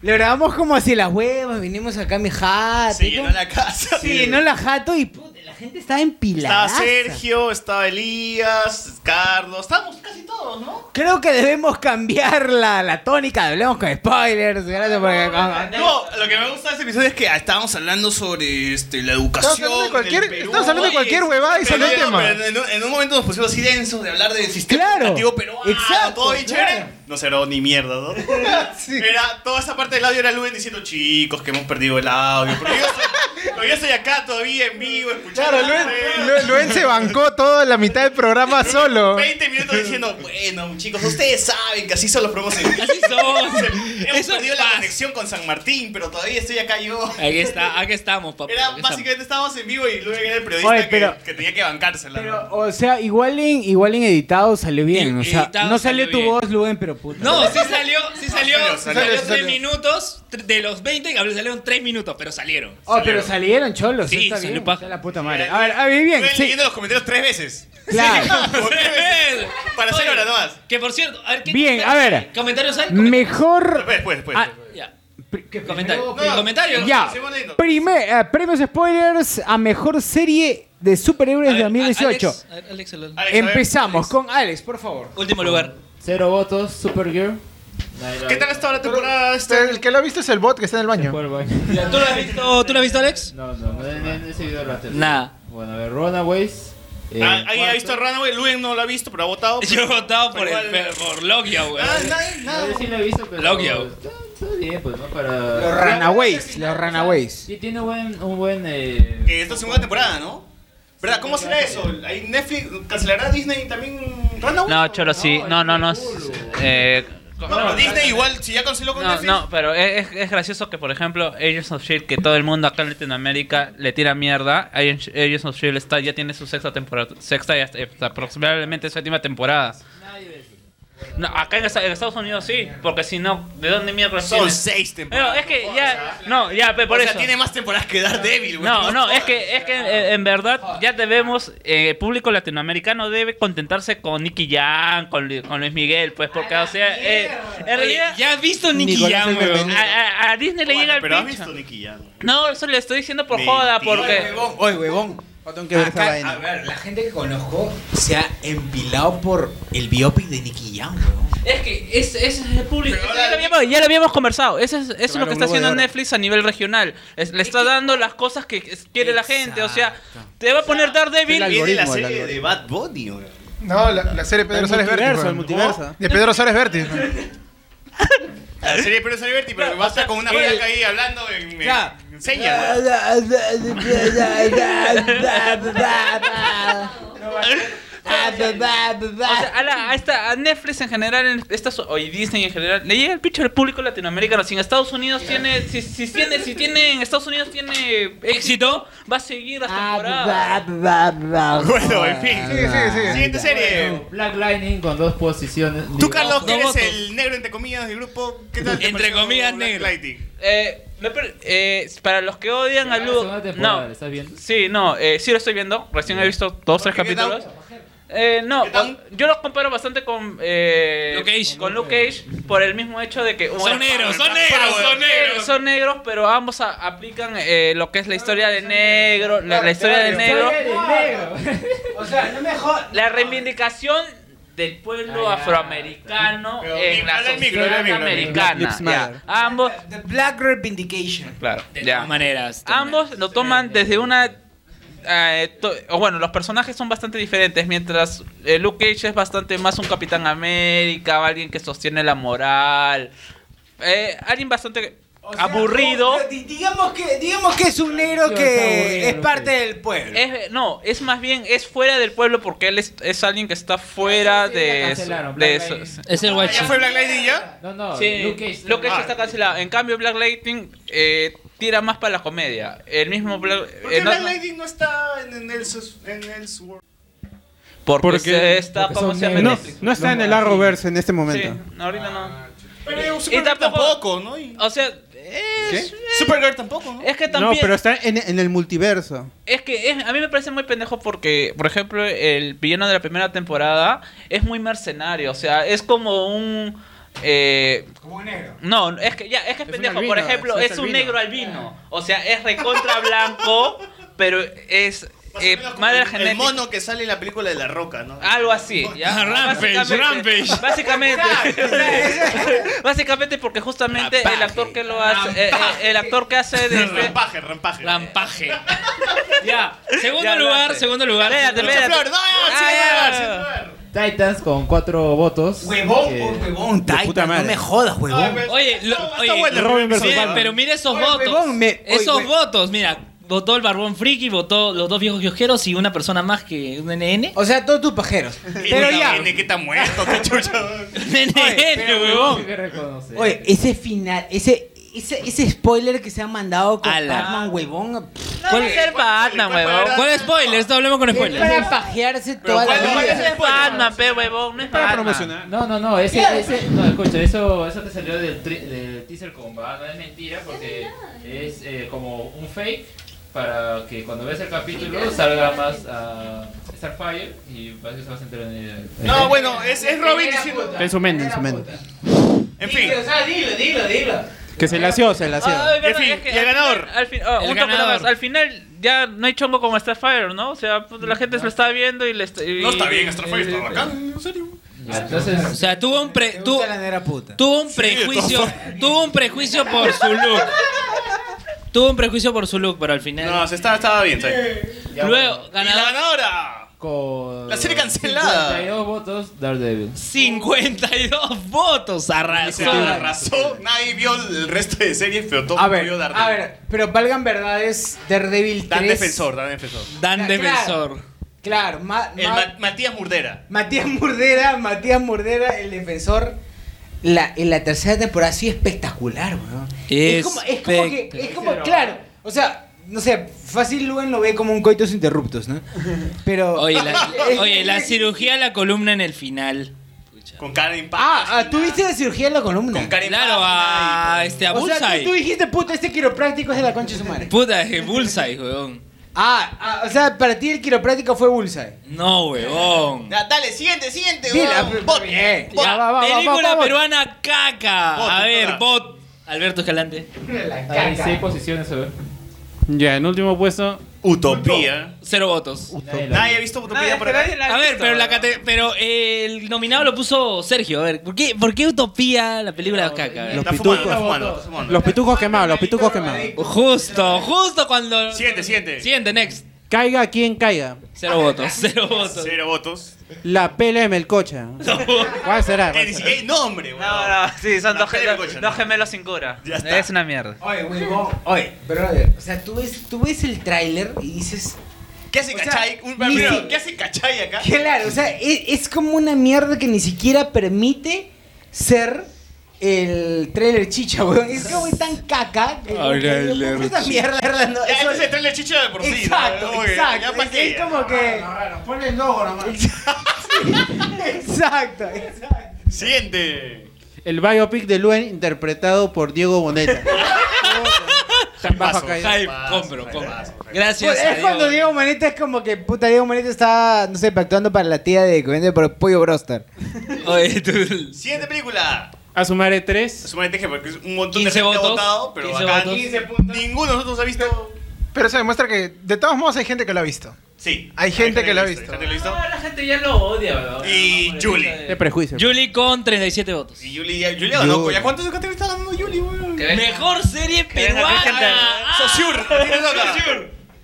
Speaker 2: Lo grabamos como así las huevas, vinimos acá a mi jato. Se llenó
Speaker 8: la casa.
Speaker 2: Se llenó la jato y puta, la gente estaba empilada.
Speaker 8: Estaba Sergio, estaba Elías, Carlos, estábamos casi todos, ¿no?
Speaker 2: Creo que debemos cambiar la, la tónica. de Hablemos con spoilers. Gracias por...
Speaker 6: Eh,
Speaker 8: No, lo que me gusta de este episodio es que estábamos hablando sobre este, la educación.
Speaker 6: Estabas hablando de
Speaker 8: en
Speaker 6: cualquier-
Speaker 8: el Perú.
Speaker 6: estabas hablando de
Speaker 8: Oye,
Speaker 6: cualquier huevada y
Speaker 8: pero
Speaker 6: salió el
Speaker 8: no,
Speaker 6: tema.
Speaker 8: pero En, un- en un momento nos pusimos pues, así densos de hablar del sistema educativo peruano,
Speaker 2: exacto,
Speaker 8: todo bien
Speaker 2: claro.
Speaker 8: chévere. No se grabó ni mierda, ¿no? Era toda esa parte del audio era Luen diciendo, chicos, que hemos perdido el audio. Pero yo estoy, pero yo estoy acá todavía en vivo escuchando.
Speaker 6: Claro, Luen, Luen- Luen se bancó toda la mitad del programa solo.
Speaker 8: 20 minutos diciendo, bueno, chicos, ustedes saben que así son los promos. Así
Speaker 5: son.
Speaker 8: Hemos perdido la conexión con San Martín, pero todavía estoy acá yo.
Speaker 5: Aquí está, aquí estamos, papá.
Speaker 8: Era
Speaker 5: Aquí estamos.
Speaker 8: básicamente estábamos en vivo y luego era el periodista
Speaker 2: Oye,
Speaker 8: que-
Speaker 2: pero-
Speaker 8: que, tenía que bancársela. ¿no?
Speaker 2: O sea, igual en, igual en editado salió bien. O sea,
Speaker 5: editado
Speaker 2: no salió,
Speaker 5: salió
Speaker 2: tu
Speaker 5: bien.
Speaker 2: voz, Luen, pero puta.
Speaker 5: No, sí salió, sí salió,
Speaker 2: salió,
Speaker 5: salió,
Speaker 2: salió,
Speaker 5: tres
Speaker 2: salió.
Speaker 5: minutos, tr- de los 20 habl- salieron 3 minutos, pero salieron.
Speaker 8: Ah,
Speaker 2: Oh, pero salieron cholos.
Speaker 5: Sí,
Speaker 2: está
Speaker 5: salió
Speaker 2: bien,
Speaker 5: paja.
Speaker 2: está la puta madre. A ver, a ver, bien.
Speaker 8: Estuve
Speaker 2: Sí.
Speaker 8: leyendo los comentarios tres veces.
Speaker 2: Claro.
Speaker 8: Para hacer
Speaker 5: Oye,
Speaker 8: horas nomás.
Speaker 5: Que por cierto, a ver, ¿qué
Speaker 2: Bien, a ver.
Speaker 5: ¿Comentarios hay?
Speaker 2: Mejor.
Speaker 8: Después, después.
Speaker 2: Ah,
Speaker 5: Ya. Comentario. Comentario.
Speaker 2: Ya, Primer- eh, premios spoilers a mejor serie de superhéroes de 2018.
Speaker 5: Alex, a ver, Alex, el-
Speaker 2: Empezamos con Alex, por favor.
Speaker 5: Último lugar.
Speaker 7: Cero votos, Supergirl.
Speaker 8: ¿Qué tal está la temporada?
Speaker 6: Este, el que lo ha visto es el bot que está en el baño.
Speaker 5: ¿Tú lo has visto, ¿tú lo has visto Alex?
Speaker 7: No, no, no, no, no he seguido la tercera.
Speaker 5: Nada.
Speaker 7: Bueno, a ver, Runaways. eh,
Speaker 8: Ah, ¿Alguien ha visto a Runaway? Luis no lo ha visto, pero ha votado.
Speaker 5: Yo he votado por, el, por Logia, weón.
Speaker 8: Ah, nadie, nada.
Speaker 7: Yo sí lo he visto, pero.
Speaker 5: Logia.
Speaker 7: Está, está bien, pues, ¿no? Para.
Speaker 2: Los Runaways, los Runaways.
Speaker 7: Sí, tiene buen, un buen. Eh...
Speaker 8: Que esta es segunda temporada, ¿no? ¿Verdad? ¿Cómo será eso? ¿Ahí Netflix cancelará Disney también Runaway?
Speaker 10: No, Cholo, sí. No, no, no. es- eh,
Speaker 8: No, pero Disney igual, si ya canceló con
Speaker 10: No,
Speaker 8: Netflix.
Speaker 10: no, pero e, es, es- es gracioso que, por ejemplo, Agents of Shield, E que todo el mundo acá en Latinoamérica le tira mierda, Agents, Agents of Shield E está, ya tiene su sexta temporada, sexta y hasta- eh, hasta aproximadamente séptima temporada. No, acá en, esta- en Estados Unidos sí, porque si no, ¿de dónde mierda
Speaker 8: Son
Speaker 10: tienes?
Speaker 8: seis temporadas.
Speaker 10: Pero es que ya, no, ya, pe- por
Speaker 8: o sea,
Speaker 10: eso.
Speaker 8: tiene más temporadas que Dar Devil, güey.
Speaker 10: No, no, es que, es que eh, en verdad ya debemos, eh, el público latinoamericano debe contentarse con Nicky Jam, con, Lu- con Luis Miguel, pues porque, o sea, eh, en realidad...
Speaker 5: Ya has visto Nicky
Speaker 10: Nicolás
Speaker 5: Jam,
Speaker 10: el
Speaker 5: weón.
Speaker 10: A, a- a Disney le llega el
Speaker 8: Pero has
Speaker 10: pincho.
Speaker 8: visto Nicky Jam.
Speaker 10: No, eso le estoy diciendo por
Speaker 8: Mentira.
Speaker 10: joda,
Speaker 2: Oye,
Speaker 10: porque...
Speaker 2: huevón, oye, huevón. Acá, a ver, la gente que conozco se ha empilado por el biopic de Nicky Jam, huevón.
Speaker 10: Es que es, es el público. Ya lo habíamos, ya lo habíamos conversado. Eso es, eso es lo
Speaker 2: Claro,
Speaker 10: que está
Speaker 2: Globo de
Speaker 10: haciendo
Speaker 2: Oro.
Speaker 10: Netflix a nivel regional. Es- le está dando las cosas que es- quiere la gente. O sea, te va a poner Daredevil.
Speaker 8: Viene la serie de Bad Bunny, güey.
Speaker 6: No, la, la serie de Pedro
Speaker 8: El
Speaker 6: Suárez Vértiz.
Speaker 8: multiverso,
Speaker 6: weón.
Speaker 8: el multiverso.
Speaker 6: De Pedro Suárez Vértiz. weón.
Speaker 8: La serie de Pedro Saliberti, pero que va a estar con una
Speaker 6: el-
Speaker 8: placa ahí hablando en, en,
Speaker 6: Ya.
Speaker 8: en señas, güey.
Speaker 10: Ah, O sea, a, la- a esta- a Netflix en general, en estas, o y Disney en general, le llega el pinche al público latinoamericano. Si en Estados Unidos tiene, si, si tiene, si tiene, en Estados Unidos tiene éxito, va a seguir las
Speaker 2: Ah,
Speaker 10: temporadas.
Speaker 8: Bueno, en fin.
Speaker 7: Sí, sí, sí.
Speaker 8: Siguiente serie.
Speaker 7: Black Lightning con dos posiciones.
Speaker 8: Tú, Carlos,
Speaker 7: Digo,
Speaker 8: que
Speaker 7: no
Speaker 8: eres
Speaker 7: voto.
Speaker 8: el negro, entre comillas, del grupo. ¿Qué tal?
Speaker 5: Entre comillas, negro.
Speaker 10: Eh, me per- eh, para los que odian a Lu.
Speaker 7: segunda temporada,
Speaker 10: No,
Speaker 7: ¿la estás viendo?
Speaker 10: sí, no, eh, sí lo estoy viendo. Recién he visto dos, tres capítulos. Eh, no, o- yo los comparo bastante con, eh, con Luke Cage por el mismo hecho de que
Speaker 5: Son negros, son negros, son negros.
Speaker 10: son negros, pero ambos a- aplican eh, lo que es la historia de negro, la, la historia de negro,
Speaker 2: O sea, no me jodas.
Speaker 10: la reivindicación del pueblo
Speaker 7: Ah,
Speaker 10: afroamericano
Speaker 7: Pero
Speaker 10: en
Speaker 7: micro,
Speaker 10: la
Speaker 7: habla el micro, habla
Speaker 10: sociedad
Speaker 7: el micro,
Speaker 10: americana.
Speaker 7: Lips
Speaker 10: Ya,
Speaker 7: matter.
Speaker 10: ambos.
Speaker 2: The Black Revindication.
Speaker 10: Claro.
Speaker 5: De
Speaker 10: ya.
Speaker 5: todas maneras.
Speaker 10: Ambos lo toman desde una. eh, to- o bueno, los personajes son bastante diferentes. Mientras eh, Luke Cage es bastante más un Capitán América, alguien que sostiene la moral. eh, alguien bastante aburrido.
Speaker 2: Pero di- Digamos que, digamos que es un negro que es parte del pueblo.
Speaker 10: Es- no, es más bien, es fuera del pueblo porque él es, es alguien que está fuera
Speaker 7: ya
Speaker 10: de...
Speaker 7: cancelaron,
Speaker 10: su-
Speaker 7: Black
Speaker 10: de
Speaker 7: Lightning.
Speaker 10: su-
Speaker 7: Es el White ¿Ya Sheep. fue Black
Speaker 10: Lightning ya?
Speaker 7: No,
Speaker 5: Oh,
Speaker 7: no,
Speaker 10: Sí,
Speaker 7: Luke
Speaker 10: Luke
Speaker 7: Cage.
Speaker 10: Cage,
Speaker 7: Ah.
Speaker 10: está cancelado. En cambio, Black Lightning eh, tira más para la comedia. El mismo Black...
Speaker 8: ¿Por
Speaker 10: eh,
Speaker 8: qué
Speaker 10: no-
Speaker 8: Black
Speaker 10: no-
Speaker 8: Lightning no está en, en el, sus- en el su-
Speaker 10: Porque,
Speaker 11: Porque-
Speaker 10: se está,
Speaker 11: porque
Speaker 10: ¿cómo
Speaker 11: son
Speaker 10: se llama?
Speaker 11: negros.
Speaker 10: Netflix.
Speaker 11: No, no está en el Arrowverse en este
Speaker 10: Sí,
Speaker 11: momento.
Speaker 10: no, ahorita
Speaker 8: Ah,
Speaker 10: no.
Speaker 8: Pero
Speaker 10: Y
Speaker 8: Supergirl
Speaker 10: tampoco,
Speaker 8: tampoco, ¿no? Y-
Speaker 10: O sea, es, Supergirl tampoco, Es que
Speaker 11: No,
Speaker 10: también...
Speaker 11: pero está en, en el multiverso.
Speaker 10: Es que es- a mí me parece muy pendejo porque, por ejemplo, el villano de la primera temporada es muy mercenario. O sea, es como un. como un negro. No, es que ya, es que es,
Speaker 7: un
Speaker 10: pendejo.
Speaker 7: albino,
Speaker 10: por ejemplo,
Speaker 7: es-
Speaker 10: es,
Speaker 7: es
Speaker 10: un
Speaker 7: albino.
Speaker 10: negro albino. O sea, es recontra blanco, pero es. Eh, madre
Speaker 8: el,
Speaker 10: genética.
Speaker 8: mono que sale en la película de La Roca, ¿no?
Speaker 10: Algo así. ¿ya?
Speaker 8: Rampage,
Speaker 10: Básicamente-
Speaker 8: Rampage.
Speaker 10: Básicamente. básicamente porque justamente el actor que lo hace. eh, eh, el actor que hace de. este- Rampaje,
Speaker 8: rampaje.
Speaker 10: Rampaje.
Speaker 5: Ya, segundo
Speaker 10: Ya
Speaker 5: lugar,
Speaker 10: hablaste.
Speaker 5: segundo lugar.
Speaker 10: Espérate,
Speaker 5: Lucha
Speaker 10: espérate.
Speaker 5: Flor, no,
Speaker 10: Ah,
Speaker 5: sí,
Speaker 10: ya,
Speaker 5: sí,
Speaker 10: ya, ya.
Speaker 7: Titans con cuatro votos.
Speaker 2: Huevón,
Speaker 7: Eh,
Speaker 2: oh, huevón, Titan, no me jodas, huevón.
Speaker 5: Oye, lo- oye,
Speaker 2: bueno.
Speaker 5: mira,
Speaker 2: Robin versus
Speaker 5: mira,
Speaker 2: Batman.
Speaker 5: pero mira esos
Speaker 2: Oye,
Speaker 5: votos.
Speaker 2: huevón, me- oye,
Speaker 5: esos
Speaker 2: hue-
Speaker 5: votos, mira. Votó el Barbón Friki, votó los dos viejos viajeros y una persona más que un NN.
Speaker 2: O sea, todos tus pajeros.
Speaker 5: Pero ya.
Speaker 8: NN que está muerto, qué chucha.
Speaker 5: NN, huevón.
Speaker 2: Oye, ese final, ese, ese, ese spoiler que se ha mandado con
Speaker 5: Ala.
Speaker 2: Batman, huevón.
Speaker 10: ¿Cuál es el Batman, huevón?
Speaker 5: ¿Cuál spoiler? Esto hablemos con
Speaker 2: Es
Speaker 5: spoilers.
Speaker 2: para pajearse toda la
Speaker 10: No
Speaker 2: vida.
Speaker 10: es Batman, pe, huevón. No es Batman.
Speaker 7: No, no, no, ese,
Speaker 10: Yeah.
Speaker 7: ese, no, escucha, eso, eso te salió del, tri- del teaser con Batman, es mentira porque es eh, como un fake para que cuando veas el capítulo salga más a Starfire y parece que se vas a enterar en el...
Speaker 8: No, bueno, es, es Robin diciendo.
Speaker 11: En su mente, en su mente.
Speaker 8: En fin.
Speaker 10: Dilo, dilo, dilo.
Speaker 11: Que se lació, se lació.
Speaker 10: Ah, es verdad,
Speaker 8: En fin,
Speaker 10: es que
Speaker 8: y el
Speaker 10: al
Speaker 8: ganador.
Speaker 10: final- al fin- ah,
Speaker 8: El
Speaker 10: un toque
Speaker 8: ganador.
Speaker 10: nada más. Al final ya no hay chongo como Starfire, ¿no? O sea, puta, la gente se lo está viendo y le está. y-
Speaker 8: No está bien, Starfire está bacán.
Speaker 7: Entonces,
Speaker 5: o sea, tuvo un, pre- tu-
Speaker 2: puta.
Speaker 5: tuvo un
Speaker 8: Sí,
Speaker 5: prejuicio.
Speaker 8: de
Speaker 5: tuvo un prejuicio por su look. tuvo un prejuicio por su look, pero al final.
Speaker 8: No, se estaba, estaba bien, está bien.
Speaker 5: Luego,
Speaker 8: ganadora. la ganadora.
Speaker 7: Con
Speaker 8: La serie cancelada.
Speaker 7: 52 votos, Daredevil.
Speaker 5: 52 votos arrasó.
Speaker 8: Arrasó, nadie vio el resto de series, pero todo
Speaker 2: A
Speaker 8: el mundo
Speaker 2: ver,
Speaker 8: vio
Speaker 2: a
Speaker 8: Daredevil.
Speaker 2: ver, pero valgan verdades, Daredevil 3.
Speaker 8: Dan defensor, dan defensor.
Speaker 5: Dan
Speaker 2: Claro,
Speaker 5: Defensor.
Speaker 2: Claro, ma-
Speaker 8: El
Speaker 2: ma-
Speaker 8: Ma- Matías Murdera.
Speaker 2: Matías Murdera, Matías Murdera, el defensor. La, en la tercera temporada ha sido espectacular, weón. Es como, es como que, es como, claro, o sea, no sé, fácil Luen lo ve como un coitus interruptus, ¿no? Pero.
Speaker 5: Oye, la, oye, la cirugía a la columna en el final.
Speaker 8: Con Karen
Speaker 2: Ah, ah, tú viste la cirugía en la columna.
Speaker 5: Claro, a, este, a
Speaker 2: o sea,
Speaker 5: Bullseye.
Speaker 2: tú, tú dijiste, puta, este quiropráctico es de la concha de su madre.
Speaker 5: Puta, es Bullseye, weón.
Speaker 2: Ah, ah, o sea, para ti el quiropráctico fue Bullseye.
Speaker 5: No, weón.
Speaker 8: Ya, dale, siguiente, siguiente.
Speaker 2: Sí, la-
Speaker 8: weón. Bot. Bot.
Speaker 5: Ya,
Speaker 2: va, va,
Speaker 5: película
Speaker 2: va, va,
Speaker 5: peruana caca.
Speaker 8: Bot,
Speaker 5: a ver,
Speaker 8: bot.
Speaker 5: bot. Alberto Escalante.
Speaker 7: Hay 6
Speaker 8: pues,
Speaker 7: posiciones, a ver.
Speaker 11: Ya, en último puesto.
Speaker 8: Utopía.
Speaker 5: Cero votos.
Speaker 8: Nadie ha visto Utopía por acá.
Speaker 5: A ver, pero, la cate- pero eh, el nominado lo puso Sergio. A ver, ¿por qué, por qué Utopía la película caca? A ver.
Speaker 11: Los pitucos. Los pitucos quemados, los pitucos quemados.
Speaker 5: Justo, justo cuando.
Speaker 8: Siguiente, siguiente.
Speaker 5: Siguiente, next.
Speaker 11: Caiga quien caiga.
Speaker 5: Cero votos, cero votos.
Speaker 8: Cero votos.
Speaker 11: La pelea de Melcocha. ¿Cuál será?
Speaker 8: Que ni siquiera hay nombre, weón.
Speaker 10: No, no, sí, son dos, ge- dos- dos gemelos sin cura. Es una mierda.
Speaker 2: Oye, huevón, oye, pero o sea, tú ves, tú ves el tráiler y dices,
Speaker 8: ¿Qué hace Cachay? Un
Speaker 2: ni
Speaker 8: primero,
Speaker 2: si-
Speaker 8: ¿Qué hace Cachay acá?
Speaker 2: claro, o sea, e- es, como una mierda que ni siquiera permite ser el tráiler chicha, weón. Es como es tan caca. que-
Speaker 8: Ah,
Speaker 2: que-
Speaker 8: tráiler
Speaker 2: esta
Speaker 8: chicha.
Speaker 2: mierda, verdad, no,
Speaker 8: Ya,
Speaker 2: eso-
Speaker 8: este es el trailer chicha de por sí. ¿no?
Speaker 2: Exacto,
Speaker 8: Como que,
Speaker 2: exacto.
Speaker 8: ya pa'
Speaker 2: es,
Speaker 8: qué,
Speaker 2: es
Speaker 8: ya.
Speaker 2: como que.
Speaker 11: Ponle el logo nomás.
Speaker 2: Exacto, exacto.
Speaker 8: Siguiente.
Speaker 11: El biopic de Luen interpretado por Diego Boneta. Tan bajo
Speaker 5: Paso,
Speaker 11: caída.
Speaker 5: hype, compro, compro. Gracias.
Speaker 2: Pues, es cuando Diego Maneta es como que, puta, Diego Maneta está, no sé, pactuando para la tía de que vende por Pollo Broster.
Speaker 8: Siguiente película.
Speaker 11: A su madre 3.
Speaker 8: Sumamente que porque es un montón de
Speaker 11: 15
Speaker 8: gente ha
Speaker 11: votos,
Speaker 8: votado, pero
Speaker 11: 15
Speaker 8: acá
Speaker 11: votos.
Speaker 8: 15 puntos. Ninguno de nosotros ha visto.
Speaker 6: Pero se demuestra que de todos modos hay gente que lo ha visto.
Speaker 8: Sí.
Speaker 6: Hay gente que lo ha
Speaker 8: visto. ¿Hay gente que lo ha visto?
Speaker 10: La gente ya lo odia, weón.
Speaker 8: Y Julie.
Speaker 11: De prejuicio.
Speaker 5: Julie con 37 votos.
Speaker 8: Y Julie ya, Julie ya ganó.
Speaker 5: Julie.
Speaker 8: ¿Ya cuántos te está ganando Julie, weón?
Speaker 5: ves? Mejor serie peruana.
Speaker 8: Sosur.
Speaker 2: Ah.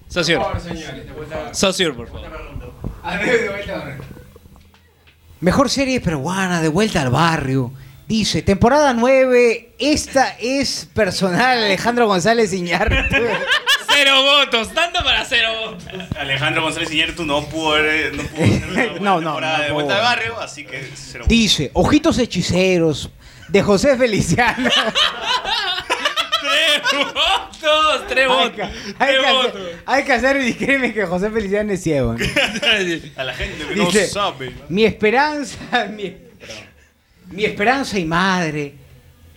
Speaker 5: Sosur. Sosur.
Speaker 8: Por favor, señores, de vuelta.
Speaker 5: Sosur, por favor.
Speaker 2: Mejor serie peruana, de vuelta al barrio. Dice, temporada 9, esta es personal, Alejandro González Iñárritu.
Speaker 5: Cero votos. Tanto para cero votos.
Speaker 8: Alejandro González Iñárritu no pudo haber- no pudo hacer una buena
Speaker 2: No, no,
Speaker 8: temporada
Speaker 2: no
Speaker 8: de vuelta
Speaker 2: pudo.
Speaker 8: al barrio, así que cero.
Speaker 2: Dice, Ojitos Hechiceros, de José Feliciano.
Speaker 5: Tres votos. Tres
Speaker 2: Hay
Speaker 5: votos.
Speaker 2: que, hay que hacer, hay que hacer el discrimen que José Feliciano es ciego. ¿no?
Speaker 8: A la gente que
Speaker 2: Dice,
Speaker 8: no sabe.
Speaker 2: Mi esperanza, mi, mi esperanza y madre.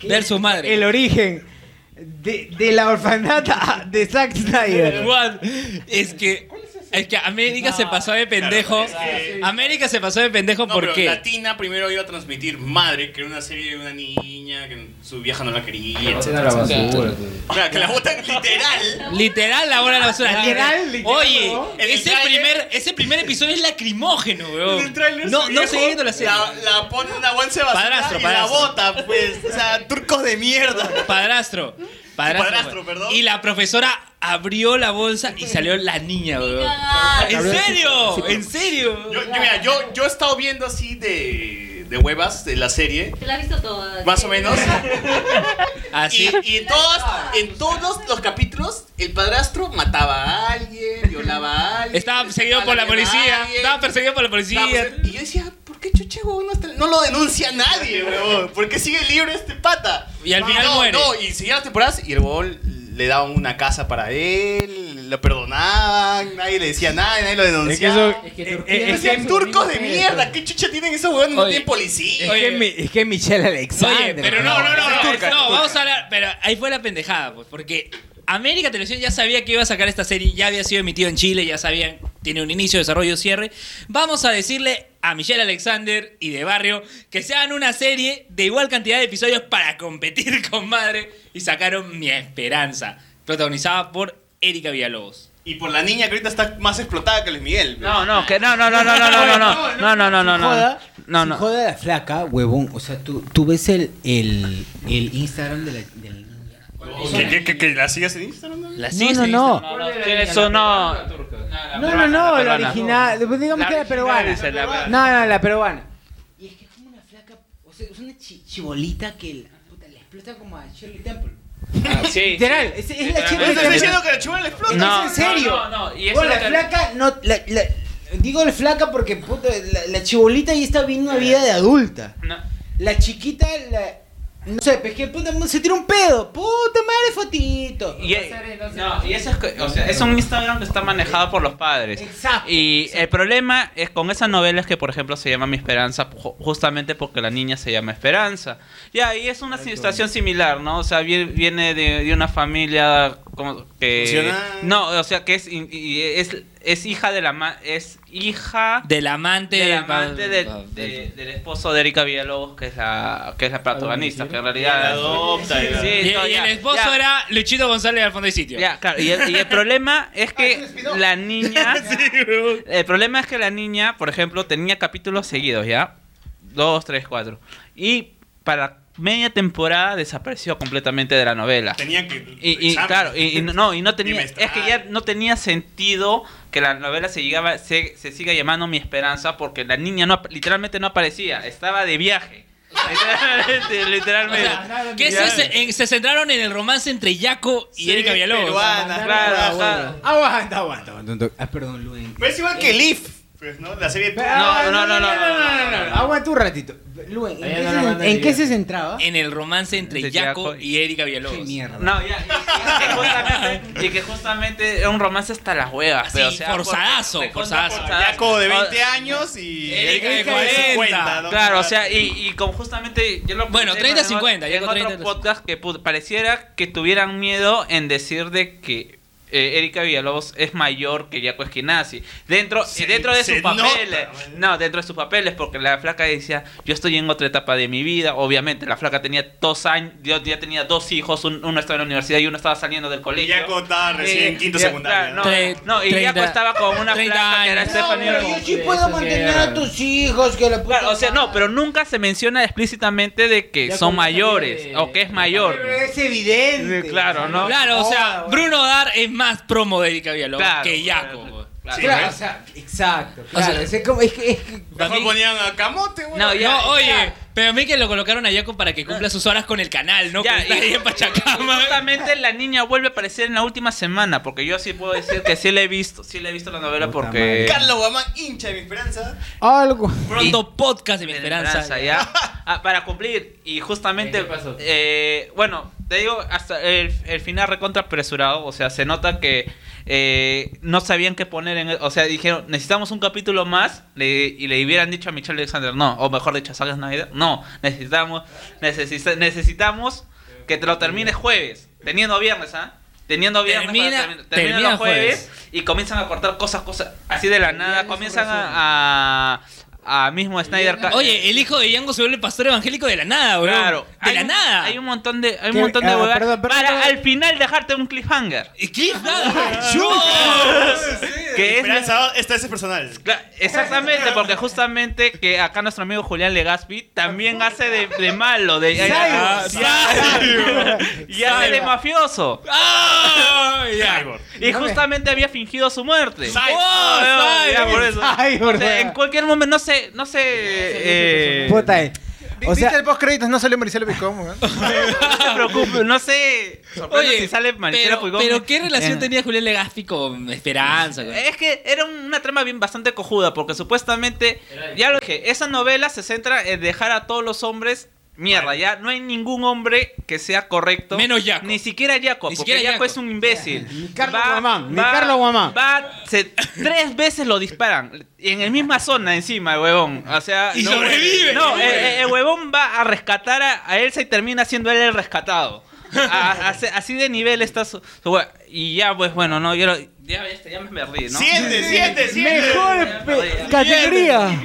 Speaker 5: Versus madre.
Speaker 2: El origen de, de la orfanata de Zack Snyder.
Speaker 5: Juan, es que. Es que América se pasó de pendejo. América se pasó de pendejo
Speaker 8: No, pero
Speaker 5: porque.
Speaker 8: Latina primero iba a transmitir Madre, que era una serie de una niña que su vieja no la quería,
Speaker 5: Que la
Speaker 8: etcétera,
Speaker 5: botan a la
Speaker 8: etcétera.
Speaker 5: basura,
Speaker 8: Claro, que la botan literal.
Speaker 5: Literal la hora de la basura.
Speaker 8: Literal, literal,
Speaker 5: ¿eh? Oye,
Speaker 8: ¿no?
Speaker 5: ese primer, ese primer episodio es lacrimógeno,
Speaker 8: En el
Speaker 5: weón.
Speaker 8: tráiler
Speaker 5: No,
Speaker 8: ese
Speaker 5: no
Speaker 8: viejo
Speaker 5: se viendo la serie.
Speaker 8: La, la pone en una bolsa de basura
Speaker 5: Padrastro,
Speaker 8: y
Speaker 5: padrastro.
Speaker 8: la bota, pues. O sea, turcos de mierda.
Speaker 5: Padrastro. Padrastro,
Speaker 8: Padrastro,
Speaker 5: weón.
Speaker 8: perdón.
Speaker 5: Y la profesora abrió la bolsa y salió la niña, weón. ¿En serio? ¿En serio?
Speaker 8: Yo, yo, mira, yo, yo he estado viendo así de, de huevas de la serie.
Speaker 4: Te la has visto toda.
Speaker 8: Más o menos.
Speaker 5: Así.
Speaker 8: Y, y en, todos, en todos los capítulos, el padrastro mataba a alguien, violaba a alguien.
Speaker 5: Estaba perseguido por la policía. Estaba perseguido por la policía.
Speaker 8: Y yo decía, ¿por qué chucha, huevón, no, está- no lo denuncia nadie, huevón? ¿Por qué sigue libre este pata?
Speaker 5: Y al final
Speaker 8: no,
Speaker 5: muere.
Speaker 8: No, y seguían las temporadas y el huevón le daban una casa para él, lo perdonaban, nadie le decía nada, nadie lo denunciaba.
Speaker 2: eso- Es que Turquía
Speaker 8: Eh, eh,
Speaker 2: no
Speaker 8: decían,
Speaker 2: tiene
Speaker 8: turcos de
Speaker 2: suministro".
Speaker 8: mierda, ¿qué chucha tienen esos huevones? No
Speaker 5: Oye,
Speaker 8: tienen policía.
Speaker 2: Es que, mi- es que Michelle Alexander.
Speaker 5: Oye, pero no, no, no, no,
Speaker 8: turca,
Speaker 5: no,
Speaker 8: turca.
Speaker 5: vamos a hablar, pero ahí fue la pendejada, pues, porque América Televisión ya sabía que iba a sacar esta serie, ya había sido emitido en Chile, ya sabían, tiene un inicio, desarrollo, cierre. Vamos a decirle a Michelle Alexander y de Barrio que se hagan una serie de igual cantidad de episodios para competir con Madre y sacaron Mi Esperanza, protagonizada por Erika Villalobos.
Speaker 8: Y por la niña que ahorita está más explotada que Luis Miguel.
Speaker 10: No, no, que no, no, no, no, no, no, no, no, no, no, no,
Speaker 2: Joda, sin
Speaker 10: no.
Speaker 2: joda la flaca, huevón. O sea, tú, tú ves el, el, el Instagram de la. del-
Speaker 8: ¿Que, que, que, que la sigas en Instagram?
Speaker 5: La
Speaker 2: No, no, no.
Speaker 10: Eso no.
Speaker 2: No, no, no, la original. pues Digamos
Speaker 10: La
Speaker 2: que la
Speaker 10: original,
Speaker 2: peruana.
Speaker 10: dice, la peruana.
Speaker 2: No, no, la peruana. Y es que es como una flaca. O sea, es una chi- chibolita que la puta le explota como a Shirley Temple.
Speaker 10: Ah, Sí.
Speaker 2: Literal, es, es la chica
Speaker 10: Literalmente.
Speaker 2: que-
Speaker 10: Diciendo
Speaker 8: que la chibola le explota.
Speaker 2: No,
Speaker 10: No,
Speaker 2: es en serio.
Speaker 10: no, no, no, y eso
Speaker 2: Bueno,
Speaker 10: es
Speaker 2: la
Speaker 10: lo que-
Speaker 2: flaca no la, la- digo la flaca porque puta, la, la chibolita ya está viviendo una vida de adulta. La chiquita la no sé, pues que puta se tira un pedo. Puta madre fotito.
Speaker 10: Y, no, y eso es, que- o sea, es un Instagram que está manejado por los padres.
Speaker 2: Exacto.
Speaker 10: Y el problema es con esas novelas que, por ejemplo, se llama Mi Esperanza, ju- justamente porque la niña se llama Esperanza. Ya, y es una situación similar, ¿no? O sea, vie- viene de, de una familia como que...
Speaker 5: Funcional.
Speaker 10: No, o sea, que es, in- y es, es hija de la... ma- es hija...
Speaker 5: Del amante,
Speaker 10: del,
Speaker 5: de-
Speaker 10: amante de-
Speaker 5: pa-
Speaker 10: de- del esposo de Erika Villalobos, que es la, que es
Speaker 5: Ah,
Speaker 10: la protagonista, que en realidad...
Speaker 5: La adopta,
Speaker 10: Sí,
Speaker 5: y- y,
Speaker 10: no,
Speaker 5: y
Speaker 10: ya,
Speaker 5: el esposo
Speaker 10: ya.
Speaker 5: era Luchito González al fondo de sitio.
Speaker 10: Ya, claro, y el, y el problema es que la niña. el problema es que la niña, por ejemplo, tenía capítulos seguidos, ¿ya? Dos, tres, cuatro. Y para media temporada desapareció completamente de la novela.
Speaker 8: Tenían que.
Speaker 10: Y, y, claro, y, y no, y no tenía. Es que ya no tenía sentido que la novela se llegaba, se, se siga llamando Mi Esperanza, porque la niña no, ap- literalmente no aparecía, estaba de viaje. Literalmente, literalmente.
Speaker 5: ¿Qué es ese? En- se centraron en el romance entre Yaco y Erika Villalobos.
Speaker 8: peruana,
Speaker 10: Claro,
Speaker 8: peruana.
Speaker 10: claro.
Speaker 2: Aguanta, aguanta, aguanta. Ah, perdón, Luen.
Speaker 8: Pero es igual que Leaf. Pues, ¿no? La serie.
Speaker 2: Ah,
Speaker 10: no, no, no, no, no, no, no.
Speaker 2: Aguanta un ratito. Luen, eh. ¿en,
Speaker 10: Ahí
Speaker 2: qué,
Speaker 10: no la
Speaker 2: se,
Speaker 10: mandaría.
Speaker 2: en qué se centraba?
Speaker 5: En el romance entre
Speaker 10: Entre
Speaker 5: Yaco
Speaker 10: Jaco
Speaker 5: y Erika Villalobos.
Speaker 10: No, ya, y, y que justamente, y que justamente era un romance hasta las huevas. pero, o sea, por-
Speaker 5: Ah, forzadazo,
Speaker 10: recontra
Speaker 5: forzadazo.
Speaker 8: Jaco de 20
Speaker 10: Ah,
Speaker 8: años y.
Speaker 5: Erika de 40, ¿no?
Speaker 10: Claro, o sea, y, y como justamente yo lo
Speaker 5: Bueno,
Speaker 10: comenté
Speaker 5: 30,
Speaker 10: en-
Speaker 5: 50,
Speaker 10: en
Speaker 5: llegó
Speaker 10: otro
Speaker 5: 30.
Speaker 10: podcast que pu- pareciera que tuvieran miedo en decir de que eh, Erika Villalobos es mayor que Jaco Esquinazi. Dentro, eh, dentro de
Speaker 5: se
Speaker 10: sus
Speaker 5: nota,
Speaker 10: papeles. no, dentro de sus papeles, porque la flaca decía, yo estoy en otra etapa de mi vida. Obviamente, la flaca tenía dos años, yo ya tenía dos hijos, un- uno estaba en la universidad y uno estaba saliendo del colegio. Jaco
Speaker 8: estaba recién en quinto secundaria.
Speaker 10: No,
Speaker 8: Tre-
Speaker 10: no, y Jaco
Speaker 8: treinta-
Speaker 10: estaba con una
Speaker 8: treinta
Speaker 10: flaca que era
Speaker 8: años.
Speaker 10: Stephanie
Speaker 8: No,
Speaker 10: Orozco.
Speaker 15: Yo sí puedo mantener a tus hijos, que la puta
Speaker 10: Claro, o sea, no, pero nunca se menciona explícitamente de que
Speaker 15: Ya
Speaker 10: son
Speaker 15: con esa
Speaker 10: mayores
Speaker 15: idea
Speaker 10: o que es mayor.
Speaker 15: es evidente.
Speaker 10: Claro, ¿no?
Speaker 5: Claro, o sea, Bruno Dar es más promo de Erika Villalobos
Speaker 10: Claro.
Speaker 5: que Jaco.
Speaker 15: Sí, claro, o sea, exacto. Claro, es como- es que- es que-
Speaker 5: Mejor
Speaker 8: ponían a Camote,
Speaker 5: No, no, oye, pero a mí que lo colocaron a Jaco para que cumpla sus horas con el canal, ¿no? Como está ahí en Pachacama.
Speaker 10: Justamente la niña vuelve a aparecer en la última semana, porque yo sí puedo decir que sí la he visto, sí la he visto la novela porque...
Speaker 8: Carlos Guamán, hincha de mi esperanza.
Speaker 15: Algo.
Speaker 5: Pronto podcast de mi
Speaker 10: esperanza. ya. Ah, para cumplir. Y justamente. eh, bueno, te digo, hasta el, el final recontra apresurado. O sea, se nota que eh, no sabían qué poner en. e, O sea, dijeron, necesitamos un capítulo más. le- y le hubieran dicho a Michelle Alexander, no. O mejor dicho, a Zack Snyder, no. Necesitamos, necesita- necesitamos que te lo termines jueves. Teniendo viernes, ¿ah? Teniendo viernes, para
Speaker 5: Termina-
Speaker 10: terminar- termina
Speaker 5: termina
Speaker 10: los jueves y comienzan a cortar cosas, cosas así de la nada. Comienzan a, a- a mismo Snyder. Cut.
Speaker 5: Oye, el hijo de Yango se vuelve pastor evangélico de la nada, bro.
Speaker 10: Claro.
Speaker 5: De
Speaker 10: Hay
Speaker 5: la
Speaker 10: un-
Speaker 5: nada.
Speaker 10: Hay un montón de, hay un
Speaker 5: ¿Qué?
Speaker 10: montón de
Speaker 5: Ah,
Speaker 10: huevadas
Speaker 5: perdón, perdón,
Speaker 10: para
Speaker 5: perdón.
Speaker 10: al final dejarte un cliffhanger.
Speaker 5: ¡Cliffhanger!
Speaker 10: Que es
Speaker 8: Esperanza, esta es personal.
Speaker 10: Cla- Exactamente, porque justamente que acá nuestro amigo Julián Legaspi también hace de, de malo, de
Speaker 5: Cyborg.
Speaker 10: Ah, Cyborg. y hace de
Speaker 5: Cyborg.
Speaker 10: mafioso. Y
Speaker 5: No me-
Speaker 10: justamente había fingido su muerte.
Speaker 5: Cyborg. Oh,
Speaker 10: Ya, por eso.
Speaker 2: Cyborg.
Speaker 10: O sea, en cualquier momento no sé, no sé. eh,
Speaker 2: Puta, eh. O sea,
Speaker 6: ¿Viste el post créditos? No salió Maricela Picón, weón.
Speaker 10: no se preocupe, no sé. Sorprende si sale Maricela
Speaker 5: pero,
Speaker 10: Puigdemont.
Speaker 5: pero ¿qué relación
Speaker 10: Eh,
Speaker 5: tenía Julián Legaspi con Esperanza? con-
Speaker 10: Es que era una trama bien bastante cojuda, porque supuestamente, ya lo dije, esa novela se centra en dejar a todos los hombres mierda, ya no hay ningún hombre que sea correcto. Menos Jaco. Ni siquiera Jaco,
Speaker 5: Ni
Speaker 10: porque
Speaker 5: siquiera
Speaker 10: Jaco
Speaker 5: Jaco.
Speaker 10: es un imbécil. Ni Carlos
Speaker 2: Guamán, ni Carlos Guamán.
Speaker 10: Va, se- tres veces lo disparan, en la misma zona encima, el huevón. O sea,
Speaker 5: Y
Speaker 10: no-
Speaker 5: sobrevive.
Speaker 10: No, eh, eh, el huevón va a rescatar a, a Elsa y termina siendo él el rescatado. A- a- así de nivel está su- su hue- Y ya, pues bueno, no, yo lo- ya, ya, ya me perdí, ¿no?
Speaker 8: Siente, siente, siente.
Speaker 2: Mejor pe- categoría.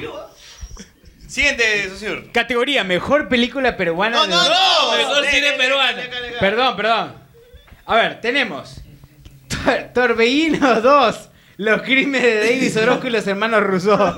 Speaker 8: Siguiente, socio.
Speaker 2: Categoría, mejor película peruana. de-
Speaker 5: Mejor cine peruano.
Speaker 2: Perdón, perdón. A ver, tenemos Tor- Torbellino 2. Los crímenes de Davis Orozco y los hermanos Rousseau.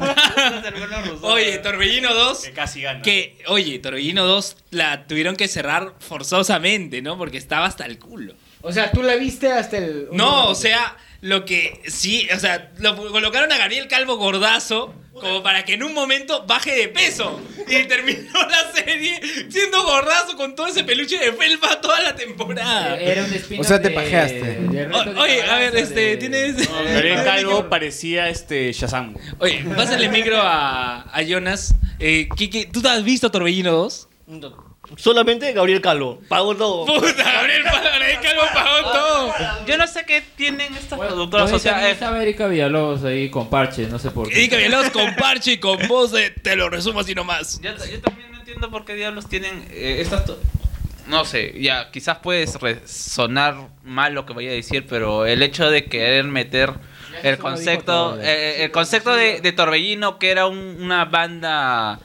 Speaker 5: Oye, Torbellino 2. Que
Speaker 8: casi gana.
Speaker 5: Que, oye, Torbellino 2 la tuvieron que cerrar forzosamente, ¿no? Porque estaba hasta el culo.
Speaker 15: O sea, tú la viste hasta el.
Speaker 5: No, o sea, lo que sí, o sea, lo colocaron a Gabriel Calvo gordazo como para que en un momento baje de peso. Y terminó la serie siendo gordazo con todo ese peluche de felpa toda la temporada.
Speaker 7: Era un spin-off
Speaker 2: O sea, te
Speaker 7: de-
Speaker 2: pajeaste.
Speaker 7: de Reto de
Speaker 5: O- oye, a ver,
Speaker 7: Caballanza
Speaker 5: este,
Speaker 7: de-
Speaker 5: tienes...
Speaker 7: Gabriel Calvo
Speaker 5: parecía este Shazam. Oye, pásale el micro a, a Jonas. Eh, Kike, ¿tú te has visto Torbellino 2?
Speaker 16: Solamente Gabriel Calvo. Pago todo.
Speaker 5: Puta, Gabriel, Gabriel Calvo pagó todo.
Speaker 10: Yo no sé qué tienen estas productoras.
Speaker 7: Entonces,
Speaker 10: O sea,
Speaker 7: también
Speaker 10: eh,
Speaker 7: estaba Erika Villalobos ahí con parche, no sé por qué.
Speaker 5: Erika Villalobos con parche y con voz de te lo resumo así nomás.
Speaker 10: yo, yo también no entiendo por qué diablos tienen eh, estas. to- No sé, ya, quizás puedes sonar mal lo que voy a decir, pero el hecho de querer meter el concepto, eh, el concepto de, de Torbellino, que era un- una banda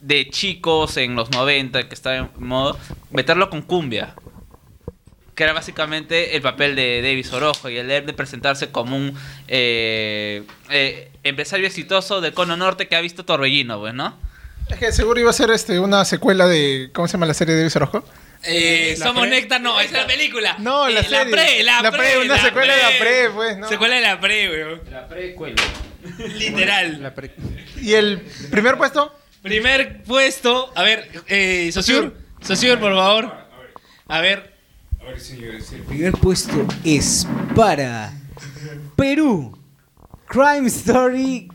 Speaker 10: de chicos en los 90 que estaba en modo, meterlo con cumbia. que era básicamente el papel de Davis Orojo y el de presentarse como un eh, eh, empresario exitoso del cono norte que ha visto Torbellino, pues, ¿no?
Speaker 6: Es que seguro iba a ser este, una secuela de. ¿Cómo se llama la serie de Luis Orozco?
Speaker 5: Eh, somos Néctar, no, esa es la película.
Speaker 6: No, la
Speaker 5: Eh,
Speaker 6: serie.
Speaker 5: pre, la,
Speaker 6: La pre, una secuela de la pre, pues, ¿no?
Speaker 5: Secuela de la pre, weón.
Speaker 7: La precuela.
Speaker 5: Literal.
Speaker 6: ¿Y el primer puesto?
Speaker 5: Primer puesto, a ver, eh, Sosur, Sosur, por favor. A ver,
Speaker 2: El primer puesto es para Perú. Crime Story.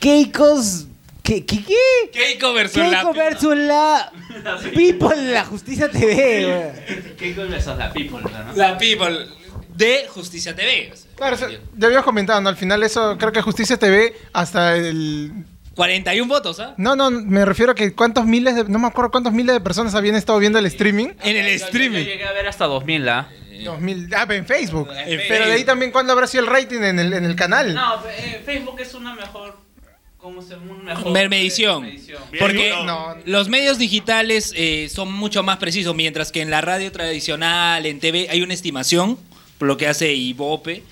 Speaker 2: Keikos. ¿Qué? ¿Qué? qué?
Speaker 5: Keiko versus
Speaker 2: Keiko
Speaker 5: Lápiz.
Speaker 2: versus la People de la Justicia TV. güey.
Speaker 10: ¿Qué con esas la people, ¿no?
Speaker 5: La people de Justicia TV. o sea,
Speaker 6: Claro, o sea, ya habíamos comentado, ¿no? Al final, eso creo que Justicia TV hasta el.
Speaker 5: 41 votos, ¿ah?
Speaker 6: No, no, me refiero a que cuántos miles de. No me acuerdo cuántos miles de personas habían estado viendo el streaming.
Speaker 5: En el streaming.
Speaker 10: Llegué a ver hasta 2000, ¿ah?
Speaker 6: 2000. Ah, pero en Facebook.
Speaker 10: En
Speaker 6: Pero de ahí
Speaker 10: Facebook.
Speaker 6: también, ¿cuándo habrá sido el rating en el, en el canal?
Speaker 10: No, eh, Facebook es una mejor. ¿Cómo se un mejor?
Speaker 5: Ver medición. Porque
Speaker 6: No.
Speaker 5: los medios digitales eh, son mucho más precisos, mientras que en la radio tradicional, en TV, hay una estimación, por lo que hace Ibope.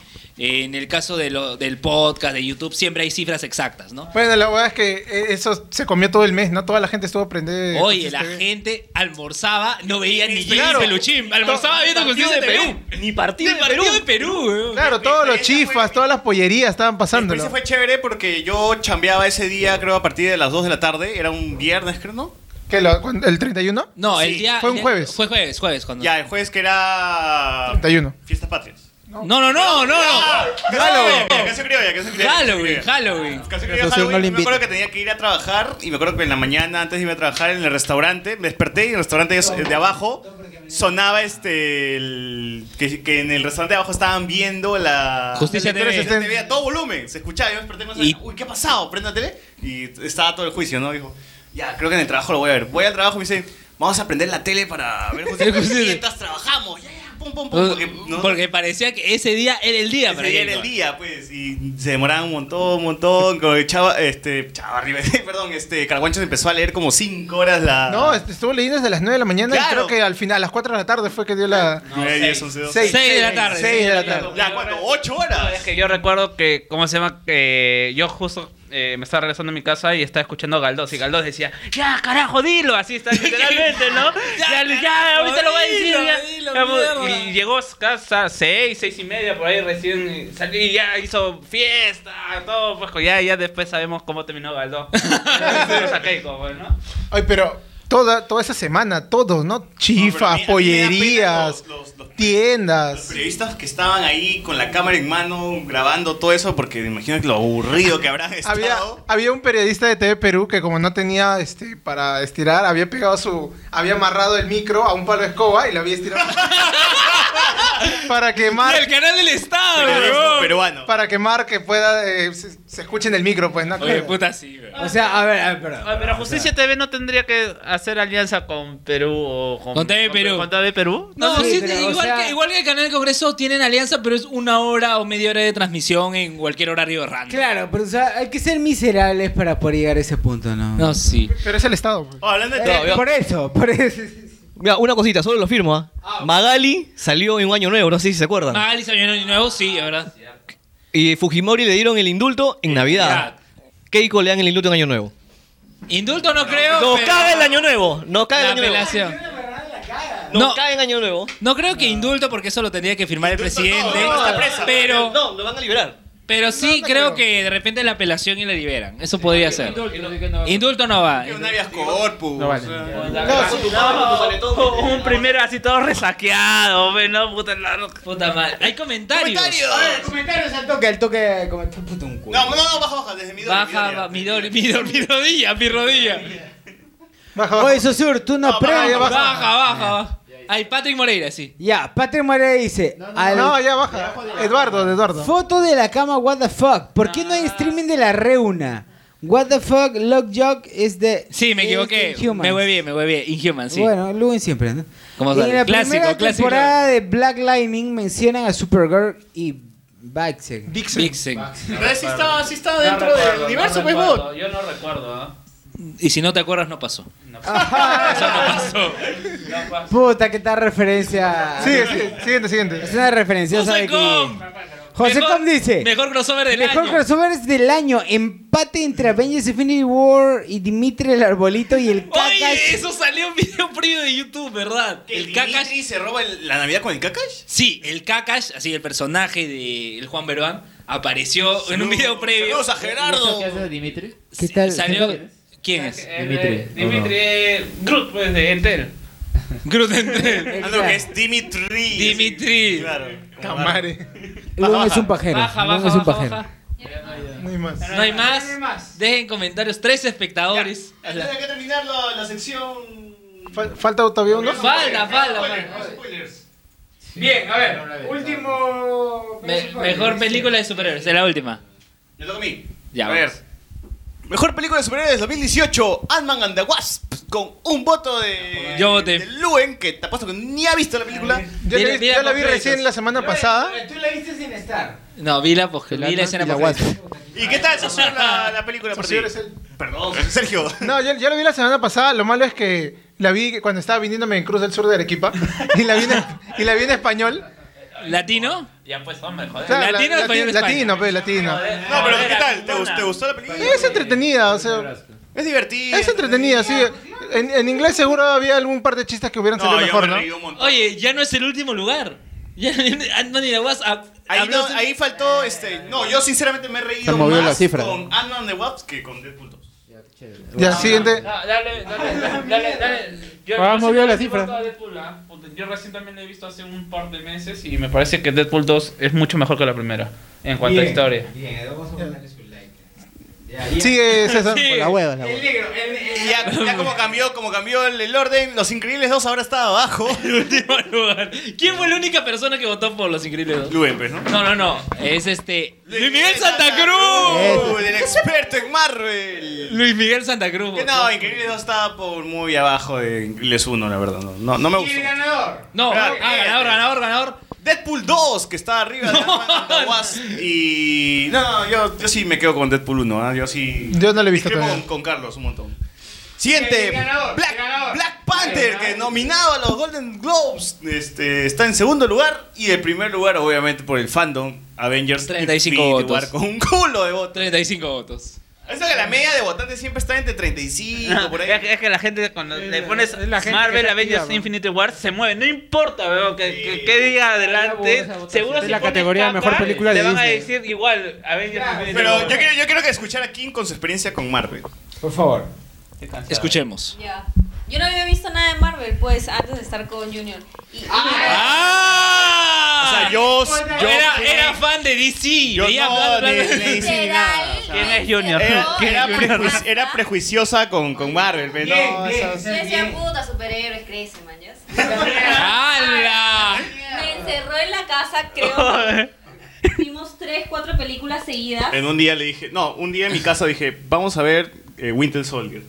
Speaker 5: Eh, en el caso de lo- del podcast, de YouTube, siempre hay cifras exactas, ¿no?
Speaker 6: Bueno, la verdad es que eh, eso se comió todo el mes, ¿no? Toda la gente estuvo aprendiendo.
Speaker 5: Oye, la gente almorzaba, no veía ni Jimmy
Speaker 6: Claro.
Speaker 5: Peluchín, almorzaba
Speaker 6: No,
Speaker 5: viendo
Speaker 6: partido
Speaker 5: Justicia
Speaker 6: de
Speaker 5: TV.
Speaker 6: Perú.
Speaker 5: Ni partido, de Perú.
Speaker 6: Claro, todos los chifas, todas las pollerías estaban pasando.
Speaker 8: Ese fue chévere porque yo chambeaba ese día, creo, a partir de las 2 de la tarde. Era un viernes, creo, ¿no?
Speaker 6: ¿Qué, lo- cuándo- ¿El 31?
Speaker 5: No,
Speaker 8: Sí.
Speaker 5: el día.
Speaker 6: Fue un
Speaker 5: ya-
Speaker 6: jueves.
Speaker 5: Fue jueves, jueves. Cuando...
Speaker 8: Ya, el jueves que era.
Speaker 6: 31.
Speaker 8: Fiestas patrias.
Speaker 5: No, no, no, no. no.
Speaker 8: Halloween. Casi criolla, casi criolla.
Speaker 5: Halloween, Halloween.
Speaker 8: Casi criolla
Speaker 5: Entonces
Speaker 8: Halloween.
Speaker 5: no le
Speaker 8: me acuerdo
Speaker 5: invitan.
Speaker 8: que tenía que ir a trabajar y me acuerdo que en la mañana, antes de irme a trabajar en el restaurante, me desperté y en el restaurante de de abajo sonaba este. el- que, que en el restaurante de abajo estaban viendo la.
Speaker 5: Justicia
Speaker 8: la historia
Speaker 5: TV.
Speaker 8: de Justicia TV a todo volumen. Se escuchaba, yo me desperté más
Speaker 5: Y-
Speaker 8: uy, ¿qué ha pasado? Prenda la tele. Y estaba todo el juicio, ¿no? Dijo, ya, creo que en el trabajo lo voy a ver. Voy al trabajo y me dicen, vamos a prender la tele para ver Justicia TV. Mientras trabajamos, ya, ya, pum, pum, pum. Porque, ¿no?
Speaker 5: Porque parecía que ese día era el día.
Speaker 8: Ese
Speaker 5: para
Speaker 8: día
Speaker 5: que-
Speaker 8: era el día, pues, y se demoraban un montón, un montón. Como que Chava, este, Chava Rivera, perdón, este, Carguancho empezó a leer como 5 horas la.
Speaker 6: No, est- estuvo leyendo desde las 9 de la mañana y
Speaker 8: Claro.
Speaker 6: creo que al final, a las 4 de la tarde fue que dio la... Seis. Seis de la tarde. Seis de la tarde.
Speaker 8: Ya, ¿cuánto? 8 horas.
Speaker 10: Es que yo recuerdo que, ¿cómo se llama? Que yo justo eh, me estaba regresando a mi casa y estaba escuchando a Galdós. Y Galdós decía, ya, carajo, dilo. Así está literalmente, ¿no? ya, ya, ahorita lo voy a decir.
Speaker 5: dilo,
Speaker 10: ya.
Speaker 5: dilo,
Speaker 10: Ya, pues,
Speaker 5: mierda.
Speaker 10: y llegó a casa seis, seis y media, por ahí recién salí y ya hizo fiesta, todo. Pues co- ya, ya después sabemos cómo terminó Galdós. Fuimos a Keiko, pues, ¿no?
Speaker 6: Ay, pero toda, toda esa semana, todos, ¿no? Chifas, pollerías, tiendas.
Speaker 8: Periodistas que estaban ahí con la cámara en mano grabando todo eso, porque me imagino que lo aburrido que habrán estado.
Speaker 6: Había, había un periodista de TV Perú que como no tenía este para estirar, había pegado su... Había amarrado el micro a un palo de escoba y lo había estirado. para que Mark...
Speaker 5: El canal del Estado,
Speaker 6: Periodismo
Speaker 5: weón.
Speaker 8: peruano.
Speaker 6: Para que Mark que pueda... eh, se, se escuche en el micro, pues, ¿no?
Speaker 5: Oye,
Speaker 6: Claro.
Speaker 5: puta, sí, weón.
Speaker 10: O
Speaker 2: sea, a ver, a ver,
Speaker 10: Ah, pero Justicia TV no tendría que hacer alianza con Perú o con...
Speaker 5: Con TV Perú.
Speaker 10: ¿Con TV Perú?
Speaker 5: No,
Speaker 10: sé,
Speaker 5: sí,
Speaker 10: pero,
Speaker 5: te-
Speaker 10: o
Speaker 5: igual,
Speaker 10: sea-
Speaker 5: que, igual que el canal del Congreso tienen alianza, pero es una hora o media hora de transmisión en cualquier horario random.
Speaker 2: Claro, pero o sea, hay que ser miserables para poder llegar a ese punto, ¿no? No,
Speaker 5: sí.
Speaker 6: Pero es el Estado. pues.
Speaker 8: Oh, hablando
Speaker 2: Eh,
Speaker 5: Ah,
Speaker 2: por eso, por eso.
Speaker 3: Mira, una cosita, solo lo firmo. ¿ah? Magali salió en un año nuevo, no sé si se acuerdan.
Speaker 5: Ah, Lisa Villanueva nuevo, sí, es verdad.
Speaker 3: Y Fujimori le dieron el indulto en Navidad. Keiko le dan el indulto en año nuevo.
Speaker 5: Indulto no creo.
Speaker 3: Nos
Speaker 5: pero-
Speaker 3: caga el año nuevo. Nos caga el
Speaker 5: La
Speaker 3: año nuevo.
Speaker 5: apelación.
Speaker 3: Nos caga el año nuevo.
Speaker 5: No creo que indulto porque eso lo tendría que firmar el presidente.
Speaker 3: no, está preso.
Speaker 5: Pero
Speaker 3: no, lo van a liberar.
Speaker 5: Pero sí creo que de repente la apelación y la liberan. Eso podría ser. Indulto no va.
Speaker 8: Un habeas corpus.
Speaker 5: No vale.
Speaker 8: o sea.
Speaker 10: un primero así todo resaqueado, ve, no, puta, la-
Speaker 5: puta madre. Hay comentarios.
Speaker 2: Comentarios al toque, al toque. comenta- puta, un culo.
Speaker 8: No, no, no, baja, baja, desde mi dormida.
Speaker 5: Baja, mi, dol- mi, dol- mi rodilla, mi rodilla.
Speaker 2: Oye, Sosur, tú no,
Speaker 5: baja,
Speaker 2: prendes.
Speaker 5: baja, baja. Ay, Patrick Moreira, sí.
Speaker 2: Ya, Patrick Moreira dice. al-
Speaker 6: No, ya baja. Eduardo, Eduardo.
Speaker 2: Foto de la cama, what the fuck. ¿Por qué no hay streaming de la reuna? What the fuck, Lockjock is the.
Speaker 5: Sí, me
Speaker 2: is
Speaker 5: equivoqué.
Speaker 2: the humans.
Speaker 5: Me voy bien, me voy bien. Inhuman, sí.
Speaker 2: Bueno, Lumen siempre, ¿no?
Speaker 5: ¿Cómo
Speaker 2: en la
Speaker 5: sale? Clásico,
Speaker 2: primera
Speaker 5: clásico.
Speaker 2: temporada de Black Lightning mencionan a Supergirl y Vixen.
Speaker 5: Vixen.
Speaker 8: Pero sí estaba, sí estaba
Speaker 10: No
Speaker 8: dentro
Speaker 10: recuerdo,
Speaker 8: del
Speaker 10: no
Speaker 8: universo, pues,
Speaker 10: recuerdo,
Speaker 8: bot.
Speaker 10: Yo no recuerdo, ¿ah?
Speaker 5: Y si no te acuerdas, no pasó.
Speaker 2: Puta, que tal referencia.
Speaker 6: Sigue, sigue, siguiente, siguiente.
Speaker 2: Es una referencia,
Speaker 5: José
Speaker 2: ¿sabe qué?
Speaker 5: Com.
Speaker 2: José
Speaker 5: Mejor-
Speaker 2: Com dice.
Speaker 5: Mejor crossover del
Speaker 2: Mejor
Speaker 5: año.
Speaker 2: crossover es del año. Empate entre Avengers Infinity War y Dimitri el Arbolito y el
Speaker 5: Oye,
Speaker 2: Kakashi.
Speaker 5: eso salió en video previo de YouTube, ¿verdad? El Kakash.
Speaker 8: se roba la Navidad con el Kakash?
Speaker 5: Sí, el Kakash, así el personaje del Juan Beruán, apareció en un video previo.
Speaker 8: saludos a Gerardo. Ah,
Speaker 7: ¿Qué hace Dimitri?
Speaker 2: ¿Qué tal?
Speaker 5: Salió. ¿Quién es?
Speaker 7: Dimitri.
Speaker 10: Dimitri eh, Groot, pues, de Entel.
Speaker 5: Groot Entel.
Speaker 8: Ah, no, que es Dimitri.
Speaker 5: Dimitri.
Speaker 8: Claro.
Speaker 6: Camare.
Speaker 2: Luego es un pajero.
Speaker 5: Baja,
Speaker 2: Luego
Speaker 5: baja,
Speaker 2: es un
Speaker 5: baja,
Speaker 2: pajero.
Speaker 5: baja.
Speaker 6: No hay más.
Speaker 5: No hay más. Dejen comentarios. Tres espectadores.
Speaker 8: Entonces hay que terminar la, la sección.
Speaker 6: Fal- falta todavía uno.
Speaker 5: Falta, falta,
Speaker 8: Spoilers,
Speaker 6: pues.
Speaker 5: falta.
Speaker 8: spoilers.
Speaker 10: Bien, a ver.
Speaker 6: Último.
Speaker 5: Me- mejor película de superhéroes, es la última.
Speaker 8: Yo lo comí.
Speaker 5: Ya,
Speaker 8: A ver. Mejor película de superhéroes 2018, Ant-Man and the Wasp. con un voto de,
Speaker 5: Yo voté.
Speaker 8: de Luen, que te apuesto que ni ha visto la película.
Speaker 6: Yo, la, vi- yo la vi recién la semana pasada.
Speaker 15: Tú la viste sin estar.
Speaker 5: No, vi la, post- vi la escena post-
Speaker 8: ¿Y qué tal, Sosur, la, la película? Por ti? Perdón, Sergio.
Speaker 6: No, yo, yo la vi la semana pasada. Lo malo es que la vi cuando estaba viniéndome en Cruz del Sur de Arequipa. Y la vi en, y la vi en español.
Speaker 5: ¿Latino?
Speaker 10: Ya pues, hombre, joder.
Speaker 6: Claro,
Speaker 10: Latino
Speaker 6: la-
Speaker 10: o español
Speaker 6: lati-
Speaker 10: España?
Speaker 6: Latino, pues, latino.
Speaker 8: No, pero ¿qué tal? ¿Te, gust- te gustó la película?
Speaker 6: Es entretenida, o sea.
Speaker 8: Es divertida.
Speaker 6: Es entretenida, sí. En, en inglés seguro había algún par de chistes que hubieran
Speaker 8: No,
Speaker 6: salido
Speaker 8: yo
Speaker 6: mejor,
Speaker 8: me
Speaker 6: ¿no?
Speaker 8: reí un
Speaker 5: Oye, ya no es el último lugar. Ya, Anthony Aguas ha-
Speaker 8: Ahí,
Speaker 5: habló
Speaker 8: no-
Speaker 5: su-
Speaker 8: ahí faltó, este, no, yo sinceramente me he reído
Speaker 11: Se movió
Speaker 8: más
Speaker 11: la cifra.
Speaker 8: con Ant-Man and the Wasp que con Deadpool 2.
Speaker 6: Ya, siguiente.
Speaker 10: Ah, Dale, dale, dale, dale, dale. Yo
Speaker 11: Ah,
Speaker 10: recién
Speaker 11: movió la
Speaker 10: he
Speaker 11: cifra.
Speaker 10: visto a Deadpool, ah. Puta, Yo recién también la he visto hace un par de meses y me parece que Deadpool 2 es mucho mejor que la primera en cuanto a
Speaker 15: Bien,
Speaker 10: historia.
Speaker 15: Bien, vamos a ponerle su like.
Speaker 6: Sigue César.
Speaker 8: Sí.
Speaker 6: La hueva, la
Speaker 15: El negro, el, el-
Speaker 8: Y ya, ya como cambió, como cambió el, el orden, Los Increíbles 2 ahora está abajo.
Speaker 5: el último lugar. ¿Quién fue la única persona que votó por Los Increíbles 2?
Speaker 8: Luen, pues, ¿no?
Speaker 5: No, no, no. Es este. Luis Miguel Santa Cruz.
Speaker 8: El experto en Marvel.
Speaker 5: Luis Miguel Santa Cruz.
Speaker 8: Que no, Increíbles 2 está por muy abajo de Increíbles 1, la verdad. No, no, no me
Speaker 15: y
Speaker 8: gustó.
Speaker 15: el ganador.
Speaker 5: No, ah, ganador, ganador, ganador.
Speaker 8: Deadpool 2, que está arriba de Ant-Man and the Wasp. Y. No, no, yo, yo sí me quedo con Deadpool 1, ¿ah? yo sí.
Speaker 6: Yo no lo he visto
Speaker 8: discrepo
Speaker 6: todavía.
Speaker 8: Con, con Carlos un montón.
Speaker 15: El
Speaker 8: Siguiente,
Speaker 15: ganador,
Speaker 8: Black,
Speaker 15: el ganador.
Speaker 8: Black Panther, que nominado a los Golden Globes, este, está en segundo lugar. Y en primer lugar, obviamente, por el fandom, Avengers
Speaker 5: 35
Speaker 8: Infinity
Speaker 5: votos.
Speaker 8: War, Con un culo de votos.
Speaker 5: 35 votos.
Speaker 8: Eso que la media de votantes siempre está entre 35 por ahí.
Speaker 10: Es, que- es que la gente cuando le pones
Speaker 6: la gente que
Speaker 10: Marvel
Speaker 6: está
Speaker 10: Avengers
Speaker 6: activa,
Speaker 10: Infinity War se mueve, no importa weón, que, que- que diga adelante, seguro
Speaker 11: Es
Speaker 10: si
Speaker 11: la
Speaker 10: pones
Speaker 11: categoría de
Speaker 10: caca,
Speaker 11: mejor película
Speaker 10: te
Speaker 11: de
Speaker 10: van a
Speaker 11: Disney.
Speaker 10: decir igual Avengers Infinity
Speaker 8: Pero
Speaker 10: War.
Speaker 8: yo quiero, yo quiero que escuchar a Kim con su experiencia con Marvel.
Speaker 15: Por favor.
Speaker 5: Escuchemos.
Speaker 4: Ya. Yo no había visto nada de Marvel, pues, antes de estar con Junior. Y, y-
Speaker 5: ¡Ah!
Speaker 8: O sea, yo- yo
Speaker 5: era,
Speaker 8: fui-
Speaker 5: era fan de DC.
Speaker 8: Yo
Speaker 5: veía
Speaker 8: no,
Speaker 5: Black
Speaker 8: de-
Speaker 5: Panther.
Speaker 8: de DC ni nada, o sea.
Speaker 10: ¿Quién es Junior?
Speaker 8: Era,
Speaker 10: ¿Quién
Speaker 8: era
Speaker 10: es Junior?
Speaker 8: prejuici- era prejuiciosa con, con Marvel, pero no,
Speaker 15: bien,
Speaker 8: esas-
Speaker 4: Yo decía,
Speaker 15: bien.
Speaker 4: puta, superhéroes crecen, man. ¿ya?
Speaker 5: ¡Hala!
Speaker 4: Me encerró en la casa, creo. Vimos tres, cuatro películas seguidas.
Speaker 8: En un día le dije, no, un día en mi casa dije, vamos a ver eh, Winter Soldier.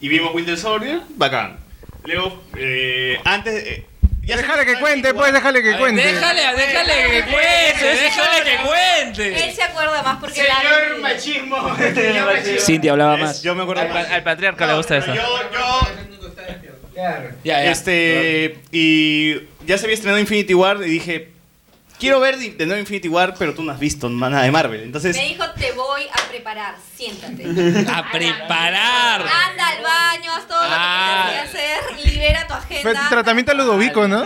Speaker 8: Y vimos Winter Soldier, bacán. Luego, eh, antes... eh, ya se-
Speaker 6: Déjale que cuente, pues, déjale que cuente.
Speaker 5: Déjale, déjale que cuente, déjale que
Speaker 4: Él
Speaker 5: cuente.
Speaker 4: se acuerda más porque la
Speaker 15: Señor machismo. Señor machismo.
Speaker 5: Cintia hablaba
Speaker 8: Es-
Speaker 5: más.
Speaker 8: Yo me acuerdo...
Speaker 10: Al, pa- al patriarca le gusta
Speaker 8: Yo,
Speaker 10: eso.
Speaker 8: yo...
Speaker 15: Claro.
Speaker 5: Ya, ya.
Speaker 8: Este... Y ya se había estrenado Infinity War y dije... Quiero ver de de nuevo Infinity War, pero tú no has visto nada de Marvel. Entonces,
Speaker 4: Me dijo, te voy a preparar, siéntate.
Speaker 5: A preparar.
Speaker 4: Anda al baño, haz todo
Speaker 5: Ah.
Speaker 4: lo que tengas que hacer, libera tu
Speaker 6: Fue
Speaker 4: agenda.
Speaker 6: tratamiento ludovico, ¿no?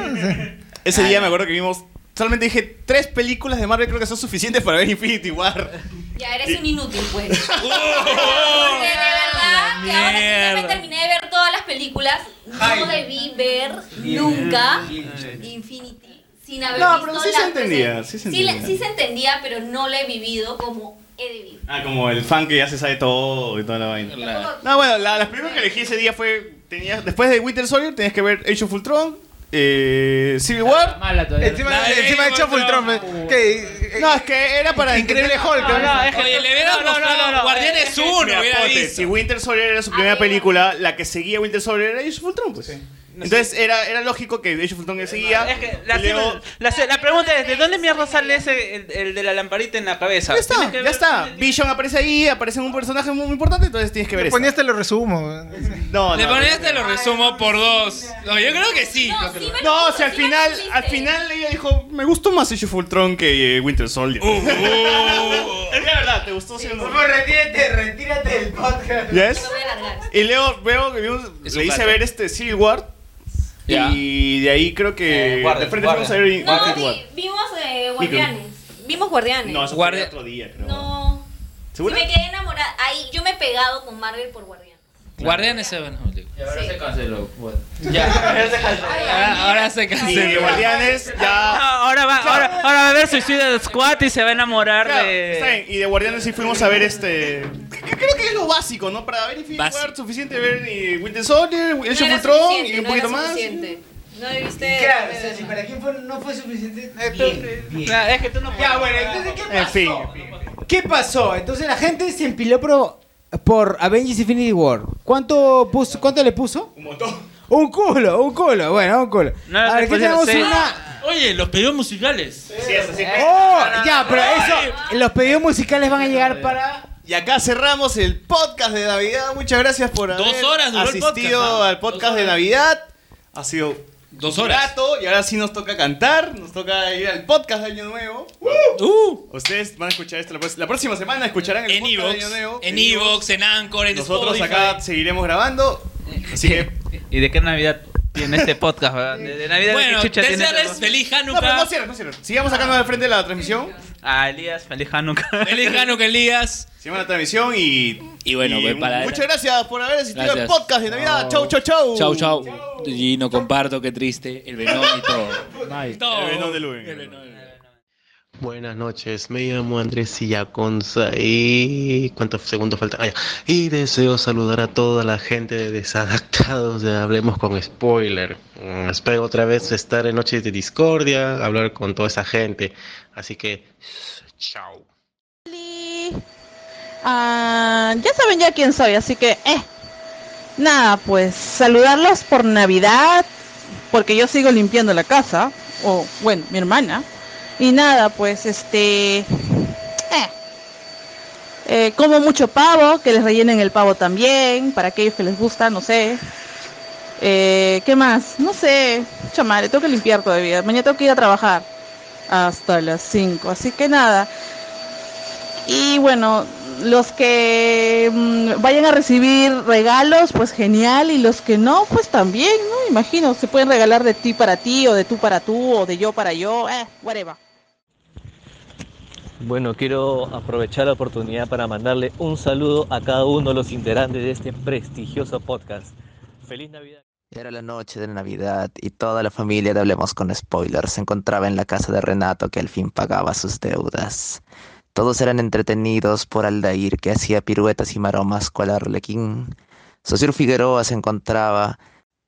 Speaker 8: Ese día me acuerdo que vimos. Solamente dije tres películas de Marvel, creo que son suficientes para ver Infinity War.
Speaker 4: Ya eres un inútil, pues.
Speaker 8: Oh.
Speaker 4: Porque de verdad que ahora que ya me
Speaker 5: Mierda.
Speaker 4: terminé de ver todas las películas, no debí ver nunca Infinity sin haber
Speaker 8: No,
Speaker 4: visto
Speaker 8: pero sí
Speaker 4: la-
Speaker 8: se entendía, sí se
Speaker 4: la-
Speaker 8: entendía.
Speaker 4: sí se entendía, pero no la he vivido como he debido.
Speaker 8: Ah, como el fan que ya se sabe todo y toda la vaina.
Speaker 5: La-
Speaker 8: No, bueno, la- las primeras que elegí ese día fue. Tenías, después de Winter Soldier tenías que ver Age of Ultron, eh, Civil War.
Speaker 7: Mala todavía.
Speaker 6: Encima,
Speaker 5: La de
Speaker 6: encima de
Speaker 5: Game of
Speaker 6: Chofultron.
Speaker 5: Thrones.
Speaker 6: Que,
Speaker 8: No, es que era para. Ah,
Speaker 6: increíble Hulk.
Speaker 10: No, no, es que-
Speaker 5: Oye, le hubieras
Speaker 10: no, no, no,
Speaker 5: mostrado
Speaker 10: no, no,
Speaker 5: Guardianes
Speaker 10: es-
Speaker 5: 1,
Speaker 8: Mira,
Speaker 5: hubiera
Speaker 8: ponte,
Speaker 5: visto.
Speaker 8: si Winter Soldier era su primera
Speaker 4: Ah,
Speaker 8: película, la que seguía Winter Soldier era Age of Ultron, pues. Entonces era, era lógico que Age of Ultron que seguía.
Speaker 10: Es que la,
Speaker 8: y luego-
Speaker 10: la- la- la pregunta es, ¿de dónde mierda sale ese, el, el de la lamparita en la cabeza?
Speaker 8: Ya está,
Speaker 10: Tienes que
Speaker 8: ya
Speaker 10: ver-
Speaker 8: está. Vision aparece ahí, aparece un personaje muy, muy importante, entonces tienes que ver eso.
Speaker 6: Ponías te lo resumo.
Speaker 8: No,
Speaker 5: Le
Speaker 8: no.
Speaker 5: ponías te lo resumo por dos. No, yo creo que sí.
Speaker 4: No, sí me lo
Speaker 8: No,
Speaker 4: puso,
Speaker 8: o sea, al
Speaker 4: sí me lo
Speaker 8: final,
Speaker 4: pusiste.
Speaker 8: al final ella dijo, me gustó más Age of Ultron que eh, Winter Soldier.
Speaker 5: uh.
Speaker 8: es la verdad, te gustó siendo.
Speaker 15: Por favor, retírate, retírate del podcast.
Speaker 4: Me
Speaker 8: Yes.
Speaker 4: voy a largar.
Speaker 8: Y luego veo que vimos,
Speaker 5: Es
Speaker 8: le
Speaker 5: un
Speaker 8: hice
Speaker 5: gato.
Speaker 8: ver este Civil War
Speaker 5: Ya.
Speaker 8: y de ahí creo que
Speaker 10: Eh, guarda,
Speaker 8: de frente vamos a ver
Speaker 4: No,
Speaker 8: Infinity
Speaker 4: vi-
Speaker 8: War.
Speaker 4: vimos eh, Guardianes. Vimos Guardianes.
Speaker 8: No, eso
Speaker 5: Guardia-
Speaker 8: fue otro día, creo.
Speaker 4: No. Sí,
Speaker 8: ¿Seguro?
Speaker 4: me quedé enamorada. Ahí yo me he pegado con Marvel por Guardianes.
Speaker 5: Guardianes se van
Speaker 7: Y ahora
Speaker 4: Sí.
Speaker 7: se canceló. bueno.
Speaker 5: Ahora, ahora se
Speaker 8: Y de
Speaker 5: canceló.
Speaker 8: Guardianes
Speaker 10: No,
Speaker 8: ya
Speaker 10: ahora, va, ahora, ahora va a ver Suicida de Squad y se va a enamorar
Speaker 8: Claro,
Speaker 10: de...
Speaker 8: está bien. Y de Guardianes sí fuimos a ver este. que- que Creo que es lo básico, ¿no? Para ver Infinity
Speaker 5: Básico.
Speaker 8: War, suficiente ver eh, Winter Soldier, Age
Speaker 4: No
Speaker 8: of
Speaker 4: era
Speaker 8: Ultron
Speaker 4: suficiente,
Speaker 8: y un
Speaker 4: no
Speaker 8: poquito
Speaker 4: era
Speaker 8: más.
Speaker 4: suficiente. No debiste.
Speaker 15: Claro, o sea, si para quién fue, no fue suficiente.
Speaker 2: eh,
Speaker 15: bien, bien.
Speaker 10: Claro, es que tú no puedes...
Speaker 15: Ya, bueno, entonces, ¿qué pasó?
Speaker 8: En fin.
Speaker 15: ¿Qué pasó? Entonces la gente se empiló, pero
Speaker 2: por Avengers Infinity War, ¿cuánto, puso, ¿cuánto le puso? Un montón. Un culo, un culo, bueno, un culo.
Speaker 17: No,
Speaker 2: a ver, aquí
Speaker 17: después de
Speaker 2: tenemos
Speaker 17: la serie.
Speaker 2: una...
Speaker 17: Oye, los pedidos musicales.
Speaker 8: Sí, es así.
Speaker 2: ¡Oh! Ya, pero eso, los pedidos musicales van a llegar para...
Speaker 8: Y acá cerramos el podcast de Navidad. Muchas gracias por haber
Speaker 5: horas duró el
Speaker 8: asistido
Speaker 5: podcast, ¿ah?
Speaker 8: al podcast
Speaker 5: Dos
Speaker 8: de
Speaker 5: horas.
Speaker 8: Navidad. Ha sido
Speaker 5: Dos horas.
Speaker 8: grato, y ahora sí nos toca cantar, nos toca ir al podcast de Año Nuevo. Uh. Ustedes van a escuchar esto la, próxima- la próxima semana, escucharán el
Speaker 5: ¡Uh! En
Speaker 8: podcast de
Speaker 5: Evox,
Speaker 8: Año Nuevo.
Speaker 5: en Evox, en Anchor, en
Speaker 8: Nosotros
Speaker 5: Spotify.
Speaker 8: acá seguiremos grabando. Así que
Speaker 10: ¿Y de qué Navidad tiene este podcast, verdad? De, de Navidad
Speaker 8: Bueno,
Speaker 10: ¿qué chucha tiene este
Speaker 8: desearles
Speaker 10: podcast?
Speaker 5: feliz
Speaker 8: No, pero no cierres, no cierres. Sigamos sacando al frente de la transmisión.
Speaker 10: A Ah, Elías, feliz Hanukkah.
Speaker 5: Feliz Hanukkah, Elías.
Speaker 8: Sigamos la transmisión y.
Speaker 5: Y bueno, pues para.
Speaker 8: Muchas gracias por haber asistido al
Speaker 5: Gracias.
Speaker 8: podcast de Navidad. Chau, chau, chau.
Speaker 5: Chau, chau. Y no comparto, qué triste. El venón y todo. todo.
Speaker 8: El venón de
Speaker 5: El venón.
Speaker 18: Buenas noches, me llamo Andrés Illaconza y... ¿Cuántos segundos faltan? Ah, ya. Y deseo saludar a toda la gente de Desadaptados de Hablemos con Spoiler. Mm, Espero otra vez estar en Noches de Discordia, hablar con toda esa gente. Así que, chao.
Speaker 19: Ah, ya saben ya quién soy, así que, eh. Nada, pues saludarlos por Navidad, porque yo sigo limpiando la casa, o bueno, mi hermana. Y nada, pues este. eh, eh, como mucho pavo, que les rellenen el pavo también, para aquellos que les gusta, no sé. Eh, ¿Qué más? No sé, chamare, tengo que limpiar todavía. Mañana tengo que ir a trabajar hasta las 5, así que nada. Y bueno, los que mm, vayan a recibir regalos, pues genial. Y los que no, pues también, ¿no? Imagino, se pueden regalar de ti para ti, o de tú para tú, o de yo para yo, eh, whatever.
Speaker 20: Bueno, quiero aprovechar la oportunidad para mandarle un saludo a cada uno de los integrantes de este prestigioso podcast. Feliz Navidad.
Speaker 21: Era la noche de Navidad y toda la familia de Hablemos con Spoilers se encontraba en la casa de Renato que al fin pagaba sus deudas. Todos eran entretenidos por Aldair que hacía piruetas y maromas cual arlequín. Sosur Figueroa se encontraba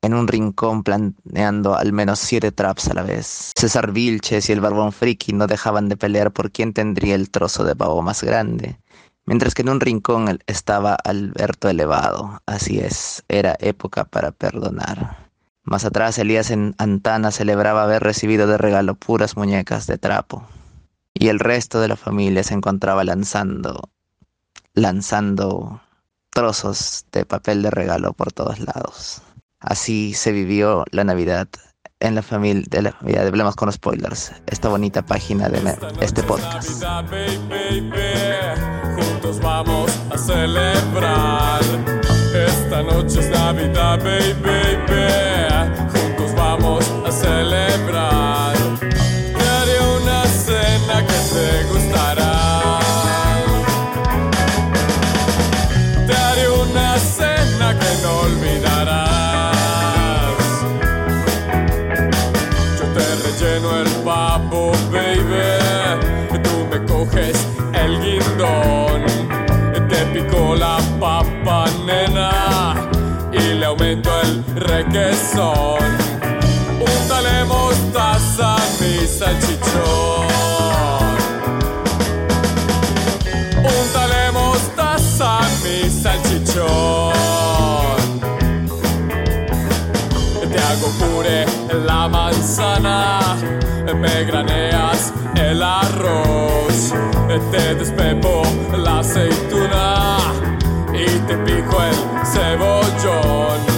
Speaker 21: en un rincón planeando al menos siete traps a la vez. César Vilches y el Barbón Friki no dejaban de pelear por quién tendría el trozo de pavo más grande. Mientras que en un rincón el- estaba Alberto Elevado. Así es, era época para perdonar. Más atrás, Elías en Antana celebraba haber recibido de regalo puras muñecas de trapo. Y el resto de la familia se encontraba lanzando, lanzando trozos de papel de regalo por todos lados. Así se vivió la Navidad en la familia de la familia de Hablemos con Spoilers, esta bonita página de me- este podcast.
Speaker 22: Navidad, baby, baby. juntos vamos a celebrar. Esta noche es Navidad, baby, baby. juntos vamos a celebrar. Te haré una cena que te gustará. Te haré una cena que no olvidarás. Yo te relleno el papo, baby. Tú me coges el guindón. Te pico la papa, nena. Y le aumento el requesón. Úntale mostaza a mi salchichón. Úntale mostaza a mi salchichón. Te hago puré la manzana, me graneas el arroz, te despepo la aceituna y te pico el cebollón.